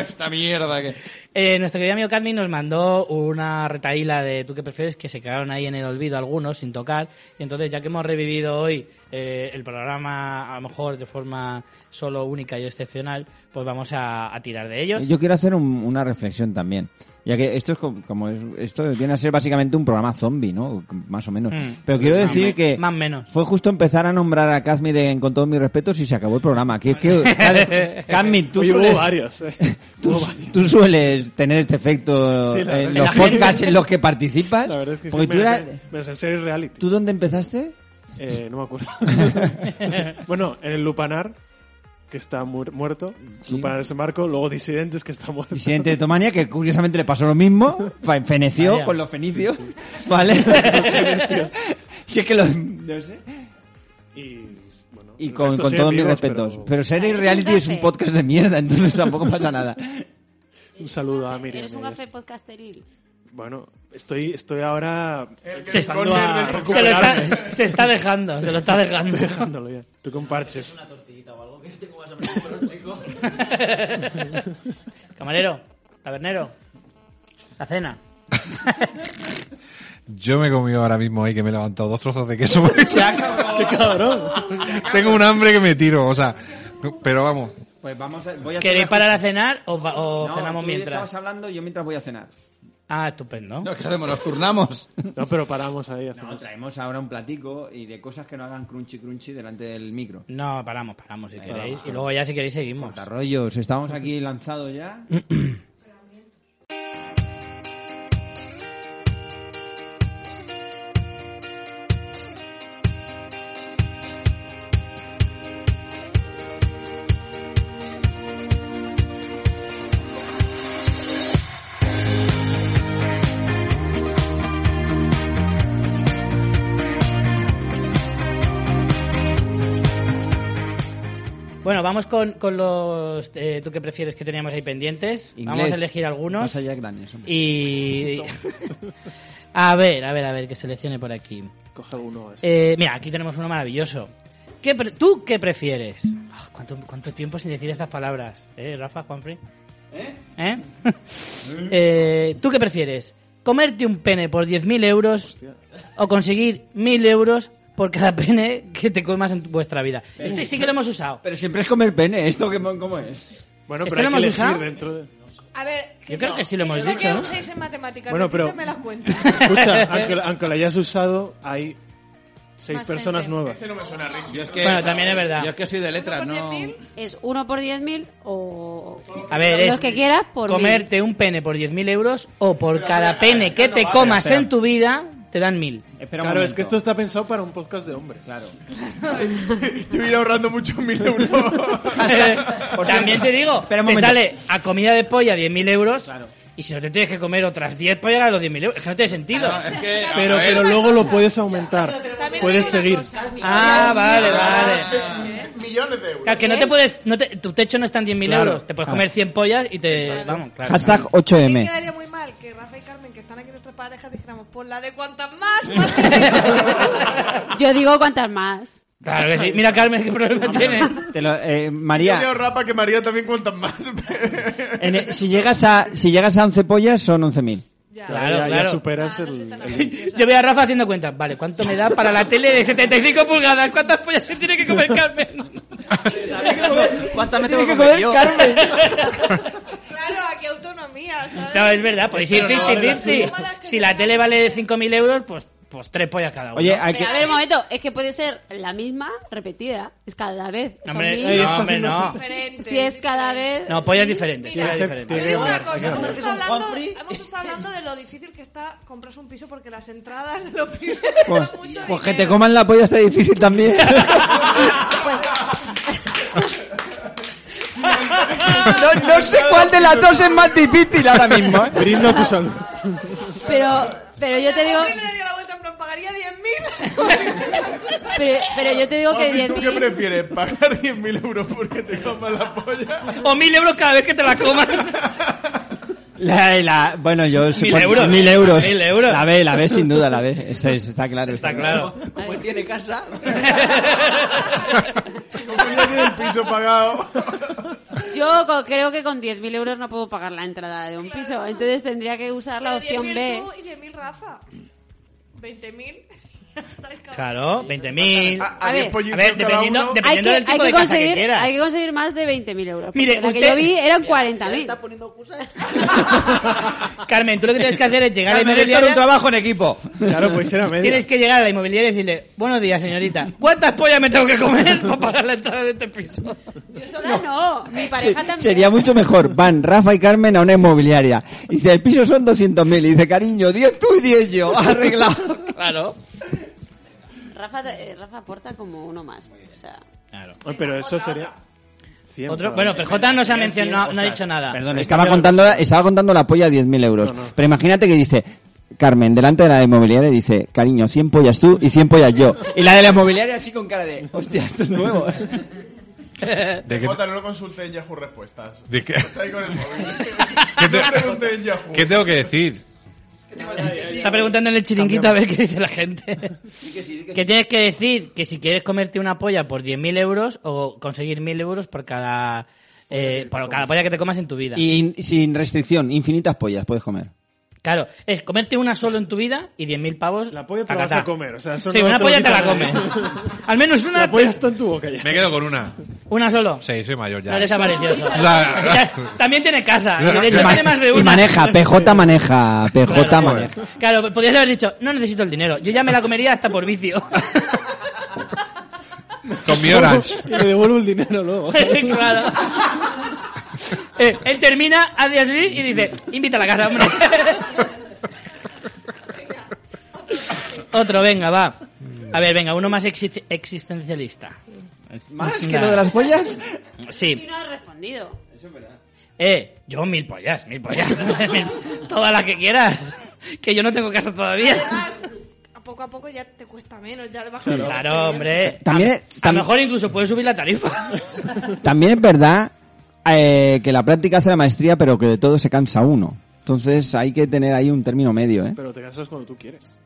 Speaker 10: esta mierda que...
Speaker 2: Eh, nuestro querido amigo Cadmi nos mandó una retaíla de tú que prefieres que se quedaron ahí en el olvido algunos sin tocar. Y entonces, ya que hemos revivido hoy eh, el programa, a lo mejor de forma solo única y excepcional, pues vamos a, a tirar de ellos.
Speaker 5: Yo quiero hacer un- una reflexión también. Ya que esto es como, como es- esto viene a ser básicamente un programa zombie, ¿no? Más o menos.
Speaker 2: Mm.
Speaker 5: Pero quiero decir que
Speaker 2: Más o menos.
Speaker 5: fue justo empezar a nombrar a Kazmi de- con todos mis respetos y se acabó el programa. Que, que- Kazmi, tú
Speaker 9: Oye, hubo
Speaker 5: sueles,
Speaker 9: varios, eh.
Speaker 5: tú, tú sueles tener este efecto
Speaker 9: Sí, la
Speaker 5: en
Speaker 9: verdad.
Speaker 5: los podcasts en los que participas.
Speaker 9: La verdad es que
Speaker 5: porque
Speaker 9: sí,
Speaker 5: tú,
Speaker 9: me,
Speaker 5: eras-
Speaker 9: me- me sensé en reality.
Speaker 5: ¿tú dónde empezaste?
Speaker 9: Eh, no me acuerdo. bueno, en el Lupanar, que está mu- muerto.
Speaker 5: Sí.
Speaker 9: Lupanar es el marco. Luego Disidentes, que está muerto.
Speaker 5: Disidente de Tomania, que curiosamente le pasó lo mismo, fa- feneció
Speaker 2: Vaya.
Speaker 5: con los fenicios, ¿vale? si es que los... No sé.
Speaker 9: Y, bueno,
Speaker 5: Y
Speaker 9: el
Speaker 5: con,
Speaker 9: resto
Speaker 5: con
Speaker 9: siguen
Speaker 5: todos mis
Speaker 9: vivos,
Speaker 5: respetos. Pero,
Speaker 9: pero
Speaker 5: ser
Speaker 7: Eres un
Speaker 5: reality es un
Speaker 7: gafe.
Speaker 5: podcast de mierda, entonces tampoco pasa nada.
Speaker 9: Un saludo a Miriam.
Speaker 7: Eres un
Speaker 9: Elías.
Speaker 7: café podcasteril.
Speaker 9: Bueno, estoy, estoy ahora... eh,
Speaker 4: El que
Speaker 2: Se,
Speaker 4: el
Speaker 2: se
Speaker 4: corner del
Speaker 2: lo está, se está dejando, se lo está dejando.
Speaker 9: Dejándolo ya. Tú con parches.
Speaker 2: Camarero, tabernero, la cena.
Speaker 8: Yo me he comido ahora mismo ahí que me he levantado dos trozos de queso. Tengo un hambre que me tiro, o sea, no, pero vamos.
Speaker 5: Pues vamos a, voy a
Speaker 2: ¿Queréis parar a cenar o, va- o cenamos mientras?
Speaker 5: hablando, yo mientras voy a cenar.
Speaker 2: Ah, estupendo.
Speaker 10: No, ¿qué hacemos? ¿Nos turnamos?
Speaker 9: No, pero paramos ahí.
Speaker 5: No,
Speaker 9: Hacemos...
Speaker 5: traemos ahora un platico y de cosas que no hagan crunchy crunchy delante del micro.
Speaker 2: No, paramos, paramos si queréis. Y luego ya si queréis seguimos.
Speaker 5: Arroyos, estamos aquí lanzados ya.
Speaker 2: Bueno, vamos con, con los eh, tú que prefieres que teníamos ahí pendientes. vamos a
Speaker 5: Inglés.
Speaker 2: elegir algunos.
Speaker 5: Más allá de grandes, hombre.
Speaker 2: Y. a ver, a ver, a ver, que seleccione por aquí.
Speaker 9: Coge uno. así.
Speaker 2: Eh, mira, aquí tenemos uno maravilloso. ¿Qué pre- ¿Tú qué prefieres? Ah, ¿cuánto, cuánto tiempo sin decir estas palabras? ¿Eh, Rafa, Juanfrey? ¿Eh? Eh, ¿Tú qué prefieres? ¿Comerte un pene por 10.000 euros o conseguir 1.000 euros por cada pene que te comas en tu- vuestra vida? Este sí que lo hemos usado.
Speaker 5: Pero siempre es comer pene, ¿esto qué, cómo es?
Speaker 9: Bueno, pero hay
Speaker 2: ¿Este lo
Speaker 9: que
Speaker 2: hemos
Speaker 9: elegir
Speaker 2: usado?
Speaker 9: dentro de...
Speaker 3: A ver,
Speaker 2: Yo creo que sí lo hemos
Speaker 3: yo
Speaker 2: dicho,
Speaker 3: que
Speaker 2: ¿no?
Speaker 3: uséis en matemáticas,
Speaker 9: Bueno,
Speaker 3: bueno,
Speaker 9: pero-
Speaker 3: pero... me las cuentas.
Speaker 9: Escucha, aunque, aunque lo hayas usado, hay seis
Speaker 7: Más
Speaker 9: personas
Speaker 7: gente.
Speaker 9: nuevas.
Speaker 2: Este
Speaker 4: No me suena Richie.
Speaker 10: Yo es que
Speaker 2: Bueno, también es verdad.
Speaker 10: Yo es que soy de
Speaker 3: Uno
Speaker 10: letras,
Speaker 3: por
Speaker 10: no...
Speaker 3: 10.000,
Speaker 7: Es uno por 10.000 o
Speaker 2: A ver, es
Speaker 7: los que quieras por mil.
Speaker 2: comerte un pene por 10.000 euros o por cada pene que te comas en tu vida te dan 1.000.
Speaker 5: Espera un
Speaker 9: Claro, es
Speaker 5: momento.
Speaker 9: que esto está pensado para un podcast de hombres. Claro.
Speaker 4: Yo voy ahorrando muchos mil euros.
Speaker 2: También te digo,
Speaker 5: Espera un
Speaker 2: te
Speaker 5: momento.
Speaker 2: sale a comida de polla 10.000 euros y si no te tienes que comer otras 10 pollas a los 10.000 euros. Es que no tiene sentido.
Speaker 5: Ah,
Speaker 10: Es que, a
Speaker 9: Pero,
Speaker 10: ver,
Speaker 9: pero luego lo puedes aumentar.
Speaker 3: También
Speaker 9: Puedes
Speaker 3: te digo
Speaker 9: seguir.
Speaker 3: una cosa.
Speaker 2: Ah, vale, vale.
Speaker 4: Millones de euros.
Speaker 2: Claro, que no te puedes. No te- tu techo no está en 10.000
Speaker 9: Claro.
Speaker 2: euros. Te puedes
Speaker 5: Ah.
Speaker 2: comer 100 pollas y te. Vamos, claro.
Speaker 5: Hashtag
Speaker 3: También
Speaker 5: 8M.
Speaker 3: quedaría muy mal que Rafa y Carmen, que están aquí nuestras "Pues parejas, dijéramos, por la de cuantas más, más te-
Speaker 7: Yo digo cuantas más.
Speaker 2: Claro que sí. Mira, Carmen, qué problema tienes.
Speaker 5: Te lo- eh,
Speaker 4: Yo veo
Speaker 5: María,
Speaker 4: rapa que María también cuentan más.
Speaker 5: en el- si, llegas a, si llegas a 11 pollas son 11.000.
Speaker 3: Ya.
Speaker 2: Claro,
Speaker 9: ya, ya
Speaker 2: claro.
Speaker 9: superas
Speaker 3: Ah, no
Speaker 9: el-
Speaker 3: soy tan
Speaker 9: el
Speaker 3: ambiciosa.
Speaker 2: Yo veo a Rafa haciendo cuentas. Vale, ¿cuánto me da para la tele de 75 pulgadas? ¿Cuántas pollas se tiene que comer Carmen?
Speaker 6: ¿Cuántas me tengo
Speaker 5: Tienes que
Speaker 6: que
Speaker 5: comer
Speaker 6: comer yo?
Speaker 5: carne.
Speaker 3: Claro, aquí autonomía, ¿sabes?
Speaker 2: No, es verdad, podéis ir
Speaker 3: Pero no,
Speaker 2: 50
Speaker 3: las malas que
Speaker 2: Si la
Speaker 3: tengan.
Speaker 2: tele vale 5.000 euros, pues, pues tres pollas cada uno.
Speaker 5: Oye, hay que-
Speaker 7: Pero a ver, un momento, es que puede ser la misma repetida, es cada vez.
Speaker 2: no,
Speaker 7: son
Speaker 2: hombre,
Speaker 7: mil.
Speaker 2: no, hombre, no.
Speaker 3: Diferente.
Speaker 7: Si es cada vez.
Speaker 2: No, pollas diferentes.
Speaker 3: Mira,
Speaker 2: pollas
Speaker 9: se-
Speaker 2: diferentes.
Speaker 3: Te digo una cosa, hemos
Speaker 6: Es un
Speaker 3: estado, hablando,
Speaker 6: Juanfrey.
Speaker 3: hemos estado hablando de lo difícil que está comprarse un piso porque las entradas de los pisos
Speaker 5: Pues,
Speaker 3: cuestan mucho
Speaker 5: pues que te
Speaker 3: dinero.
Speaker 5: coman la polla está difícil también. Pues- No, no sé cuál de las dos es más difícil ahora mismo. ¿eh?
Speaker 9: Brindo a tu salud.
Speaker 7: Pero, pero yo te digo,
Speaker 3: Yo le daría la vuelta, pero pagaría 10.000.
Speaker 7: pero, pero yo te digo que
Speaker 4: ¿Y tú qué
Speaker 7: 10.000.
Speaker 4: prefieres? ¿Pagar 10.000 euros porque te coman la polla?
Speaker 2: O 1.000 euros cada vez que te la comas.
Speaker 5: La- la- bueno, yo supongo-
Speaker 2: euros.
Speaker 5: mil euros.
Speaker 2: Mil euros.
Speaker 5: La ve, la ve sin duda, la ve. Eso, eso está claro.
Speaker 2: Está claro.
Speaker 6: Como él tiene casa.
Speaker 4: Como ya tiene el piso pagado.
Speaker 7: Yo co- creo que con 10.000 euros no puedo pagar la entrada de un piso, entonces tendría que usar la opción B.
Speaker 3: tú y 10.000 Rafa. 20.000. Ya estáis cabreados.
Speaker 2: Claro, 20.000.
Speaker 4: A,
Speaker 7: A
Speaker 4: a,
Speaker 7: ver.
Speaker 4: diez pollitos
Speaker 2: A ver,
Speaker 4: cada
Speaker 2: dependiendo-
Speaker 4: uno.
Speaker 2: dep-
Speaker 7: Hay
Speaker 2: Dependiendo
Speaker 7: que,
Speaker 2: del tipo
Speaker 7: hay que
Speaker 2: de casa que
Speaker 7: conseguir,
Speaker 2: quieras.
Speaker 7: hay que conseguir más de 20.000 euros. porque
Speaker 2: Mire,
Speaker 7: la que
Speaker 2: usted-
Speaker 7: yo vi eran
Speaker 6: Ya está
Speaker 7: 40.000.
Speaker 6: poniendo cosas.
Speaker 2: Carmen, tú lo que tienes que hacer es llegar a la
Speaker 10: Carmen, esto era un
Speaker 2: inmobiliaria.
Speaker 10: trabajo en equipo.
Speaker 9: Claro, pues era medio.
Speaker 2: Tienes que llegar a la inmobiliaria y decirle, buenos días, señorita, ¿cuántas pollas me tengo que comer para pagar la entrada de este piso?
Speaker 7: Yo sola no, mi
Speaker 5: Se-
Speaker 7: pareja también.
Speaker 5: sería mucho mejor. Van Rafa y Carmen a una inmobiliaria. Y dice, el piso son 200.000. Y dice, cariño, 10 tú y 10 yo. Arreglado.
Speaker 2: Claro.
Speaker 7: Rafa, eh, Rafa aporta como uno más. O sea,
Speaker 9: Ay, Pero eso sería. Cien
Speaker 2: Otro,
Speaker 9: pavos.
Speaker 2: bueno, PJ no se ha mencionado, no ha dicho nada.
Speaker 10: Perdón, es que
Speaker 5: Estaba contando, estaba contando la polla a 10.000 euros. Pero imagínate que dice, Carmen, delante de la inmobiliaria, dice, cariño, 100 pollas tú y 100 pollas yo. Y la de la inmobiliaria así con cara de, hostia, esto es nuevo.
Speaker 8: ¿De qué,
Speaker 4: Jota, no lo consulté en Yahoo Respuestas.
Speaker 8: de qué-
Speaker 4: Está ahí con el móvil.
Speaker 8: ¿Qué te-
Speaker 4: No pregunté en Yahoo.
Speaker 8: qué tengo que decir?
Speaker 2: Está preguntando en el chiringuito a ver qué dice la gente. Que tienes que decir que si quieres comerte una polla por 10.000 euros o conseguir 1.000 euros por cada, eh, por cada polla que te comas en tu vida.
Speaker 5: Y in- sin restricción, infinitas pollas puedes comer.
Speaker 2: Claro, es comerte una solo en tu vida y 10.000 pavos.
Speaker 9: La polla te
Speaker 2: tacatá.
Speaker 9: la vas a comer, o sea, eso
Speaker 2: sí,
Speaker 9: no te
Speaker 2: una
Speaker 9: lo
Speaker 2: polla te la
Speaker 9: quita
Speaker 2: comes.
Speaker 9: nadie.
Speaker 2: Al menos una.
Speaker 9: La polla está en tu boca ya.
Speaker 8: Me quedo con una.
Speaker 2: Una solo.
Speaker 8: Sí, soy mayor ya.
Speaker 2: No eres avaricioso.
Speaker 8: O sea,
Speaker 2: Ya, También tiene casa. Ah, Y de
Speaker 8: Y
Speaker 2: hecho
Speaker 8: ma-
Speaker 2: tiene más de una.
Speaker 5: Y maneja, PJ maneja, PJ
Speaker 2: Claro,
Speaker 5: maneja.
Speaker 2: Claro, podrías haber dicho, no necesito el dinero. Yo ya me la comería hasta por vicio.
Speaker 8: Con mi orange.
Speaker 9: Y le devuelvo el dinero luego.
Speaker 2: claro. Eh, él termina, hace así y dice, invita a la casa, hombre. Otro, venga, va. A ver, venga, uno más exi- existencialista.
Speaker 5: ¿Más que lo de las pollas?
Speaker 7: si
Speaker 2: Sí.
Speaker 7: no has respondido.
Speaker 2: Eh, yo mil pollas, mil pollas. Mil- Todas las que quieras. Que yo no tengo casa todavía.
Speaker 3: Además, a poco a poco ya te cuesta menos, ya le vas
Speaker 2: Claro, hombre.
Speaker 5: También-
Speaker 2: a, a
Speaker 5: tam-
Speaker 2: lo mejor incluso puedes subir la tarifa.
Speaker 5: También es verdad eh, que la práctica hace la maestría, pero que de todo se cansa uno. Entonces hay que tener ahí un término medio, ¿eh?
Speaker 9: Pero te casas cuando tú quieres.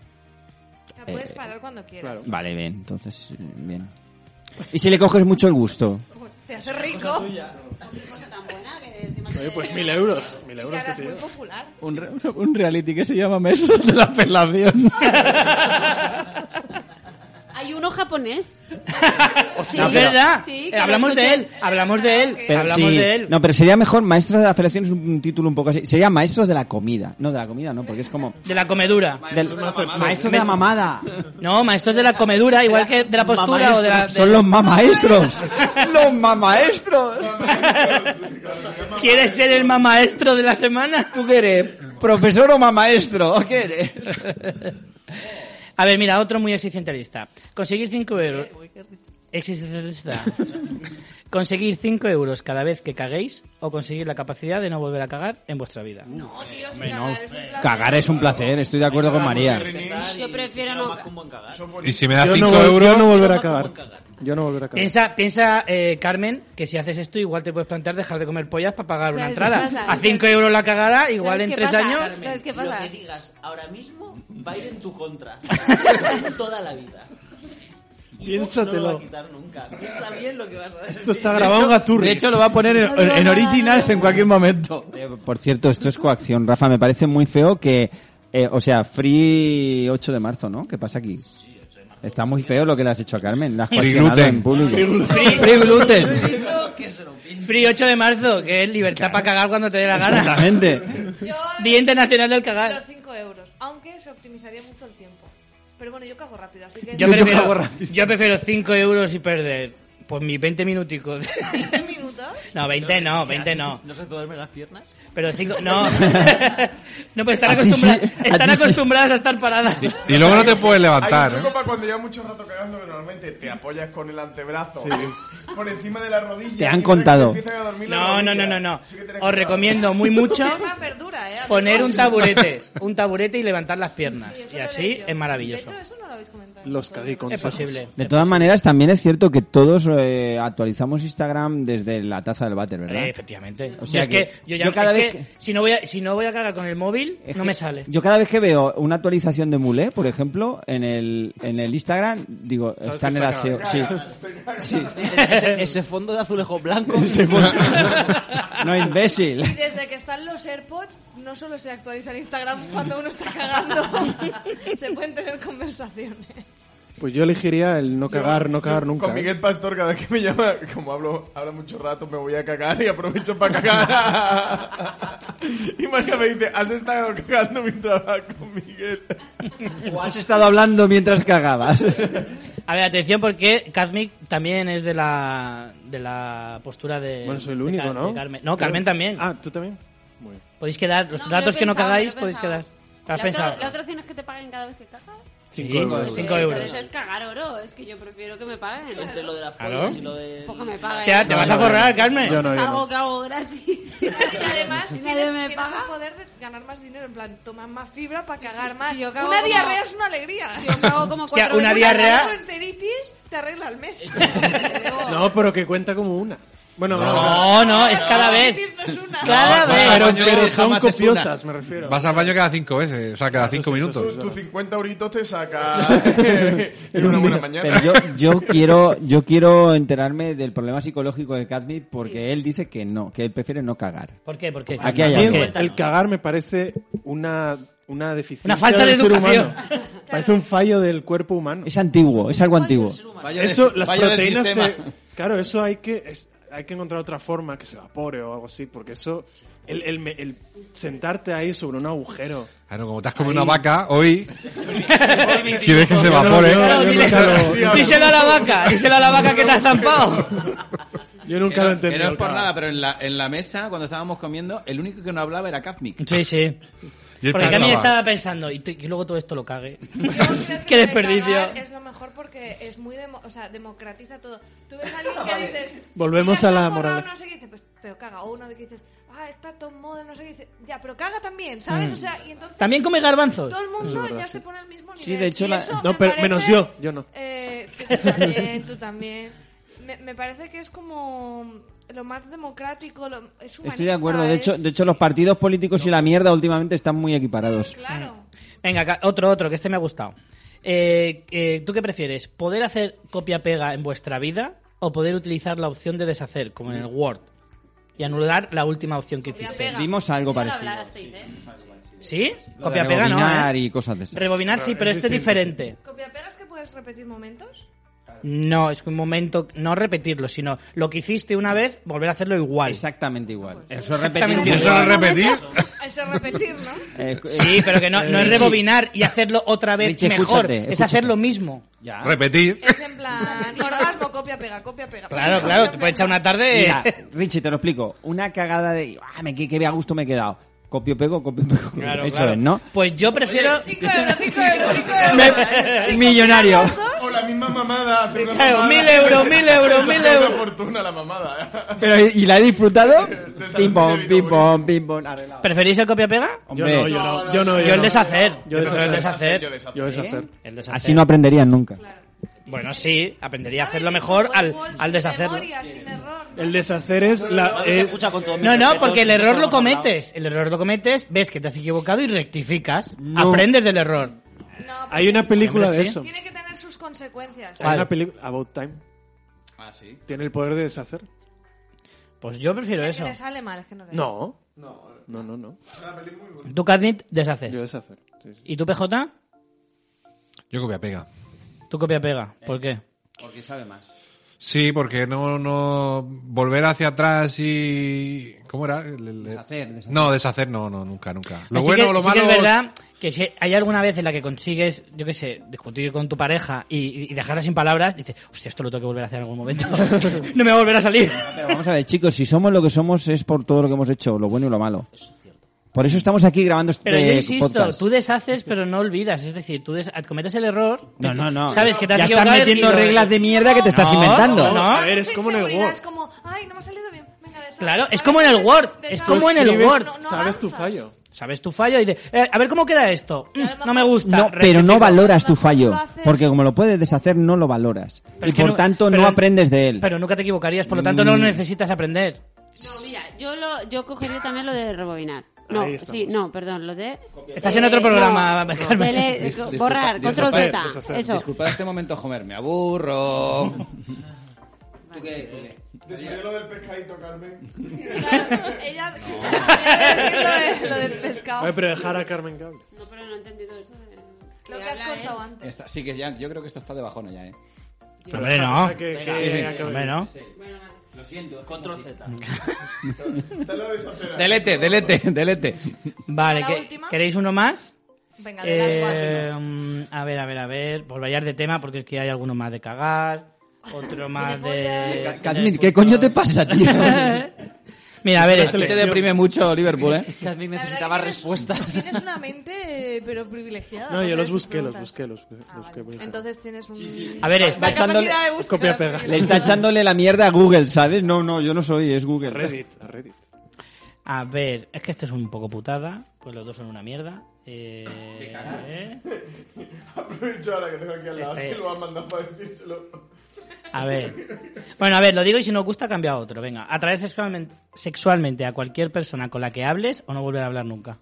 Speaker 3: La puedes parar cuando quieras.
Speaker 5: Vale, bien, entonces, eh, bien. ¿Y si le coges mucho el gusto?
Speaker 3: Te hace rico
Speaker 9: Oye, pues mil euros. Mil
Speaker 3: y te
Speaker 9: euros que
Speaker 3: harás
Speaker 9: te
Speaker 3: muy
Speaker 9: digo.
Speaker 3: popular.
Speaker 10: Un, re- un reality que se llama Mesos de la Felación.
Speaker 7: Hay uno japonés. Sí,
Speaker 2: es verdad.
Speaker 7: sí,
Speaker 2: Eh,
Speaker 7: que lo
Speaker 2: hablamos de
Speaker 7: escuché.
Speaker 2: él. Hablamos de él.
Speaker 5: Pero
Speaker 2: hablamos
Speaker 5: sí-
Speaker 2: de él.
Speaker 5: No, pero sería mejor Maestros de la Felación, es un título un poco así. Sería Maestros de la Comida. No, de la comida no, porque es como...
Speaker 2: De la comedura.
Speaker 5: del- maestros de la mamada.
Speaker 2: No, maestros de la comedura, igual que de la postura o de la... de-
Speaker 5: Son los mamaestros. los mamaestros.
Speaker 2: ¿Quieres ser el más maestro de la semana?
Speaker 5: ¿Tú qué eres? ¿Profesor o mamaestro? ¿O qué eres?
Speaker 2: A ver, mira, otro muy existencialista. Conseguir 5 euros...
Speaker 7: Eh,
Speaker 2: Existencialista. Conseguir 5 euros cada vez que caguéis o conseguir la capacidad de no volver a cagar en vuestra vida.
Speaker 3: No, tío, si cagar es un placer.
Speaker 5: Cagar es un placer, estoy de acuerdo con María.
Speaker 7: Yo prefiero no.
Speaker 8: Y si me das
Speaker 9: Yo
Speaker 8: 5
Speaker 9: no, vol-
Speaker 8: euros.
Speaker 9: yo no volver a cagar. Yo no volver a cagar.
Speaker 2: Piensa, piensa eh, Carmen, que si haces esto igual te puedes plantear dejar de comer pollas para pagar una
Speaker 7: ¿Sabes qué
Speaker 2: entrada.
Speaker 7: pasa?
Speaker 2: A 5 euros la cagada, igual
Speaker 7: ¿Sabes
Speaker 2: en
Speaker 7: qué
Speaker 2: 3
Speaker 7: pasa,
Speaker 2: años...
Speaker 7: Carmen? ¿Sabes qué pasa?
Speaker 6: Lo que digas ahora mismo va a ir en tu contra. Toda la vida.
Speaker 9: Piénsatelo.
Speaker 6: No lo va a quitar nunca. Piensa bien lo que vas a decir.
Speaker 9: Esto está grabado en Gaturri.
Speaker 10: De hecho, lo va a poner en, en Originals en cualquier momento.
Speaker 5: Eh, por cierto, esto es coacción. Rafa, me parece muy feo que... eh, o sea, Free 8 de marzo, ¿no? ¿Qué pasa aquí? Está muy feo lo que le has hecho a Carmen. La has
Speaker 8: Free
Speaker 5: coaccionado
Speaker 8: gluten.
Speaker 5: en público.
Speaker 2: Free-
Speaker 5: Free gluten.
Speaker 6: Yo he dicho que se lo piense.
Speaker 2: Free 8 de marzo, que es libertad para cagar cuando te dé la gana.
Speaker 5: Exactamente.
Speaker 3: Yo
Speaker 2: Día Internacional del
Speaker 3: los
Speaker 2: Cagar.
Speaker 3: 5 euros, aunque se optimizaría mucho el tiempo. Pero bueno, yo cago rápido, así que...
Speaker 2: Yo
Speaker 5: Yo cago
Speaker 2: prefiero,
Speaker 5: rápido.
Speaker 2: yo prefiero 5 euros y perder pues mis 20 minuticos.
Speaker 3: ¿20 minutos?
Speaker 2: No, 20 no, 20 no.
Speaker 6: ¿No se te duermen las piernas?
Speaker 2: Pero 5... No. No, pues están,
Speaker 5: A ti sí,
Speaker 2: acostumbra-
Speaker 5: a
Speaker 2: están
Speaker 5: ti sí.
Speaker 2: acostumbradas a estar paradas.
Speaker 8: Y luego no te puedes
Speaker 4: Hay
Speaker 8: levantar,
Speaker 4: un
Speaker 8: ¿eh?
Speaker 4: truco para cuando llevas mucho rato cagando que normalmente te apoyas con el antebrazo por encima de la rodilla.
Speaker 5: Te han
Speaker 4: y entonces
Speaker 5: contado.
Speaker 4: te empiezan a
Speaker 8: ¿eh?
Speaker 4: dormir las
Speaker 2: No, no, no,
Speaker 4: rodillas.
Speaker 2: no, no.
Speaker 4: Así que tenés
Speaker 2: Os
Speaker 4: cuidado.
Speaker 2: recomiendo muy mucho
Speaker 3: Es más verdura, ¿eh? amigos?
Speaker 2: poner un taburete, un taburete y levantar las piernas.
Speaker 3: Sí, eso
Speaker 2: Y
Speaker 3: lo
Speaker 2: así
Speaker 3: leí yo.
Speaker 2: es maravilloso.
Speaker 3: De hecho, eso no lo habéis comentado.
Speaker 9: Los
Speaker 3: Todavía.
Speaker 2: Es
Speaker 9: caguiconsejos.
Speaker 2: posible.
Speaker 5: De todas maneras, también es cierto que todos eh, actualizamos Instagram desde la taza del váter, ¿verdad?
Speaker 2: Eh, efectivamente.
Speaker 5: O
Speaker 2: O
Speaker 5: sea
Speaker 2: es
Speaker 5: que
Speaker 2: que yo ya
Speaker 5: yo cada
Speaker 2: es
Speaker 5: vez
Speaker 2: que
Speaker 5: que-
Speaker 2: si no voy a, si no voy a cagar con el móvil,
Speaker 5: Es
Speaker 2: no
Speaker 5: que
Speaker 2: me sale.
Speaker 5: Yo cada vez que veo una actualización de Mule, por ejemplo, en el, en el Instagram, digo, está en el aseo. Sí. Sí.
Speaker 6: Ese, ese fondo de azulejo blanco.
Speaker 5: No, imbécil.
Speaker 3: Y desde que están los AirPods, no solo se actualiza en Instagram cuando uno está cagando, se pueden tener conversaciones.
Speaker 9: Pues yo elegiría el no cagar, no cagar nunca.
Speaker 4: Con
Speaker 9: ¿eh?
Speaker 4: Miguel Pastor, cada vez que me llama, como hablo, habla mucho rato, me voy a cagar y aprovecho para cagar. y María me dice, has estado cagando mientras vas con Miguel.
Speaker 5: O has estado hablando mientras cagabas.
Speaker 2: A ver, atención porque Kazmik también es de la de la postura de
Speaker 9: Bueno, soy el
Speaker 2: de
Speaker 9: único,
Speaker 2: Car-
Speaker 9: ¿no?
Speaker 2: de Carmen. No, Carmen también.
Speaker 9: Ah, ¿tú también? Muy bien.
Speaker 2: Podéis quedar los
Speaker 7: No, me lo he
Speaker 2: ratos que no
Speaker 7: pensado, me lo he
Speaker 2: cagáis podéis
Speaker 7: pensado.
Speaker 2: quedar. ¿Te has
Speaker 7: la, otra,
Speaker 2: pensado?
Speaker 7: la otra opción es que te paguen cada vez que cagas.
Speaker 2: Sí,
Speaker 9: euros.
Speaker 2: cinco euros.
Speaker 7: Entonces es cagar oro, es que yo prefiero que me paguen.
Speaker 6: Entre lo de las
Speaker 2: Claro.
Speaker 6: piernas y lo de.
Speaker 7: Poco me paguen.
Speaker 2: Te, te
Speaker 9: No,
Speaker 2: vas a
Speaker 9: no, no.
Speaker 2: forrar, Carmen.
Speaker 9: Yo no.
Speaker 7: Eso es algo que hago gratis.
Speaker 3: Y además
Speaker 7: Si nadie
Speaker 3: tienes,
Speaker 7: me
Speaker 3: tienes
Speaker 7: paga.
Speaker 3: el poder de ganar más dinero, en plan, tomar más fibra para cagar
Speaker 7: si
Speaker 3: más.
Speaker 7: yo cago
Speaker 3: una
Speaker 7: como-
Speaker 3: diarrea es una alegría.
Speaker 7: Si yo cago como
Speaker 2: Hostia,
Speaker 7: cuatro
Speaker 2: una
Speaker 7: veces-
Speaker 2: diarrea.
Speaker 3: gastroenteritis te arregla el mes.
Speaker 9: No, pero que cuenta como una. Bueno, no,
Speaker 2: No, no, es cada vez.
Speaker 3: Gastroenteritis no es una.
Speaker 2: Cada
Speaker 8: Vas al
Speaker 2: vez.
Speaker 9: pero,
Speaker 8: baño
Speaker 9: pero son
Speaker 10: jamás es
Speaker 9: copiosas, me refiero.
Speaker 8: Vas al baño cada cinco veces, o sea, cada cinco
Speaker 9: sí, eso
Speaker 8: minutos.
Speaker 9: sí.
Speaker 4: Tus 50 euritos te saca en una
Speaker 5: Pero
Speaker 4: buena mañana.
Speaker 5: yo, yo quiero yo quiero enterarme del problema psicológico de Cadmi porque él dice que no, que él prefiere no cagar.
Speaker 2: ¿Por qué? ¿Por qué?
Speaker 5: Aquí hay
Speaker 9: Bien,
Speaker 5: algo.
Speaker 2: ¿Qué?
Speaker 9: el cagar me parece una, una deficiencia.
Speaker 2: Una falta de
Speaker 9: del ser
Speaker 2: educación.
Speaker 9: humano. Parece un fallo del cuerpo humano.
Speaker 5: Es antiguo, es algo antiguo.
Speaker 10: Fallo del-
Speaker 9: Eso, las
Speaker 10: fallo del
Speaker 9: proteínas.
Speaker 10: sistema.
Speaker 9: se- claro, eso hay que, es- hay que encontrar otra forma que se evapore o algo así, porque eso. El, el me- el sentarte ahí sobre un agujero.
Speaker 8: Claro, como te has comido
Speaker 9: Ahí.
Speaker 8: una vaca hoy, quieres que se evapore.
Speaker 9: Yo no- yo
Speaker 2: Dile-
Speaker 9: nunca lo- yo
Speaker 2: díselo a la vaca, díselo a la vaca que te has zampado.
Speaker 9: Yo nunca
Speaker 10: Que
Speaker 9: lo
Speaker 10: no-
Speaker 9: entendí.
Speaker 10: que no es por nada, pero en la, en la mesa, cuando estábamos comiendo, el único que no hablaba era Kazmik.
Speaker 2: Sí, sí.
Speaker 8: Y él
Speaker 2: Porque
Speaker 8: pensaba,
Speaker 2: Carmen estaba pensando, y, te- y luego todo esto lo cague.
Speaker 3: Yo creo que
Speaker 2: Qué
Speaker 3: lo de
Speaker 2: desperdicio.
Speaker 3: cagar eh, Es lo mejor porque es muy demo- o sea, democratiza todo. Tú ves a alguien que dices.
Speaker 9: Volvemos
Speaker 3: "Mira,
Speaker 9: a la
Speaker 3: está forrado",
Speaker 9: moral.
Speaker 3: No sé qué dice, pues, pero caga. O uno de que dices, ah, está todo moda, no sé qué dice. Ya, pero caga también, ¿sabes? O sea, y entonces.
Speaker 2: Mm. ¿También come garbanzos?
Speaker 3: Todo el mundo ya se pone al mismo nivel.
Speaker 5: Sí, de hecho,
Speaker 3: Y
Speaker 5: la-
Speaker 3: eso
Speaker 9: No,
Speaker 3: me
Speaker 9: pero menos
Speaker 3: parece-
Speaker 9: yo, yo no.
Speaker 3: Eh, tú también, tú también. Me, me parece que es como lo más democrático, lo, es humanista.
Speaker 5: Estoy de acuerdo, de hecho,
Speaker 3: es-
Speaker 5: de hecho los partidos políticos y la mierda últimamente están muy equiparados.
Speaker 3: Claro.
Speaker 2: Mm. Venga, ca- otro, otro, que este me ha gustado. Eh, eh, ¿Tú qué prefieres? ¿Poder hacer copia-pega en vuestra vida o poder utilizar la opción de deshacer, como
Speaker 5: Mm.
Speaker 2: en el Word? Y anular la última opción que hiciste.
Speaker 7: Copia-pega.
Speaker 5: Vimos algo
Speaker 7: Ya lo
Speaker 5: parecido.
Speaker 7: hablasteis, ¿eh?
Speaker 2: ¿Sí?
Speaker 5: Lo de
Speaker 2: Copia-pega no.
Speaker 5: rebobinar
Speaker 2: ¿eh?
Speaker 5: y cosas de esas.
Speaker 2: Rebobinar sí, pero este es diferente.
Speaker 3: ¿Copia pegas que puedes repetir momentos?
Speaker 2: No, es que un momento, no repetirlo, sino lo que hiciste una vez, volver a hacerlo igual.
Speaker 5: Exactamente igual. Eso es
Speaker 2: Exactamente
Speaker 5: repetir.
Speaker 2: igual.
Speaker 8: ¿Eso lo repetir?
Speaker 3: Eso es repetir, ¿no?
Speaker 5: Eh, eh,
Speaker 2: Sí, pero que no, no es rebobinar y hacerlo otra vez
Speaker 5: Richie,
Speaker 2: mejor,
Speaker 5: escúchate,
Speaker 2: es
Speaker 5: escúchate.
Speaker 2: hacer lo mismo.
Speaker 5: ya.
Speaker 8: Repetir.
Speaker 3: Es en plan, Ah, orgasmo, copia, pega, copia, pega.
Speaker 2: Claro, claro, te puedes echar una tarde.
Speaker 5: Mira, Richie, te lo explico. Una cagada de. ¡Ah, me, qué, qué a gusto me he quedado! Copio, pego, copio, pego.
Speaker 2: Claro,
Speaker 5: Eso
Speaker 2: claro.
Speaker 5: es, ¿no?
Speaker 2: Pues yo prefiero.
Speaker 3: 5 euros, 5 euros, 5 euros.
Speaker 5: Me- millonario.
Speaker 3: Los dos,
Speaker 4: O la misma mamada. hacer una
Speaker 2: Claro,
Speaker 4: mamada.
Speaker 2: mil euros, mil euros,
Speaker 4: Te
Speaker 2: mil
Speaker 4: saca
Speaker 2: euros.
Speaker 4: una fortuna la mamada.
Speaker 5: Pero, ¿y la he disfrutado?
Speaker 4: Te sale
Speaker 5: pim, pom,
Speaker 4: un
Speaker 5: pim,
Speaker 4: dedito,
Speaker 5: pom, pim, pom. Arreglado.
Speaker 2: ¿Preferís el copia-pega?
Speaker 9: Yo
Speaker 5: Hombre,
Speaker 9: no, yo no. Yo, no,
Speaker 2: Yo el
Speaker 9: no.
Speaker 2: deshacer.
Speaker 9: Yo
Speaker 2: Yo prefiero el deshacer.
Speaker 4: Yo deshacer.
Speaker 9: Yo deshacer.
Speaker 2: El deshacer.
Speaker 5: así no aprenderías nunca.
Speaker 2: Bueno, sí, aprendería a hacerlo mejor al, al deshacerlo.
Speaker 3: Memoria, sin error. ¿no?
Speaker 9: El deshacer es la. es-
Speaker 6: Escucha, con todo mi
Speaker 2: No, no,
Speaker 6: respeto,
Speaker 2: porque el
Speaker 6: si
Speaker 2: error lo
Speaker 6: estamos hablando-
Speaker 2: cometes. El error lo cometes, ves que te has equivocado y rectificas.
Speaker 5: No.
Speaker 2: Aprendes del error.
Speaker 3: No,
Speaker 9: hay una película
Speaker 2: Hombre,
Speaker 9: de
Speaker 2: sí.
Speaker 9: eso.
Speaker 3: Tiene que tener sus consecuencias.
Speaker 9: Hay una película, About Time,
Speaker 10: Ah, sí.
Speaker 9: ¿tiene el poder de deshacer?
Speaker 2: Pues yo prefiero
Speaker 3: Es que
Speaker 2: eso.
Speaker 3: le sale mal, es que no le
Speaker 9: No. No, no, no.
Speaker 2: Tú, Katnit, deshaces.
Speaker 9: Yo deshacer. Sí, sí.
Speaker 2: ¿Y tú, PJ?
Speaker 8: Yo copia pega.
Speaker 2: Tú copia-pega. ¿Por qué?
Speaker 10: Porque sabe más.
Speaker 8: Sí, porque no, no volver hacia atrás y ¿cómo era? El- el-
Speaker 10: Deshacer, deshacer.
Speaker 8: No, deshacer no, no, nunca, nunca. Lo
Speaker 2: Así
Speaker 8: bueno,
Speaker 2: que,
Speaker 8: lo
Speaker 2: sí que
Speaker 8: malo.
Speaker 2: es verdad que si hay alguna vez en la que consigues, yo qué sé, discutir con tu pareja y, y dejarla sin palabras, dices, hostia, esto lo tengo que volver a hacer en algún momento. no me va a volver a salir.
Speaker 5: Pero vamos a ver, chicos, si somos lo que somos es por todo lo que hemos hecho, lo bueno y lo malo. Por eso estamos aquí grabando este
Speaker 2: Pero yo insisto,
Speaker 5: podcast.
Speaker 2: tú deshaces pero no olvidas. Es decir, tú des- cometes el error.
Speaker 5: No, no, no.
Speaker 2: Sabes que te has
Speaker 5: ya estás
Speaker 2: equivocado y
Speaker 5: metiendo
Speaker 2: lo-
Speaker 5: reglas de mierda que te estás
Speaker 2: No,
Speaker 5: inventando.
Speaker 2: no, no.
Speaker 9: A ver, es
Speaker 3: Esa
Speaker 9: como en el
Speaker 3: inseguridad
Speaker 9: Word.
Speaker 3: Pues Es como, ay, no me ha salido bien. Venga, deshago.
Speaker 2: Claro, es
Speaker 3: A
Speaker 2: como en
Speaker 3: ver,
Speaker 2: el Word,
Speaker 3: deshago.
Speaker 2: es como en el
Speaker 9: Escribes,
Speaker 2: Word.
Speaker 3: No, no
Speaker 9: sabes tu
Speaker 3: avanzas.
Speaker 9: fallo.
Speaker 2: Sabes tu fallo y dices, "Eh, a ver cómo queda esto. Mm,
Speaker 3: Claro,
Speaker 2: no me gusta.
Speaker 5: No, pero
Speaker 2: rectifico.
Speaker 5: no valoras tu
Speaker 3: No lo
Speaker 5: fallo,
Speaker 3: haces.
Speaker 5: porque como lo puedes deshacer, no lo valoras.
Speaker 2: Pero
Speaker 5: y
Speaker 2: es que
Speaker 5: por
Speaker 2: no-
Speaker 5: tanto
Speaker 2: pero-
Speaker 5: no aprendes de él. Mm.
Speaker 2: Pero nunca te equivocarías, por lo tanto no necesitas aprender.
Speaker 7: No, mira, yo, lo, yo cogería también lo de rebobinar. No,
Speaker 9: Ahí estamos.
Speaker 7: sí, no, perdón, lo de... Eh,
Speaker 2: Estás en otro programa, Carmen.
Speaker 7: dele-
Speaker 10: Dis- disculpa-
Speaker 7: borrar, control
Speaker 10: deshacer,
Speaker 7: Z,
Speaker 9: deshacer.
Speaker 2: pues,
Speaker 7: eso.
Speaker 10: Disculpad este momento, Homer, me aburro. ¿Tú qué? ¿Tú qué?
Speaker 4: Deshacer lo del pescadito, Carmen.
Speaker 3: Claro, ella ella diciendo lo del
Speaker 9: Oye,
Speaker 3: pescado.
Speaker 9: pero dejar a Carmen Cable.
Speaker 7: No, pero no he entendido eso.
Speaker 3: Lo que has contado
Speaker 7: ¿eh?
Speaker 3: antes.
Speaker 10: Esta- sí que ya, yo creo que esto está de bajona ya, eh.
Speaker 2: Hombre, no.
Speaker 9: Deja que- que
Speaker 10: sí, sí,
Speaker 9: acabe.
Speaker 2: Hombre, no.
Speaker 10: Lo siento,
Speaker 6: Control Z.
Speaker 4: Está lo de deshacer.
Speaker 10: Delete, delete, delete.
Speaker 2: Vale,
Speaker 3: La
Speaker 2: que-
Speaker 3: última.
Speaker 2: ¿queréis uno más?
Speaker 3: Venga, de las
Speaker 2: Eh, mm, a ver, a ver, a ver. Por variar de tema, porque es que hay alguno más de cagar. Otro más de.
Speaker 5: Ca- Kazmir, ¿qué coño te pasa, tío?
Speaker 2: Mira, a ver,
Speaker 10: Se te
Speaker 2: este.
Speaker 10: deprime mucho Liverpool, eh.
Speaker 6: Kazmir
Speaker 3: La verdad
Speaker 6: necesitaba
Speaker 3: que tienes-
Speaker 6: respuestas.
Speaker 3: Tienes una mente, eh, pero privilegiada.
Speaker 9: No, yo los busqué, los
Speaker 3: preguntas.
Speaker 9: busqué, los busqué.
Speaker 3: Ah,
Speaker 9: los
Speaker 3: vale.
Speaker 9: busqué por internet.
Speaker 3: Entonces tienes un...
Speaker 2: A ver,
Speaker 3: la
Speaker 2: este.
Speaker 5: Va echándole-
Speaker 3: capacidad de búsqueda
Speaker 9: copia pega.
Speaker 5: Le
Speaker 3: privilegiada.
Speaker 5: está echándole la mierda a Google, ¿sabes? No, no, yo no soy, es Google.
Speaker 9: Reddit, a Reddit.
Speaker 2: A ver, es que este es un poco putada. Pues los dos son una mierda. Eh,
Speaker 4: Aprovecho ahora que tengo aquí al lado
Speaker 2: Este-
Speaker 4: que lo han mandado para decírselo.
Speaker 2: A ver. Bueno, a ver, lo digo y si no os gusta, cambia a otro. Venga, atraer sexualmente, sexualmente a cualquier persona con la que hables o no volver a hablar nunca.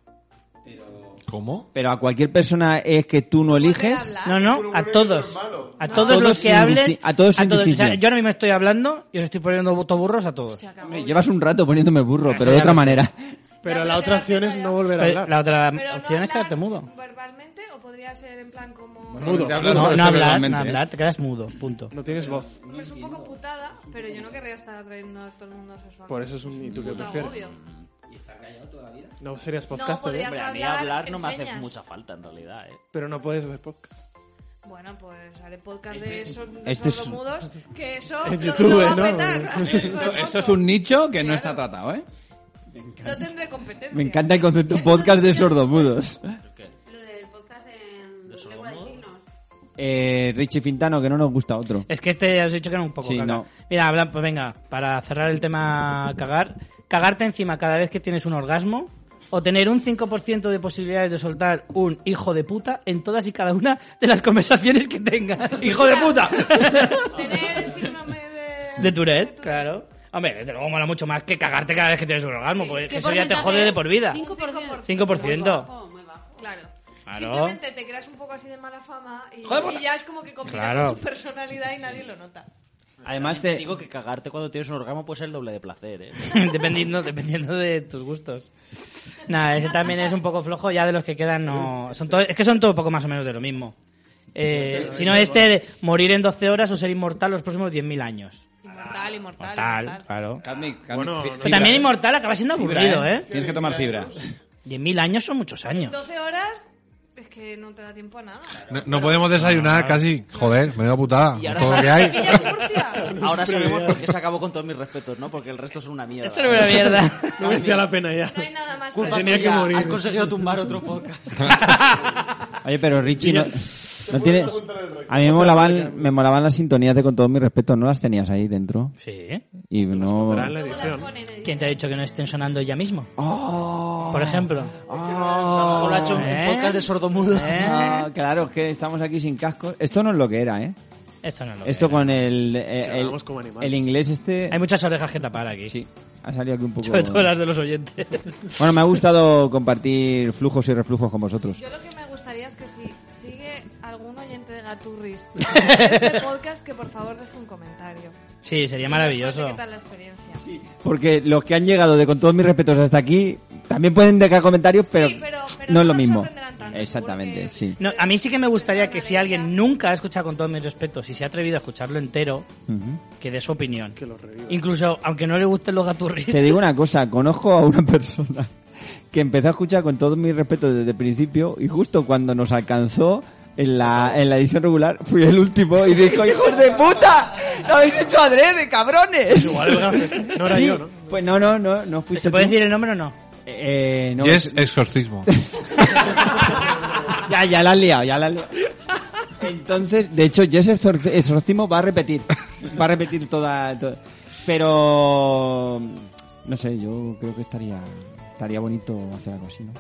Speaker 8: ¿Cómo?
Speaker 5: Pero a cualquier persona es que tú no eliges.
Speaker 2: No,
Speaker 3: hablar?
Speaker 2: no, a todos. A todos
Speaker 5: todos
Speaker 2: los que
Speaker 5: sin
Speaker 2: hables.
Speaker 5: disti- a todos sin
Speaker 2: O sea,
Speaker 5: distinción.
Speaker 2: yo ahora mismo estoy hablando y os estoy poniendo botoburros a todos.
Speaker 5: Hombre, Llevas un rato poniéndome burro,
Speaker 2: Eso
Speaker 5: pero de
Speaker 2: ya
Speaker 5: otra
Speaker 2: lo sé.
Speaker 5: manera.
Speaker 9: Pero
Speaker 3: pero
Speaker 9: la
Speaker 3: te
Speaker 9: otra
Speaker 3: das
Speaker 9: opción
Speaker 3: cuenta
Speaker 9: es
Speaker 3: ya.
Speaker 9: no volver a
Speaker 2: Pero
Speaker 9: hablar.
Speaker 2: la otra
Speaker 3: Pero no
Speaker 2: opción es
Speaker 3: hablar
Speaker 2: quedarte mudo.
Speaker 3: ¿Verbalmente o podría ser en plan como...
Speaker 8: Te hablas
Speaker 2: No,
Speaker 8: sobre
Speaker 2: no
Speaker 8: eso
Speaker 2: hablar,
Speaker 8: verbalmente,
Speaker 2: no
Speaker 8: ¿eh?
Speaker 2: hablar, te quedas mudo, punto.
Speaker 9: No tienes voz.
Speaker 3: Pues Es un poco putada, pero yo no querría estar atrayendo a todo el mundo sexualmente.
Speaker 9: Por eso es un... ¿Y tú qué
Speaker 3: Puto
Speaker 9: prefieres?
Speaker 3: agobio.
Speaker 9: No serías
Speaker 3: No,
Speaker 9: podcaster, ¿eh?
Speaker 3: podrías
Speaker 6: Hombre, a mí
Speaker 3: hablar,
Speaker 6: hablar no me hace
Speaker 3: enseñas.
Speaker 6: mucha falta en realidad, eh.
Speaker 9: Pero no puedes hacer podcast.
Speaker 3: Bueno, pues haré podcast de, esos de
Speaker 5: este es-
Speaker 3: sordomudos, que eso
Speaker 9: En
Speaker 3: lo-
Speaker 9: YouTube,
Speaker 3: lo, va a
Speaker 9: ¿no?
Speaker 3: petar.
Speaker 10: Eso, eso es un nicho que no está tratado, eh.
Speaker 3: No tendré competencia.
Speaker 5: Me encanta el concepto podcast de sordomudos.
Speaker 7: Lo del podcast en lengua de signos.
Speaker 5: Eh, Richie Fintano, que no nos gusta otro.
Speaker 2: Es que este ya os he dicho que era un poco
Speaker 5: Sí,
Speaker 2: caca.
Speaker 5: no.
Speaker 2: Mira, habla, pues venga, para cerrar el tema cagar, cagarte encima cada vez que tienes un orgasmo o tener un 5% de posibilidades de soltar un hijo de puta en todas y cada una de las conversaciones que tengas. ¡Hijo de puta!
Speaker 3: Tener el síndrome de...
Speaker 2: de Tourette, claro. Hombre, desde luego mola mucho más que cagarte cada vez que tienes un orgasmo,
Speaker 3: Sí,
Speaker 2: porque
Speaker 7: ¿Qué
Speaker 2: eso ya te
Speaker 7: porcentaje
Speaker 2: jode de
Speaker 7: es?
Speaker 2: por vida.
Speaker 7: 5%.
Speaker 2: 5%.
Speaker 7: Muy bajo, muy bajo.
Speaker 3: Claro.
Speaker 2: Claro.
Speaker 3: Simplemente te creas un poco así de mala fama y,
Speaker 10: Joder, puta.
Speaker 3: y ya es como que combina
Speaker 2: Claro.
Speaker 3: con tu personalidad y nadie lo nota.
Speaker 5: Además,
Speaker 6: Te
Speaker 5: te,
Speaker 6: digo que cagarte cuando tienes un orgasmo puede ser el doble de placer, eh.
Speaker 2: dependiendo, dependiendo de tus gustos. Nada, ese también es un poco flojo, ya de los que quedan no... Son todo- es que son todo poco más o menos de lo mismo. Eh, sino este de morir en 12 horas o ser inmortal los próximos 10.000 años.
Speaker 3: Inmortal, inmortal,
Speaker 2: Mortal,
Speaker 3: inmortal.
Speaker 2: claro.
Speaker 10: Cadmic, Cadmic,
Speaker 9: Bueno,
Speaker 10: fi- fibra,
Speaker 9: no-
Speaker 10: ¿eh?
Speaker 2: Pero también inmortal acaba siendo
Speaker 10: fibra,
Speaker 2: aburrido, ¿eh?
Speaker 10: Tienes que tomar fibra.
Speaker 2: 10.000 años son muchos años.
Speaker 3: 12 horas es que no te da tiempo a nada.
Speaker 8: No, no podemos desayunar casi. Joder, menuda putada.
Speaker 6: Y ahora-
Speaker 8: Todo lo que
Speaker 3: ¿Y
Speaker 8: hay.
Speaker 3: ya Murcia?
Speaker 6: Ahora sabemos por qué se acabó con todos mis respetos, ¿no? Porque el resto son una mierda.
Speaker 2: Eso no es una mierda.
Speaker 9: No merecía la pena ya.
Speaker 3: No hay nada más.
Speaker 6: Culpa
Speaker 3: para-
Speaker 9: Tenía
Speaker 6: tuya,
Speaker 9: que morir.
Speaker 6: Has conseguido tumbar otro podcast.
Speaker 5: Oye, pero Richie, no, no tienes... A mí me molaban, me molaban las sintonías de Con Todo Mi Respeto, ¿no las tenías ahí dentro?
Speaker 2: Sí.
Speaker 5: Y no...
Speaker 9: Pondrán la edición.
Speaker 2: ¿Quién te ha dicho que no estén sonando ya mismo? Por ejemplo.
Speaker 6: Oh. Ahora ha hecho un
Speaker 2: ¿Eh?
Speaker 6: podcast de sordomudo.
Speaker 5: Ah, claro, es que estamos aquí sin casco. Esto no es lo que era, ¿eh?
Speaker 2: Esto no lo
Speaker 5: Esto
Speaker 2: veo.
Speaker 5: con el... eh,
Speaker 9: Que
Speaker 5: el,
Speaker 9: hablamos como animales.
Speaker 5: el inglés este...
Speaker 2: Hay muchas orejas que tapar aquí.
Speaker 5: Sí, ha salido aquí un poco...
Speaker 2: Sobre todo las de los oyentes.
Speaker 5: Bueno, me ha gustado compartir flujos y reflujos con vosotros.
Speaker 3: Yo lo que me gustaría es que si sigue algún oyente de megaturris de podcast que por favor deje un comentario.
Speaker 2: Sí, sería
Speaker 3: Y nos
Speaker 2: maravilloso.
Speaker 3: cuente ¿Qué tal la experiencia? Sí,
Speaker 5: Porque los que han llegado, de con todos mis respetos hasta aquí, también pueden dejar comentarios, pero,
Speaker 3: pero, pero
Speaker 5: no es lo
Speaker 3: nos
Speaker 5: mismo.
Speaker 3: sorprenderán tanto,
Speaker 5: Exactamente,
Speaker 3: porque-
Speaker 5: sí.
Speaker 2: No, a mí sí que me gustaría que si alguien nunca ha escuchado con todos mis respetos y se ha atrevido a escucharlo entero,
Speaker 5: Ujú.
Speaker 2: que dé su opinión. Incluso aunque no le gusten los gaturris.
Speaker 5: Te digo una cosa, conozco a una persona que empezó a escuchar con todo mi respeto desde el principio y justo cuando nos alcanzó en la, en la edición regular fui el último y dijo, hijos de puta, lo habéis hecho adrede, cabrones.
Speaker 9: No era
Speaker 5: Sí,
Speaker 9: yo, ¿no?
Speaker 5: Pues no, no, no, no fuiste
Speaker 2: ¿Se puede
Speaker 5: tú.
Speaker 2: decir el nombre o no?
Speaker 5: Eh, no,
Speaker 8: Y es exorcismo.
Speaker 5: Ya, ya la has liado, ya la has liado. Entonces, de hecho, Jess Exor- Exorcismo va a repetir. Va a repetir toda, toda- Pero... No sé, yo creo que estaría estaría bonito hacer algo así, ¿no?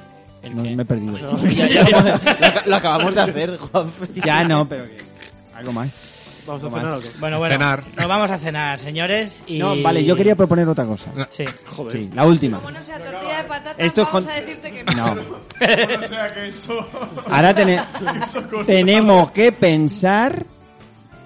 Speaker 2: ¿El
Speaker 5: No,
Speaker 2: qué?
Speaker 5: me he perdido.
Speaker 6: Ya, ya, lo, lo acabamos de hacer, Juan.
Speaker 5: Ya no, pero que- algo más.
Speaker 9: Vamos a
Speaker 5: Tomás.
Speaker 9: cenar algo.
Speaker 2: Bueno, bueno.
Speaker 8: Cenar.
Speaker 2: Nos vamos a cenar, señores. Y...
Speaker 5: No, vale, yo quería proponer otra cosa.
Speaker 2: Sí.
Speaker 5: Sí, la última.
Speaker 3: Como no sea tortilla de patata,
Speaker 5: Esto es
Speaker 3: vamos
Speaker 5: con-
Speaker 3: a decirte que no.
Speaker 5: No.
Speaker 4: O sea que eso.
Speaker 5: Ahora tene- tenemos que pensar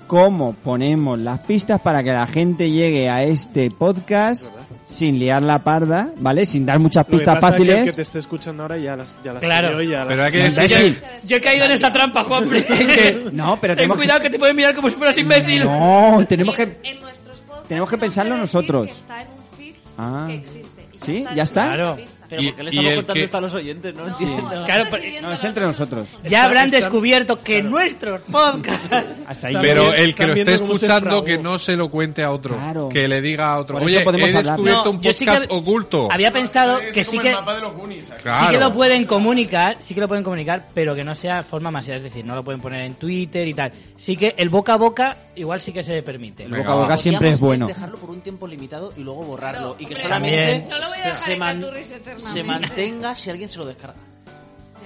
Speaker 5: cómo ponemos las pistas para que la gente llegue a este podcast sin liar la parda, ¿vale? Sin dar muchas
Speaker 9: Lo que
Speaker 5: pistas
Speaker 9: pasa es que el que
Speaker 5: fáciles.
Speaker 9: te esté escuchando ahora ya las ya las
Speaker 2: Claro.
Speaker 9: leyó y ya las-
Speaker 8: Pero hay que decir que-
Speaker 5: Imbécil.
Speaker 2: Yo he caído en esta trampa, Juan.
Speaker 5: No, pero
Speaker 2: Ten
Speaker 5: tenemos que...
Speaker 2: cuidado que te pueden mirar como si fueras imbécil.
Speaker 5: No, tenemos que...
Speaker 3: En nuestros podcasts
Speaker 5: tenemos que
Speaker 3: no
Speaker 5: pensarlo
Speaker 3: se decir
Speaker 5: nosotros.
Speaker 3: que está en un feed
Speaker 5: Ah.
Speaker 3: que existe. Y
Speaker 5: ¿Sí?
Speaker 3: es
Speaker 5: ¿Ya
Speaker 3: una
Speaker 5: está?
Speaker 2: Claro.
Speaker 3: pista.
Speaker 6: Pero
Speaker 8: Y-
Speaker 6: porque le
Speaker 8: y
Speaker 6: estamos
Speaker 8: el
Speaker 6: contando
Speaker 8: que-
Speaker 6: esto a los oyentes, no,
Speaker 3: No,
Speaker 6: entiendo.
Speaker 3: estamos
Speaker 2: Claro, pero-
Speaker 3: decidiendo
Speaker 5: No, es entre
Speaker 3: nosotros.
Speaker 5: nosotros.
Speaker 2: Ya habrán descubierto que nuestros podcasts.
Speaker 5: Hasta ahí.
Speaker 8: Pero el que
Speaker 9: Están
Speaker 8: lo esté
Speaker 9: viendo cómo se
Speaker 8: escuchando,
Speaker 9: fraguó.
Speaker 8: que no se lo cuente a otro.
Speaker 5: Claro.
Speaker 8: Que le diga a otro.
Speaker 5: Por eso
Speaker 8: Oye,
Speaker 5: podemos
Speaker 8: he
Speaker 5: hablar".
Speaker 8: descubierto
Speaker 2: No,
Speaker 8: un
Speaker 2: yo
Speaker 8: podcast
Speaker 2: sí que-
Speaker 8: oculto.
Speaker 2: Había pensado que
Speaker 4: es
Speaker 2: sí
Speaker 4: como
Speaker 2: que
Speaker 4: el mapa de los Goonies. ¿sabes?
Speaker 8: Claro.
Speaker 2: Sí que lo pueden comunicar, sí que lo pueden comunicar, pero que no sea forma masiva, es decir, no lo pueden poner en Twitter y tal. Sí que el boca a boca igual sí que se permite.
Speaker 8: Venga,
Speaker 5: Boca a boca
Speaker 8: va.
Speaker 5: siempre es bueno.
Speaker 6: dejarlo por un tiempo limitado y luego borrarlo.
Speaker 3: Claro,
Speaker 6: y que
Speaker 3: hombre,
Speaker 6: solamente
Speaker 2: también.
Speaker 3: No lo voy a dejar
Speaker 6: se,
Speaker 3: en
Speaker 6: man-
Speaker 3: Caturris
Speaker 6: se
Speaker 3: eternamente.
Speaker 6: mantenga si alguien se lo descarga.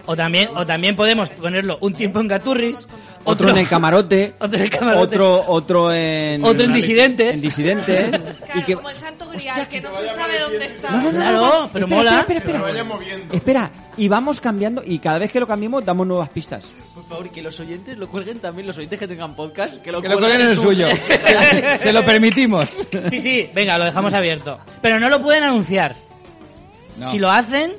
Speaker 2: O también, o también podemos ponerlo un tiempo en Gaturris,
Speaker 5: Otro en el camarote.
Speaker 2: otro en el camarote.
Speaker 5: Otro, otro en...
Speaker 2: Otro en disidentes.
Speaker 5: En disidentes.
Speaker 3: Claro,
Speaker 5: y que...
Speaker 3: como el santo grial, que no se sabe dónde está.
Speaker 5: No, no, no,
Speaker 2: Claro,
Speaker 5: no, no.
Speaker 2: pero
Speaker 5: Espera,
Speaker 2: mola.
Speaker 5: Espera,
Speaker 4: Que se
Speaker 5: espera,
Speaker 4: vaya
Speaker 5: espera.
Speaker 4: moviendo.
Speaker 5: Espera, y vamos cambiando y cada vez que lo cambiemos damos nuevas pistas.
Speaker 6: Por favor, que los oyentes lo cuelguen también, los oyentes que tengan podcast, que lo,
Speaker 10: Que lo cuelguen en el
Speaker 6: su-
Speaker 10: suyo. Se- Se lo permitimos.
Speaker 2: Sí, sí, venga, lo dejamos abierto. Pero no lo pueden anunciar.
Speaker 10: No.
Speaker 2: Si lo hacen,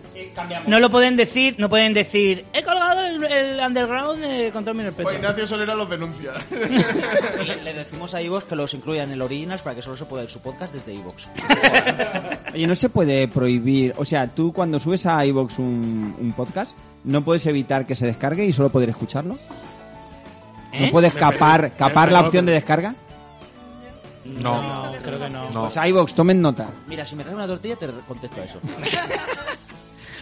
Speaker 2: no lo pueden decir, no pueden decir, he colgado el, el underground eh, con todo mi respeto.
Speaker 4: Pues Ignacio Solera los denuncia.
Speaker 6: Y Le, le decimos a Evox que los incluyan en el Originals para que solo se pueda ver su podcast desde Evox.
Speaker 5: Oye, no se puede prohibir, o sea, tú cuando subes a iVoox un, un podcast, no puedes evitar que se descargue y solo poder escucharlo.
Speaker 2: ¿Eh?
Speaker 5: No puedes capar, capar la opción de descarga.
Speaker 8: No,
Speaker 2: Creo que no.
Speaker 8: no.
Speaker 5: Pues iVoox, tomen nota.
Speaker 6: Mira, si me traes una tortilla, te contesto a eso.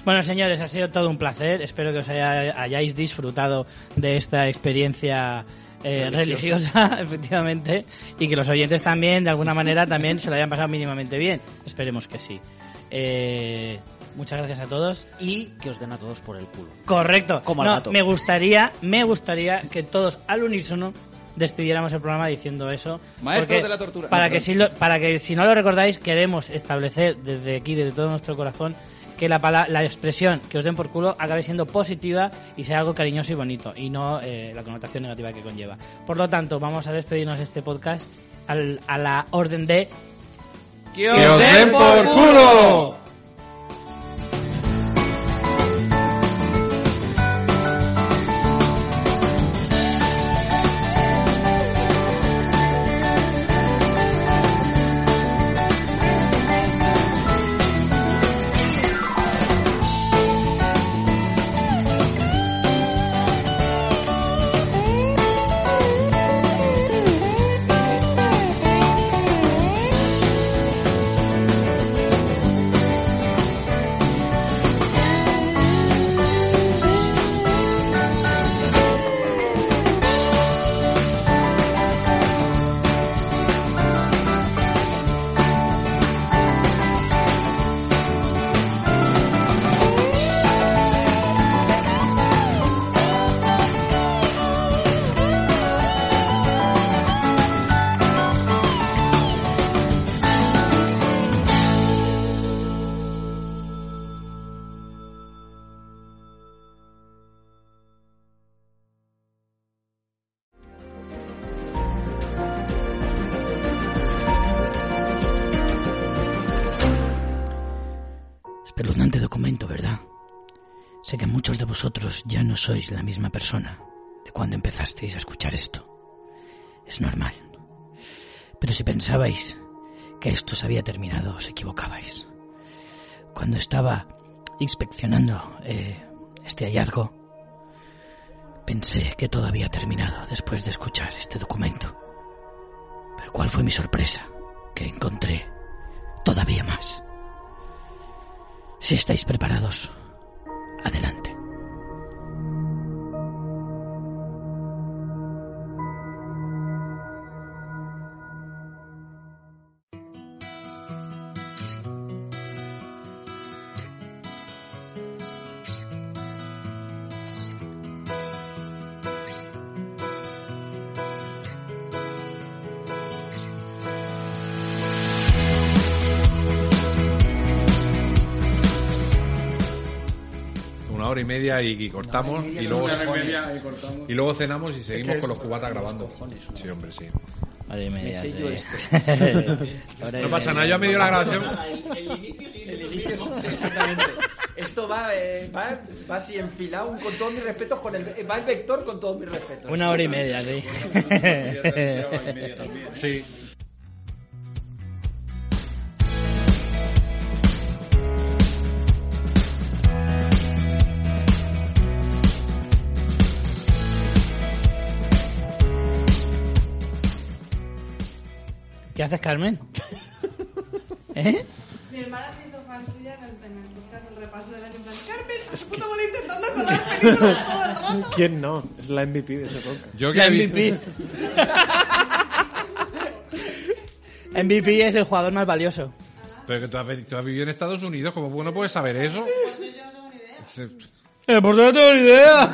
Speaker 2: Bueno, señores, ha sido todo un placer. Espero que os haya- hayáis disfrutado de esta experiencia eh, religiosa. efectivamente, y que los oyentes también, de alguna manera, también se lo hayan pasado mínimamente bien. Esperemos que sí. Eh, muchas gracias a todos.
Speaker 6: Y que os den a todos por el culo.
Speaker 2: Correcto.
Speaker 6: Como al
Speaker 2: no,
Speaker 6: gato.
Speaker 2: me gustaría, me gustaría que todos al unísono despidiéramos el programa diciendo eso.
Speaker 10: Maestros
Speaker 2: porque
Speaker 10: de la tortura.
Speaker 2: Para que, si lo- para que si no lo recordáis, queremos establecer desde aquí, desde todo nuestro corazón, que la, pala- la expresión que os den por culo acabe siendo positiva y sea algo cariñoso y bonito, y no eh, la connotación negativa que conlleva. Por lo tanto, vamos a despedirnos de este podcast al- a la orden de...
Speaker 10: ¡Que
Speaker 8: ¡Que os den por culo!
Speaker 11: Thank you.
Speaker 1: importante documento, ¿verdad? Sé que muchos de vosotros ya no sois la misma persona de cuando empezasteis a escuchar esto. Es normal. Pero si pensabais que esto se había terminado, os equivocabais. Cuando estaba inspeccionando eh, este hallazgo, pensé que todo había terminado después de escuchar este documento. Pero cuál fue mi sorpresa, que encontré todavía más. Si estáis preparados, adelante.
Speaker 8: Una hora y media y, y cortamos y, luego y luego cenamos y seguimos con los cubatas grabando. Sí, hombre, sí.
Speaker 2: Hora y media,
Speaker 6: sé
Speaker 2: sí.
Speaker 6: yo esto.
Speaker 2: Hora y
Speaker 8: No
Speaker 2: media.
Speaker 8: pasa nada, yo a medio de la grabación.
Speaker 6: El, el inicio sí, el inicio sí, exactamente. Esto va, eh, va, va así enfilado, un- con todos mis respetos, con el, eh, va el vector con todos mis respetos.
Speaker 2: Una hora y media, sí.
Speaker 6: ¿eh?
Speaker 8: Sí.
Speaker 2: ¿Qué haces, Carmen? ¿Eh?
Speaker 3: Mi hermana se hizo fan suya en el, en el podcast del repaso del año. En plan, Carmen, a su puta bola intentando colar películas todo el rato.
Speaker 9: ¿Quién no? Es la MVP de ese podcast.
Speaker 8: Yo que
Speaker 2: La
Speaker 8: he vi-
Speaker 2: MVP. MVP es el jugador más valioso.
Speaker 8: Pero que tú has, veni- tú has vivido en Estados Unidos, ¿cómo no puedes saber eso?
Speaker 2: Eh, por no tengo ni idea.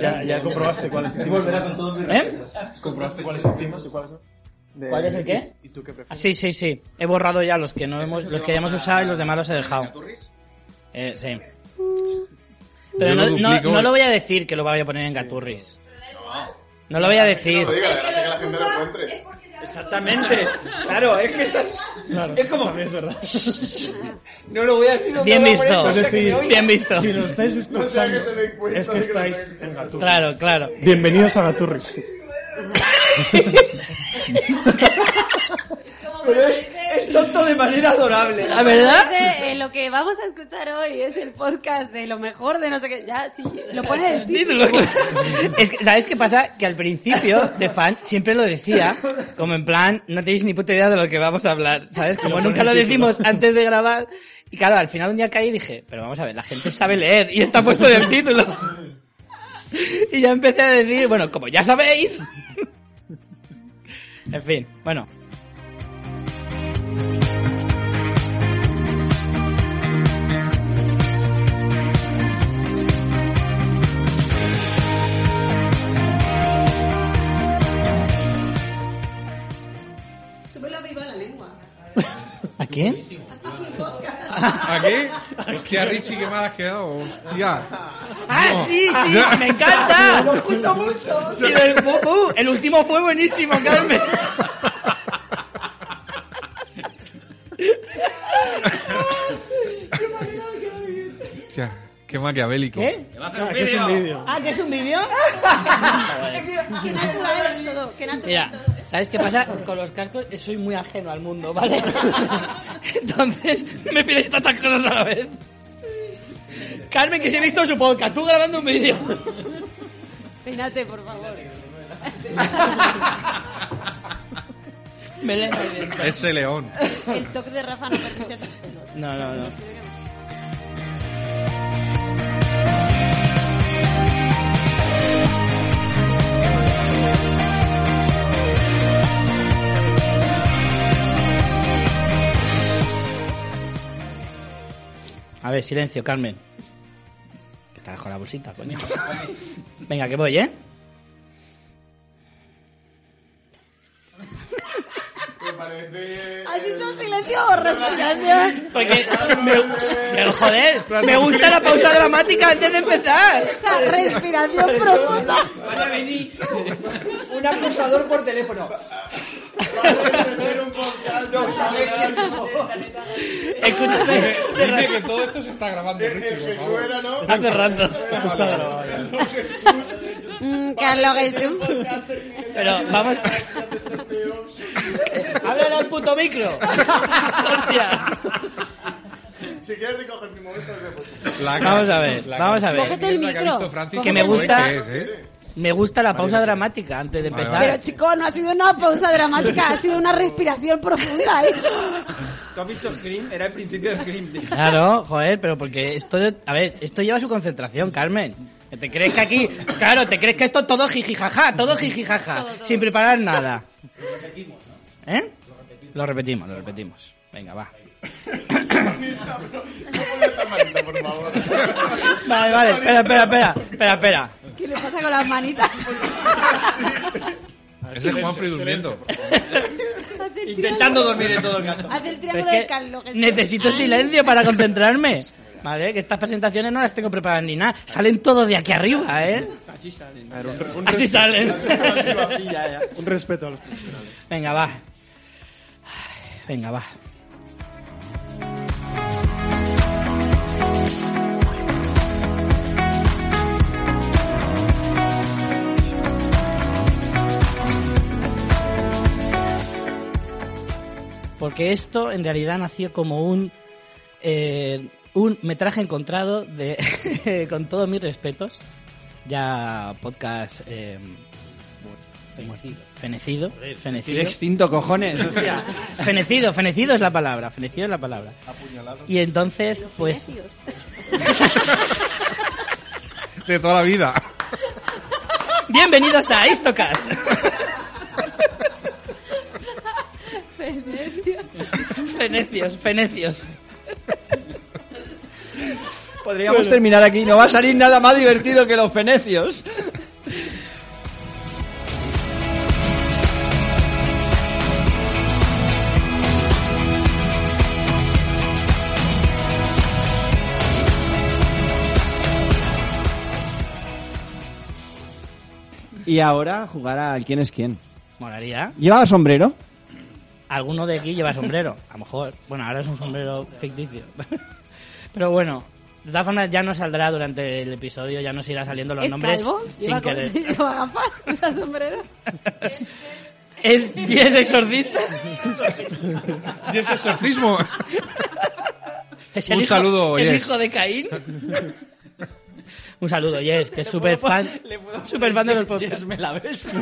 Speaker 9: Ya, ya comprobaste cuáles encima son.
Speaker 2: ¿Eh?
Speaker 9: Comprobaste cuáles encima y cuáles no. De-
Speaker 2: ¿Cuál es el qué?
Speaker 9: este, ¿Y tú qué prefieres?
Speaker 2: Ah, sí, sí, sí. He borrado ya los que no hemos, los que ya hemos usado y los demás los he dejado. Eh, sí. Pero
Speaker 8: Yo
Speaker 2: no,
Speaker 8: lo
Speaker 2: no-
Speaker 8: duplico.
Speaker 2: no lo voy a decir que lo voy a poner en Gaturris. No lo voy a decir.
Speaker 4: Diga, la gracia que la gente lo encuentre.
Speaker 3: Es porque ya
Speaker 6: Exactamente. Claro, es que estás. es como.
Speaker 9: Es verdad.
Speaker 6: No lo voy a decir. no
Speaker 2: Bien
Speaker 6: lo voy a poner,
Speaker 2: visto.
Speaker 6: no sea que me oiga.
Speaker 2: Bien visto.
Speaker 9: Si nos estáis escuchando,
Speaker 4: No sea que se den cuenta
Speaker 9: es que
Speaker 4: de que lo
Speaker 9: estáis
Speaker 4: estáis
Speaker 9: en Gaturris.
Speaker 2: Claro, claro.
Speaker 9: Bienvenidos a Gaturris.
Speaker 6: Pero es, es tonto de manera adorable.
Speaker 2: ¿La verdad?
Speaker 7: Dice, eh, lo que vamos a escuchar hoy es el podcast de lo mejor de no sé qué. Ya, sí, lo pone el título.
Speaker 2: Es que, ¿Sabes qué pasa? Que al principio de fan siempre lo decía, como en plan, no tenéis ni puta idea de lo que vamos a hablar, ¿sabes? Como nunca lo decimos antes de grabar. Y claro, al final un día caí y dije, pero vamos a ver, la gente sabe leer y está puesto en el título. Y ya empecé a decir, bueno, como ya sabéis. En fin, bueno.
Speaker 7: Súbelo viva la lengua.
Speaker 2: ¿A quién?
Speaker 8: ¿Aquí? Hostia, Richie, qué mal has quedado. Hostia.
Speaker 2: ¡Ah, sí, sí! ¡Me encanta! ¡Lo escucho mucho! el, uh, uh, el último fue buenísimo, Carmen.
Speaker 8: Hostia, qué maquiavélico.
Speaker 2: ¿Qué? ¿Eh? ¿Ah, que es un vídeo?
Speaker 7: Qué natural es todo. Qué natural
Speaker 2: Mira,
Speaker 7: es todo.
Speaker 2: ¿sabes qué pasa? Con los cascos eh, soy muy ajeno al mundo, ¿vale? Entonces me pides tantas cosas a la vez. Carmen, que se he visto su podcast, tú grabando un vídeo.
Speaker 7: Peínate, por favor.
Speaker 2: Me le- me le-
Speaker 8: Ese león.
Speaker 7: El toque de Rafa no permite sus pelos.
Speaker 2: No, no, no. A ver, silencio, Carmen. Que está con la bolsita, coño. Venga, que voy, ¿eh?
Speaker 4: parece.
Speaker 11: ¿Has dicho silencio o respiración?
Speaker 2: Porque me, me- joder, me gusta la pausa dramática antes de empezar.
Speaker 11: Esa respiración profunda.
Speaker 6: Van a venir un acusador por teléfono.
Speaker 2: Escúchame,
Speaker 8: Dime que todo esto se está grabando, Richie, por favor.
Speaker 2: hace rato.
Speaker 7: Mm, Carlos Jesús.
Speaker 2: Pero vamos. Háblale al puto micro. Hostia.
Speaker 4: Si quieres recoger mi momento, lo dejo.
Speaker 8: La cara-
Speaker 2: Vamos a ver,
Speaker 8: la
Speaker 2: vamos a ver.
Speaker 7: Cógete el
Speaker 8: mierda que ha
Speaker 7: micro.
Speaker 8: visto Francis,
Speaker 2: Que me
Speaker 8: ¿cómo es
Speaker 2: gusta-
Speaker 8: que es, eh?
Speaker 2: Me gusta la pausa dramática antes de
Speaker 8: Vale,
Speaker 2: empezar.
Speaker 8: vale.
Speaker 11: Pero chico, no ha sido una pausa dramática, ha sido una respiración profunda. ¿eh?
Speaker 10: ¿Tú has visto Scream? Era el principio de Scream, tío.
Speaker 2: Claro, joder, pero porque esto, a ver, esto lleva su concentración, Carmen. Que ¿Te crees que aquí, claro, te crees que esto todo jijijaja, todo jijijaja, sin preparar nada? ¿Eh? Lo repetimos, lo repetimos. Venga, va. Vale, vale, espera, espera, espera, espera, espera.
Speaker 11: ¿Qué le pasa con las manitas?
Speaker 8: Es de Juanfrey durmiendo.
Speaker 11: Hace el
Speaker 10: Intentando dormir en todo caso.
Speaker 11: triángulo- Hace el
Speaker 2: Pero
Speaker 11: triángulo
Speaker 2: es
Speaker 11: de Carlos
Speaker 2: que
Speaker 11: Jesús.
Speaker 2: necesito silencio para concentrarme. Vale, que estas presentaciones no las tengo preparadas ni nada. Salen todos de aquí arriba, ¿eh?
Speaker 9: A ver, un, un
Speaker 2: Así
Speaker 9: respeto,
Speaker 2: salen.
Speaker 10: Así, ya, ya.
Speaker 9: un respeto a los profesionales.
Speaker 2: Venga, va. Venga, va. Porque esto en realidad nació como un, eh, un metraje encontrado de, con todos mis respetos, ya podcast eh, fenecido, fenecido,
Speaker 10: Sigue extinto, cojones. Hostia.
Speaker 2: Fenecido, fenecido es la palabra, fenecido es la palabra. Y entonces, pues,
Speaker 8: De toda la vida.
Speaker 2: bienvenidos a Istocast. Fenecios, fenecios.
Speaker 10: Podríamos terminar aquí. No va a salir nada más divertido que los fenecios.
Speaker 5: Y ahora jugar al quién es quién.
Speaker 2: Molaría.
Speaker 5: ¿Llevaba sombrero?
Speaker 2: Alguno de aquí lleva sombrero. A lo mejor, bueno, ahora es un sombrero ficticio. Pero bueno, de todas formas ya no saldrá durante el episodio, ya nos irá saliendo los
Speaker 7: ¿Es
Speaker 2: nombres
Speaker 7: calvo?
Speaker 2: sin
Speaker 7: ¿Lleva, con-
Speaker 2: querer.
Speaker 7: lleva gafas? ¿Usa sombrero?
Speaker 2: ¿Es, y es exorcista?
Speaker 8: Y ese exorcismo.
Speaker 2: ¿Es
Speaker 8: Un
Speaker 2: el hijo-
Speaker 8: saludo,
Speaker 2: ¿El
Speaker 8: Yes.
Speaker 2: hijo de Caín? Un saludo, Yes, que es súper fan, super fan de los podcasts.
Speaker 6: me la ves.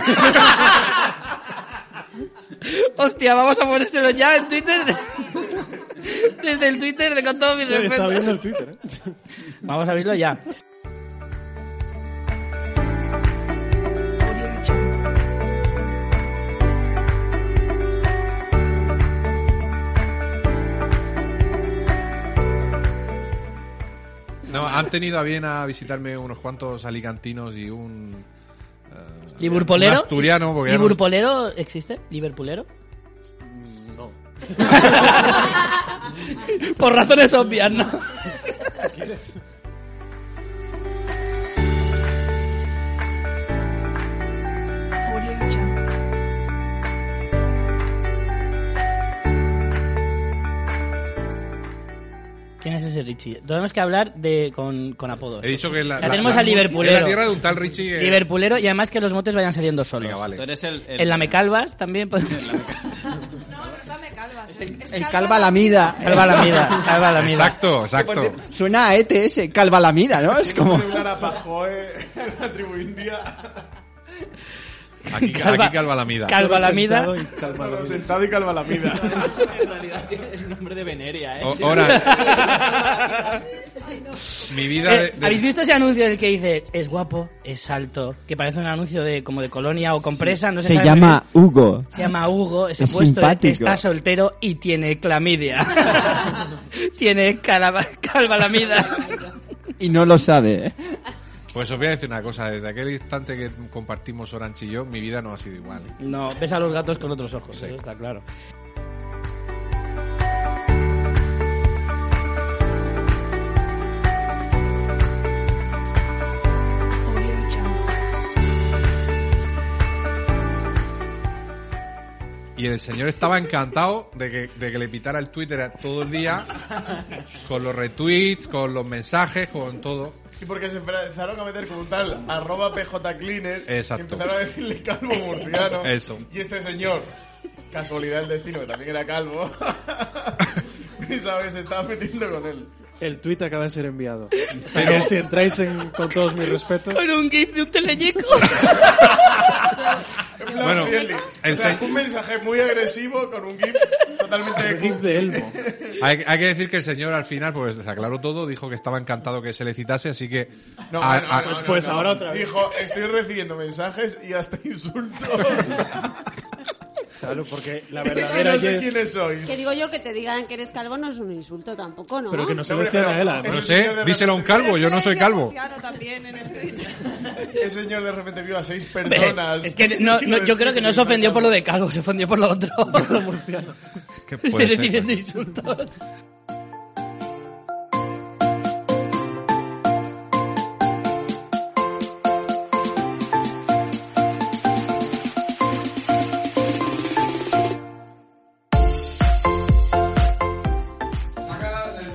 Speaker 2: Hostia, vamos a ponérselo ya en Twitter. Desde el Twitter de con todo mi
Speaker 9: Está viendo el
Speaker 2: respeto.
Speaker 9: Twitter, ¿eh?
Speaker 2: Vamos a abrirlo ya.
Speaker 8: No, han tenido a bien a visitarme unos cuantos alicantinos y un. eh,
Speaker 2: ¿Liverpoolero?
Speaker 8: un asturiano, porque ya no-
Speaker 2: ¿Liverpoolero existe? ¿Liverpoolero? No. Por razones obvias, ¿no? ¿Quién es ese Richie? Tenemos que hablar de, con, con apodos.
Speaker 8: He dicho que la,
Speaker 2: Ya tenemos al
Speaker 8: Liverpoolero.
Speaker 2: Liverpoolero.
Speaker 8: Es la tierra de un tal Richie. que-
Speaker 2: Liverpoolero y además que los motes vayan saliendo solos.
Speaker 8: Venga,
Speaker 10: Tú
Speaker 8: vale.
Speaker 10: eres el... el-
Speaker 2: En la Mecalvas también. pod-
Speaker 3: No, no es la me calva. Es, es
Speaker 10: el calvalamida.
Speaker 2: Calva la mida, calva la mida.
Speaker 8: Exacto, exacto.
Speaker 10: Suena a E ETS, calvalamida, ¿no? Es como...
Speaker 4: Temblar a Pajoe en la tribu india.
Speaker 8: Aquí,
Speaker 2: Calva-
Speaker 8: aquí calva la mida.
Speaker 2: Calva la mida.
Speaker 9: Sentado y calma,
Speaker 4: Pero
Speaker 9: dormido.
Speaker 4: sentado y calva la vida.
Speaker 6: En realidad es nombre de Veneria, ¿eh?
Speaker 8: O- ahora- Mi vida. de-
Speaker 2: Eh,
Speaker 8: de-
Speaker 2: ¿Habéis visto ese anuncio del que dice es guapo, es alto, que parece un anuncio de como de colonia o compresa? No se,
Speaker 5: Se
Speaker 2: sabe
Speaker 5: llama Hugo.
Speaker 2: muy bien. se llama Hugo, ese
Speaker 5: Es
Speaker 2: puesto
Speaker 5: simpático.
Speaker 2: está soltero y tiene clamidia. tiene calva, calva la mida.
Speaker 5: Y no lo sabe. ¿eh?
Speaker 8: Pues os voy a decir una cosa. Desde aquel instante que compartimos Orange y yo, mi vida no ha sido igual.
Speaker 2: No, ves a los gatos con otros ojos, eso ¿eh? está claro.
Speaker 8: Y el señor estaba encantado de que, de que le pitara el Twitter a- todo el día, con los retweets, con los mensajes, con todo.
Speaker 4: Y porque se empezaron a meter con un tal arroba pjcleaner.
Speaker 8: Exacto.
Speaker 4: y Empezaron a decirle calvo murciano.
Speaker 8: Eso.
Speaker 4: Y este señor, casualidad del destino, que también era calvo. y sabes, se estaba metiendo con él.
Speaker 9: El tweet acaba de ser enviado. Así que si entráis en- con todos mis respetos,
Speaker 1: Con un gif de un teleñeco.
Speaker 4: En plan,
Speaker 8: Bueno,
Speaker 4: friendly.
Speaker 8: el
Speaker 4: o sea,
Speaker 8: se-
Speaker 4: un mensaje muy agresivo con un gif totalmente
Speaker 9: el gif de Elmo.
Speaker 8: Hay, hay que decir que el señor al final, pues se aclaró todo, dijo que estaba encantado que se le citase, así que...
Speaker 4: No,
Speaker 8: a-
Speaker 4: no, no,
Speaker 8: a-
Speaker 4: no, no,
Speaker 9: pues
Speaker 4: no.
Speaker 9: ahora otra vez.
Speaker 4: Dijo, Ah, estoy recibiendo mensajes y hasta insultos.
Speaker 9: Claro, porque la
Speaker 4: no
Speaker 9: verdadera
Speaker 4: sé
Speaker 9: Jess...
Speaker 4: quiénes sois.
Speaker 7: Que digo yo que te digan que eres calvo no es un insulto tampoco, ¿no?
Speaker 9: Pero que no se
Speaker 4: No,
Speaker 9: lo
Speaker 4: hombre,
Speaker 9: decían
Speaker 4: pero-
Speaker 9: a él, además.
Speaker 8: No
Speaker 4: Ese señor
Speaker 8: sé,
Speaker 4: de repente-
Speaker 8: díselo a un calvo, yo no soy calvo.
Speaker 3: Murciano también en el Twitter.
Speaker 4: Ese señor de repente vio a seis
Speaker 2: Ve,
Speaker 4: personas.
Speaker 2: Es que no, no, yo creo que no se ofendió por lo de calvo, se ofendió por lo otro.
Speaker 8: ¿qué puede
Speaker 2: Estoy
Speaker 8: ser?
Speaker 2: recibiendo insultos.
Speaker 4: PJ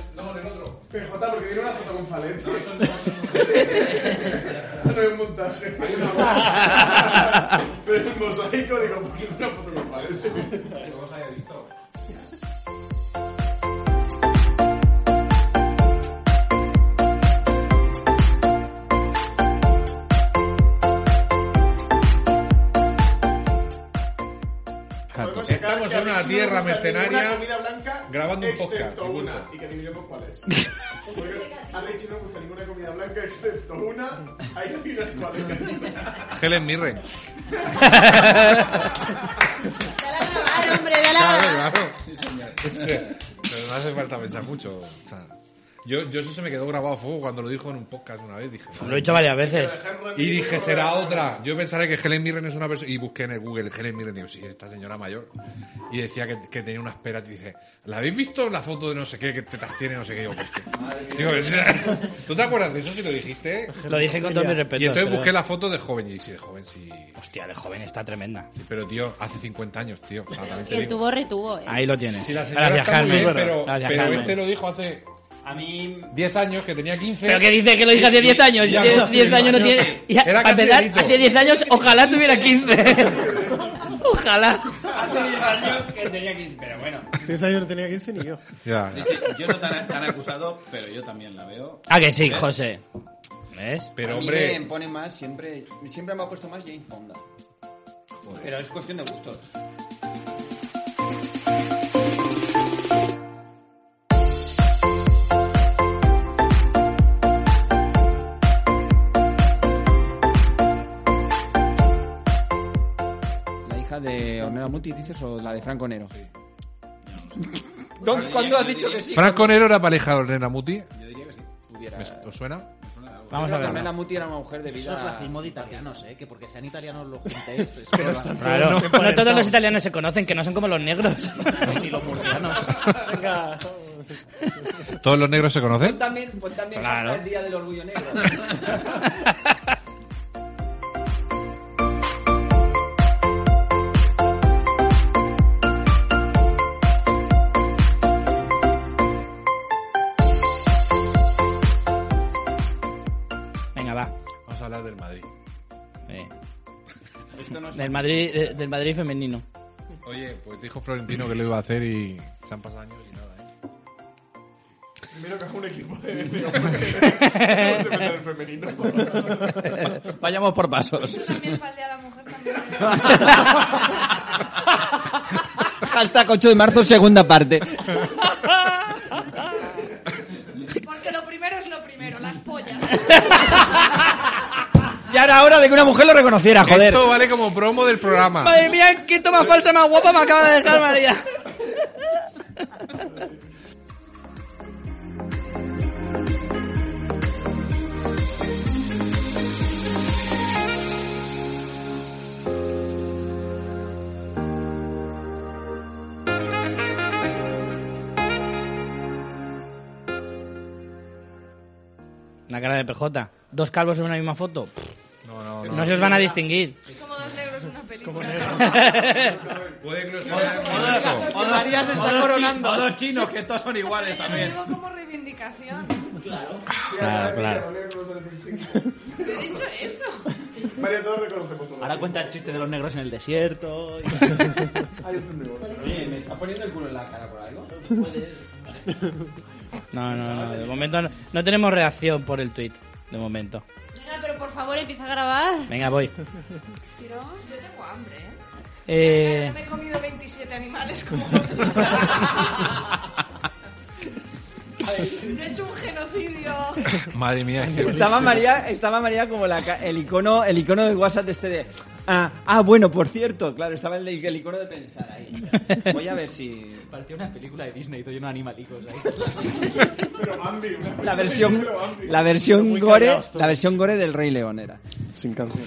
Speaker 4: porque tiene una foto con Falete. No es un montaje. Pero en mosaico digo, ¿por qué tiene una foto con Falete? Podemos sacar
Speaker 8: Estamos
Speaker 4: que a
Speaker 8: en
Speaker 4: mí
Speaker 8: una
Speaker 4: sí me gusta
Speaker 8: tierra
Speaker 4: ninguna
Speaker 8: mercenaria
Speaker 4: comida blanca,
Speaker 8: grabando un podcast,
Speaker 4: excepto
Speaker 8: y
Speaker 4: una,
Speaker 8: punto.
Speaker 4: y que adivinemos cuál es. Porque a Richie no le gusta ninguna comida blanca excepto una, hay que adivinar cuál es.
Speaker 8: Helen Mirren.
Speaker 7: Dale a grabar, hombre, dale a
Speaker 8: Claro,
Speaker 7: grabar.
Speaker 8: claro. Pero no hace falta pensar mucho. o sea, yo, yo eso se me quedó grabado a fuego cuando lo dijo en un podcast una vez. Dije,
Speaker 2: Lo he hecho varias veces.
Speaker 8: Y dije, será otra. Yo pensaré que Helen Mirren es una persona. Y busqué en el Google Helen Mirren. Digo, sí, esta señora mayor. Y decía que, que tenía unas peras. Y dice, ¿la habéis visto la foto de no sé qué que tetas tiene? No sé qué. Digo, pues qué. Digo, ¿tú te acuerdas de eso si lo dijiste?
Speaker 2: Lo dije con todo mi respeto.
Speaker 8: Y entonces
Speaker 2: pero-
Speaker 8: busqué la foto de joven. Y sí, de joven sí.
Speaker 2: Hostia, de joven está tremenda.
Speaker 8: Sí, Pero tío, hace 50 años, tío. O sea, también te
Speaker 7: Quien
Speaker 8: digo.
Speaker 7: tuvo, retuvo, ¿eh?
Speaker 2: Ahí lo tienes.
Speaker 8: Sí, la señora
Speaker 2: Gracias,
Speaker 8: está muy
Speaker 2: Carmen.
Speaker 8: bien, pero,
Speaker 2: Gracias,
Speaker 8: pero
Speaker 2: Carmen.
Speaker 8: este lo dijo hace
Speaker 6: A mí
Speaker 8: 10 años, que tenía 15.
Speaker 2: ¿Pero qué dices que lo dije hace 10 años?
Speaker 8: Ya,
Speaker 2: 10
Speaker 8: no,
Speaker 2: 10 años no
Speaker 8: años,
Speaker 2: tiene.
Speaker 8: sí.
Speaker 2: Ya,
Speaker 8: Era
Speaker 2: para
Speaker 8: casi
Speaker 2: empezar,
Speaker 8: delito.
Speaker 2: hace 10 años, ojalá tuviera 15. ojalá.
Speaker 6: hace 10 años que tenía 15, pero bueno.
Speaker 9: 10 años no tenía 15 ni yo.
Speaker 8: Ya, ya.
Speaker 10: Dice, yo no tan, tan acusado, pero yo también la veo.
Speaker 2: Ah, que sí, José. ¿Ves?
Speaker 8: Pero
Speaker 10: A mí me
Speaker 8: hombre,
Speaker 10: pone más, siempre, siempre me ha puesto más Jane Fonda. Pero es cuestión de gustos.
Speaker 5: La hija de Ornella Muti, dices, o la de Franco Nero.
Speaker 10: ¿Dó- ¿Cuándo has dicho que sí?
Speaker 8: Franco Nero era pareja de Ornella Muti.
Speaker 10: Yo diría que sí. Tuviera...
Speaker 8: ¿Me- ¿Os suena? Ah,
Speaker 2: Vamos a
Speaker 5: Creo que
Speaker 2: ver.
Speaker 5: Ornella Muti era una mujer de
Speaker 6: Eso es
Speaker 5: vida...
Speaker 6: racismo de italianos, ¿eh? Que porque sean italianos los juntéis. es que van-
Speaker 2: Claro, no todos los italianos se conocen, que no son como los negros.
Speaker 6: Ni los murcianos.
Speaker 9: Venga.
Speaker 8: ¿Todos los negros se conocen?
Speaker 10: También, pues también
Speaker 2: Claro.
Speaker 10: el Día del Orgullo Negro.
Speaker 2: Venga, va.
Speaker 8: Vamos a hablar del Madrid.
Speaker 2: Eh,
Speaker 10: Esto no es...
Speaker 2: Del Madrid, de- del Madrid femenino.
Speaker 8: Oye, pues dijo Florentino que lo iba a hacer y se han pasado años y nada, ¿eh?
Speaker 4: Primero que haga un equipo de, de hombres. No se meta en el femenino.
Speaker 10: Vayamos por pasos.
Speaker 3: Yo también faldea a la mujer también.
Speaker 5: Hasta 8 de marzo, segunda parte.
Speaker 3: Porque lo primero es lo primero, las pollas.
Speaker 5: Ya era hora de que una mujer lo reconociera, joder.
Speaker 8: Esto vale como promo del programa.
Speaker 2: Madre mía, qué toma falsa más guapa me acaba de dejar María. La cara de PJ. Dos calvos en una misma foto.
Speaker 8: No, no, no.
Speaker 2: No se os van a distinguir.
Speaker 3: Es como dos negros una una película.
Speaker 8: Puede que no sea
Speaker 6: O dos- María se está
Speaker 10: o dos
Speaker 6: coronando.
Speaker 10: chi- O dos chinos, que todos son iguales
Speaker 3: Yo lo
Speaker 10: también.
Speaker 3: digo como reivindicación.
Speaker 2: Claro, claro.
Speaker 3: Yo he dicho eso.
Speaker 4: María, todos reconocemos todo.
Speaker 6: Ahora cuenta el chiste de los negros en el desierto.
Speaker 4: Hay otro negocio.
Speaker 10: Oye, ¿me está poniendo el culo en la cara por algo?
Speaker 2: No, no, no. De momento no, no tenemos reacción por el tweet. De momento.
Speaker 7: Venga, pero por favor empieza a grabar.
Speaker 2: Venga, voy.
Speaker 3: Si no, yo tengo hambre, ¿eh?
Speaker 2: Eh,
Speaker 3: Claro, me he comido 27 animales como No he hecho un genocidio.
Speaker 8: Madre mía, es que-
Speaker 5: Estaba María, estaba María como la ca- el icono, el icono del WhatsApp de este de ah, ah, bueno, por cierto, claro, estaba el, de- el icono de pensar ahí. Voy a ver si
Speaker 6: Parecía una película de Disney, todo lleno de animalicos ahí.
Speaker 4: Pero Bambi, una
Speaker 5: la
Speaker 4: película
Speaker 5: versión
Speaker 4: de Bambi.
Speaker 5: la versión
Speaker 9: Muy
Speaker 5: gore,
Speaker 9: callados todos.
Speaker 5: la versión gore del Rey León era.
Speaker 9: Sin canción.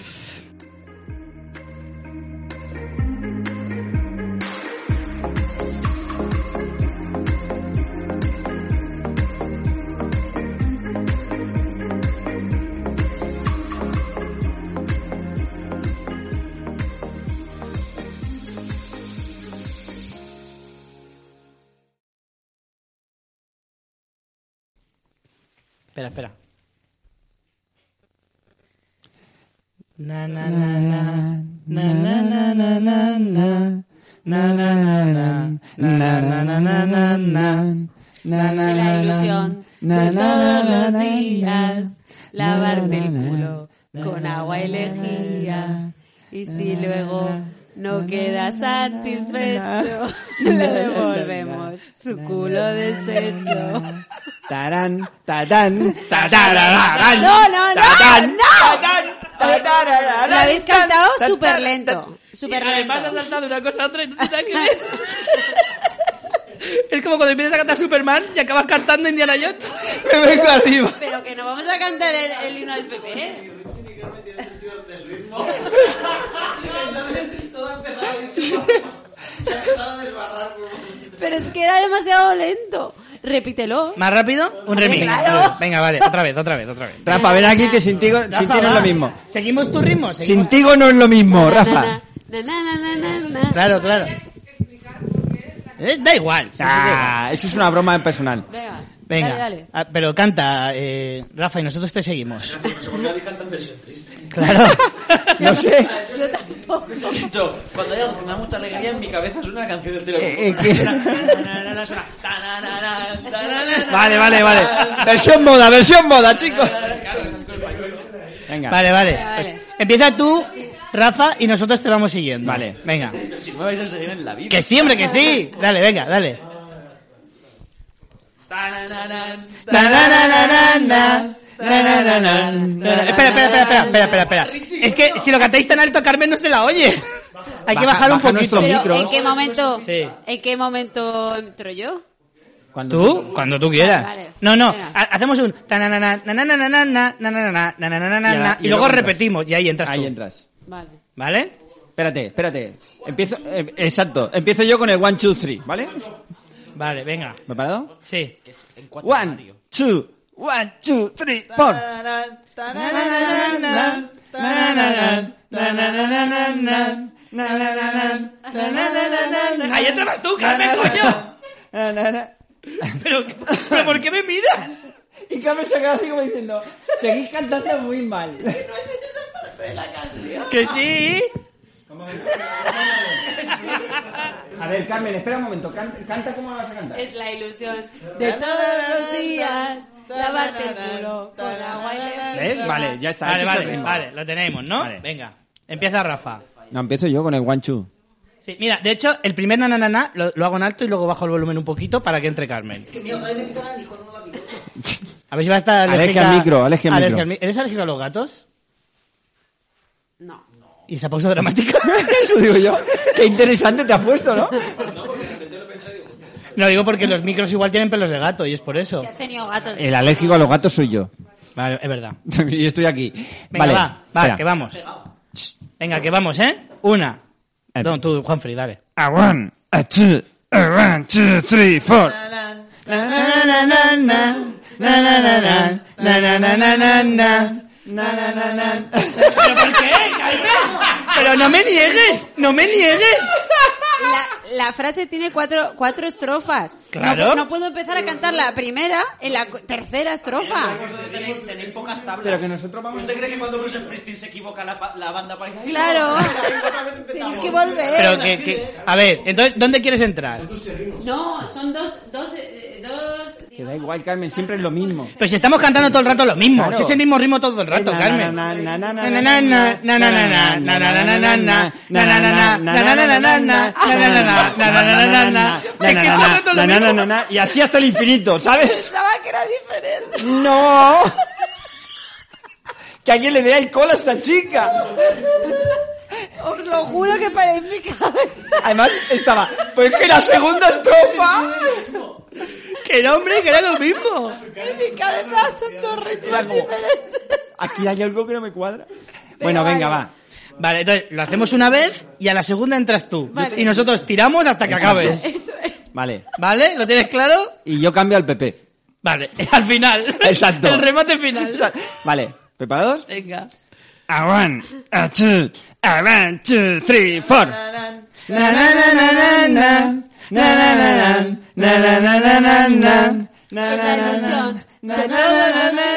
Speaker 2: espera, espera. Na, na, na, na. Na, na, na, na, na, na. Na, na, na, na. Na, na, na, na, na, na.
Speaker 7: Y la ilusión de todos los días, lavarte el culo con agua y lejía. Y si luego no queda satisfecho, le devolvemos su culo deshecho.
Speaker 5: Tarán, tatán,
Speaker 7: No,
Speaker 5: tatarararán,
Speaker 7: no, no,
Speaker 5: tatán,
Speaker 7: no.
Speaker 5: tatán, tatarararán,
Speaker 7: Lo habéis
Speaker 5: tan,
Speaker 7: cantado
Speaker 5: tan,
Speaker 7: súper
Speaker 5: tan,
Speaker 7: lento. Súper
Speaker 2: Además, has
Speaker 7: lento.
Speaker 2: saltado de una cosa a otra y tú te sabes que Es como cuando empiezas a cantar Superman y acabas cantando Indiana Jones.
Speaker 5: Me vengo arriba.
Speaker 7: Pero que no vamos a cantar el, el himno ¿eh? del PP. Pero es que era demasiado lento. Repítelo.
Speaker 2: ¿Más rápido? Un
Speaker 7: Hombre,
Speaker 2: remix.
Speaker 7: claro.
Speaker 2: pues, Venga, vale, otra vez, otra vez, otra vez.
Speaker 5: Rafa, ven aquí que sin ti, sin ti no es lo mismo.
Speaker 2: Seguimos tu ritmo.
Speaker 5: Sin ti no es lo mismo, Rafa.
Speaker 7: Na, na, na, na, na, na.
Speaker 2: Claro, claro. Eh, Da igual. sí, sí, da igual.
Speaker 5: Ah, eso es una broma en personal.
Speaker 7: Venga,
Speaker 2: Venga,
Speaker 7: dale, dale.
Speaker 2: Ah, pero canta, eh, Rafa, y nosotros te seguimos. Claro.
Speaker 5: No sé.
Speaker 7: Yo tampoco.
Speaker 6: Yo, cuando haya una mucha alegría en mi cabeza suena una canción del tiro.
Speaker 5: Eh, eh, ¿qué?
Speaker 6: Tananana, suena tananana, tananana.
Speaker 5: Vale, vale, vale. Versión moda, versión moda, chicos. Venga.
Speaker 2: Vale, vale.
Speaker 7: Vale,
Speaker 2: Pues
Speaker 7: vale.
Speaker 2: empieza tú, Rafa, y nosotros te vamos siguiendo. Vale. Venga.
Speaker 6: Si me vais a seguir en la vida.
Speaker 2: Que siempre que sí. Dale, venga, dale.
Speaker 6: Tananana,
Speaker 2: Na, na, na, na, na, na. Na, na, na, na, na.
Speaker 6: tananana.
Speaker 2: Espera, espera, espera, espera, espera, espera, espera. Es que si lo cantáis tan alto, Carmen no se la oye. Hay
Speaker 5: Baja-
Speaker 2: que bajarlo un
Speaker 5: baja
Speaker 2: poquito.
Speaker 5: nuestro-
Speaker 7: Pero
Speaker 5: micros.
Speaker 7: ¿en qué momento?
Speaker 2: Sí.
Speaker 7: ¿En qué momento entro yo?
Speaker 2: ¿Tú? Cuando tú quieras.
Speaker 7: Vale, vale.
Speaker 2: No, no,
Speaker 7: Venga.
Speaker 2: ha- hacemos un... tananana, nananana, nananana, nananana,
Speaker 5: Y ahora-
Speaker 2: Y
Speaker 5: y luego
Speaker 2: luego
Speaker 5: entras.
Speaker 2: repetimos y ahí entras
Speaker 5: Ahí
Speaker 2: tú.
Speaker 5: entras.
Speaker 7: Vale.
Speaker 2: ¿Vale?
Speaker 5: Espérate, espérate. Empiezo, eh, exacto. Empiezo yo con el one, two, three, ¿vale?
Speaker 2: Vale, venga.
Speaker 5: ¿Preparado?
Speaker 2: Sí.
Speaker 5: One, two, one, two, three, four.
Speaker 2: Ahí entras tú, Carmen, coño. ¿Pero, pero ¿por qué me miras?
Speaker 5: Y Carmen se queda así como diciendo, seguís cantando muy mal.
Speaker 2: Que sí.
Speaker 5: A ver, Carmen, espera un momento. Can- Canta como vas a cantar.
Speaker 7: Es la ilusión de todos los días lavarte el culo con agua y leche.
Speaker 5: ¿Ves? Vale, ya está.
Speaker 2: Vale,
Speaker 5: ese es el
Speaker 2: vale,
Speaker 5: ritmo.
Speaker 2: vale, lo tenemos, ¿no?
Speaker 5: Vale.
Speaker 2: Venga, empieza Rafa.
Speaker 5: No, empiezo yo con el one, two.
Speaker 2: Sí, mira, de hecho, el primer na, na, na, na lo, lo hago en alto y luego bajo el volumen un poquito para que entre Carmen. A ver si va a estar
Speaker 5: Alergia
Speaker 2: alérgica-
Speaker 5: al micro, alergia al micro.
Speaker 2: mi- ¿Eres alérgico a los gatos?
Speaker 7: No.
Speaker 2: Y esa pausa dramática.
Speaker 5: Eso digo yo. Qué interesante te has puesto, ¿no?
Speaker 2: no digo porque los micros igual tienen pelos de gato y es por eso.
Speaker 7: Si has tenido gatos.
Speaker 5: El alérgico a los gatos soy yo.
Speaker 2: Vale, es verdad.
Speaker 5: y estoy aquí.
Speaker 2: Venga,
Speaker 5: vale,
Speaker 2: va, va,
Speaker 5: espera.
Speaker 2: que vamos. Venga, que vamos, ¿eh? Una.
Speaker 5: Eh.
Speaker 2: No, tú, Juanfrey, dale.
Speaker 5: A one, a two, a one, two, three, four.
Speaker 2: ¿Pero por qué, Carmen? Pero no me niegues, no me niegues.
Speaker 11: La, la frase tiene cuatro, cuatro estrofas.
Speaker 2: Claro.
Speaker 11: No, no puedo empezar a cantar la primera en la cu- tercera estrofa.
Speaker 6: Tenéis, tenéis pocas tablas.
Speaker 5: Pero que nosotros vamos-
Speaker 6: ¿Usted cree que cuando Bruce Springsteen se equivoca la, pa- la banda parece... "Ay,
Speaker 11: Claro.
Speaker 6: no, ¿eh? otra vez empezamos".
Speaker 11: Tenéis que volver.
Speaker 2: Pero que, que- a ver, entonces, ¿dónde quieres entrar?
Speaker 7: No, son dos, dos, eh, dos
Speaker 5: Que da igual, Carmen, siempre es lo mismo.
Speaker 2: Pero si estamos cantando todo el rato lo mismo,
Speaker 5: Claro.
Speaker 2: si es el mismo ritmo todo el rato, Carmen.
Speaker 5: Y así hasta el infinito, ¿sabes?
Speaker 11: Pensaba que era diferente.
Speaker 5: ¡No! Que alguien le dé alcohol a esta chica.
Speaker 11: Os lo juro que para mi cabeza.
Speaker 5: Además, estaba, pues que la segunda estrofa.
Speaker 2: Que el hombre, que era lo mismo.
Speaker 11: En mi cabeza son dos ritmos
Speaker 5: Era como,
Speaker 11: diferentes.
Speaker 5: Aquí hay algo que no me cuadra. Bueno, venga, va.
Speaker 2: Vale, entonces lo hacemos una vez y a la segunda entras tú.
Speaker 11: Vale.
Speaker 2: Y nosotros tiramos hasta que acabes.
Speaker 11: Eso es.
Speaker 5: Vale.
Speaker 2: ¿Vale? ¿Lo tienes claro?
Speaker 5: Y yo cambio al PP.
Speaker 2: Vale, al final.
Speaker 5: Exacto.
Speaker 2: El remate final.
Speaker 5: Vale, ¿preparados?
Speaker 2: Venga.
Speaker 5: A one, a two, a one, two, three, four.
Speaker 11: Es la ilusión de todos los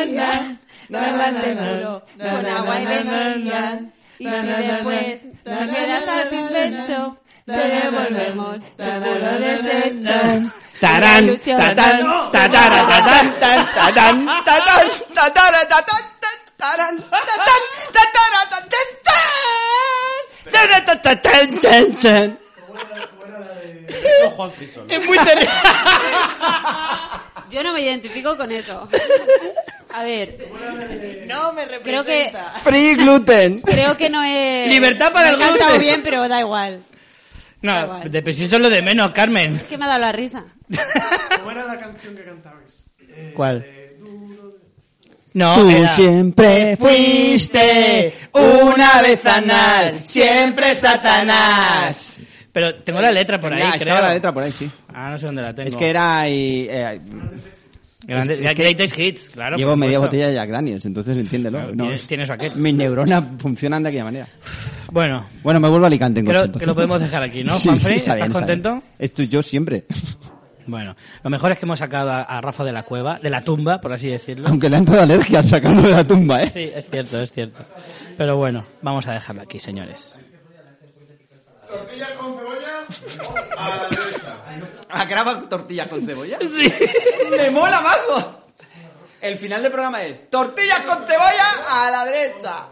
Speaker 11: días. Levante puro con agua y lejía. Y si después no quedas satisfecho, te devolvemos tu puro desecho. La
Speaker 5: Tarán,
Speaker 11: ilusión.
Speaker 5: tatán, tatara, tatán, tan, tatán, tatán, tatara, tatán, tan, tarán, tatán, tatara, tatán, tan. Tarán, tatán, tan, tan, tan.
Speaker 2: Es muy serio.
Speaker 7: Yo no me identifico con eso. A ver,
Speaker 6: No me
Speaker 7: creo que
Speaker 5: Free gluten.
Speaker 7: creo que no es
Speaker 2: Libertad para el
Speaker 7: no he cantado
Speaker 2: gluten.
Speaker 7: bien, pero da igual.
Speaker 5: Ah,
Speaker 2: No, de pero si eso es lo de menos, Carmen.
Speaker 7: Es que me ha dado la risa.
Speaker 9: ¿Cómo era la canción que cantabais?
Speaker 2: ¿Cuál? No,
Speaker 5: Tú
Speaker 2: era-
Speaker 5: siempre fuiste una vez anal, siempre Satanás.
Speaker 2: Pero tengo la letra por ahí,
Speaker 5: Ya,
Speaker 2: creo.
Speaker 5: estaba la letra por ahí, sí.
Speaker 2: Ah, no sé dónde la tengo.
Speaker 5: Es que era... y, eh,
Speaker 2: Grande-
Speaker 5: es- es que-
Speaker 2: Greatest Hits, claro.
Speaker 5: Llevo
Speaker 2: por
Speaker 5: media
Speaker 2: supuesto.
Speaker 5: botella de Jack Daniels, entonces entiéndelo.
Speaker 2: Claro,
Speaker 5: no.
Speaker 2: tienes- tienes raqueta.
Speaker 5: Mis neuronas funcionan de aquella manera.
Speaker 2: Bueno,
Speaker 5: Bueno, me vuelvo a Alicante en
Speaker 2: Creo
Speaker 5: coche,
Speaker 2: que
Speaker 5: entonces.
Speaker 2: lo podemos dejar aquí, ¿no,
Speaker 5: Sí,
Speaker 2: Juanfrey?
Speaker 5: está bien,
Speaker 2: ¿Estás
Speaker 5: está bien.
Speaker 2: contento?
Speaker 5: Esto yo siempre.
Speaker 2: bueno. Lo mejor es que hemos sacado a, a Rafa de la cueva, de la tumba, por así decirlo.
Speaker 5: Aunque le han dado alergia al sacarlo de la tumba, ¿eh?
Speaker 2: Sí, es cierto, es cierto. Pero bueno, vamos a dejarlo aquí, señores.
Speaker 4: Tortillas con cebolla a la derecha.
Speaker 5: ¿Agrava tortillas con cebolla?
Speaker 2: Sí.
Speaker 5: ¡Me mola, mago! El final del programa es tortillas con cebolla a la derecha.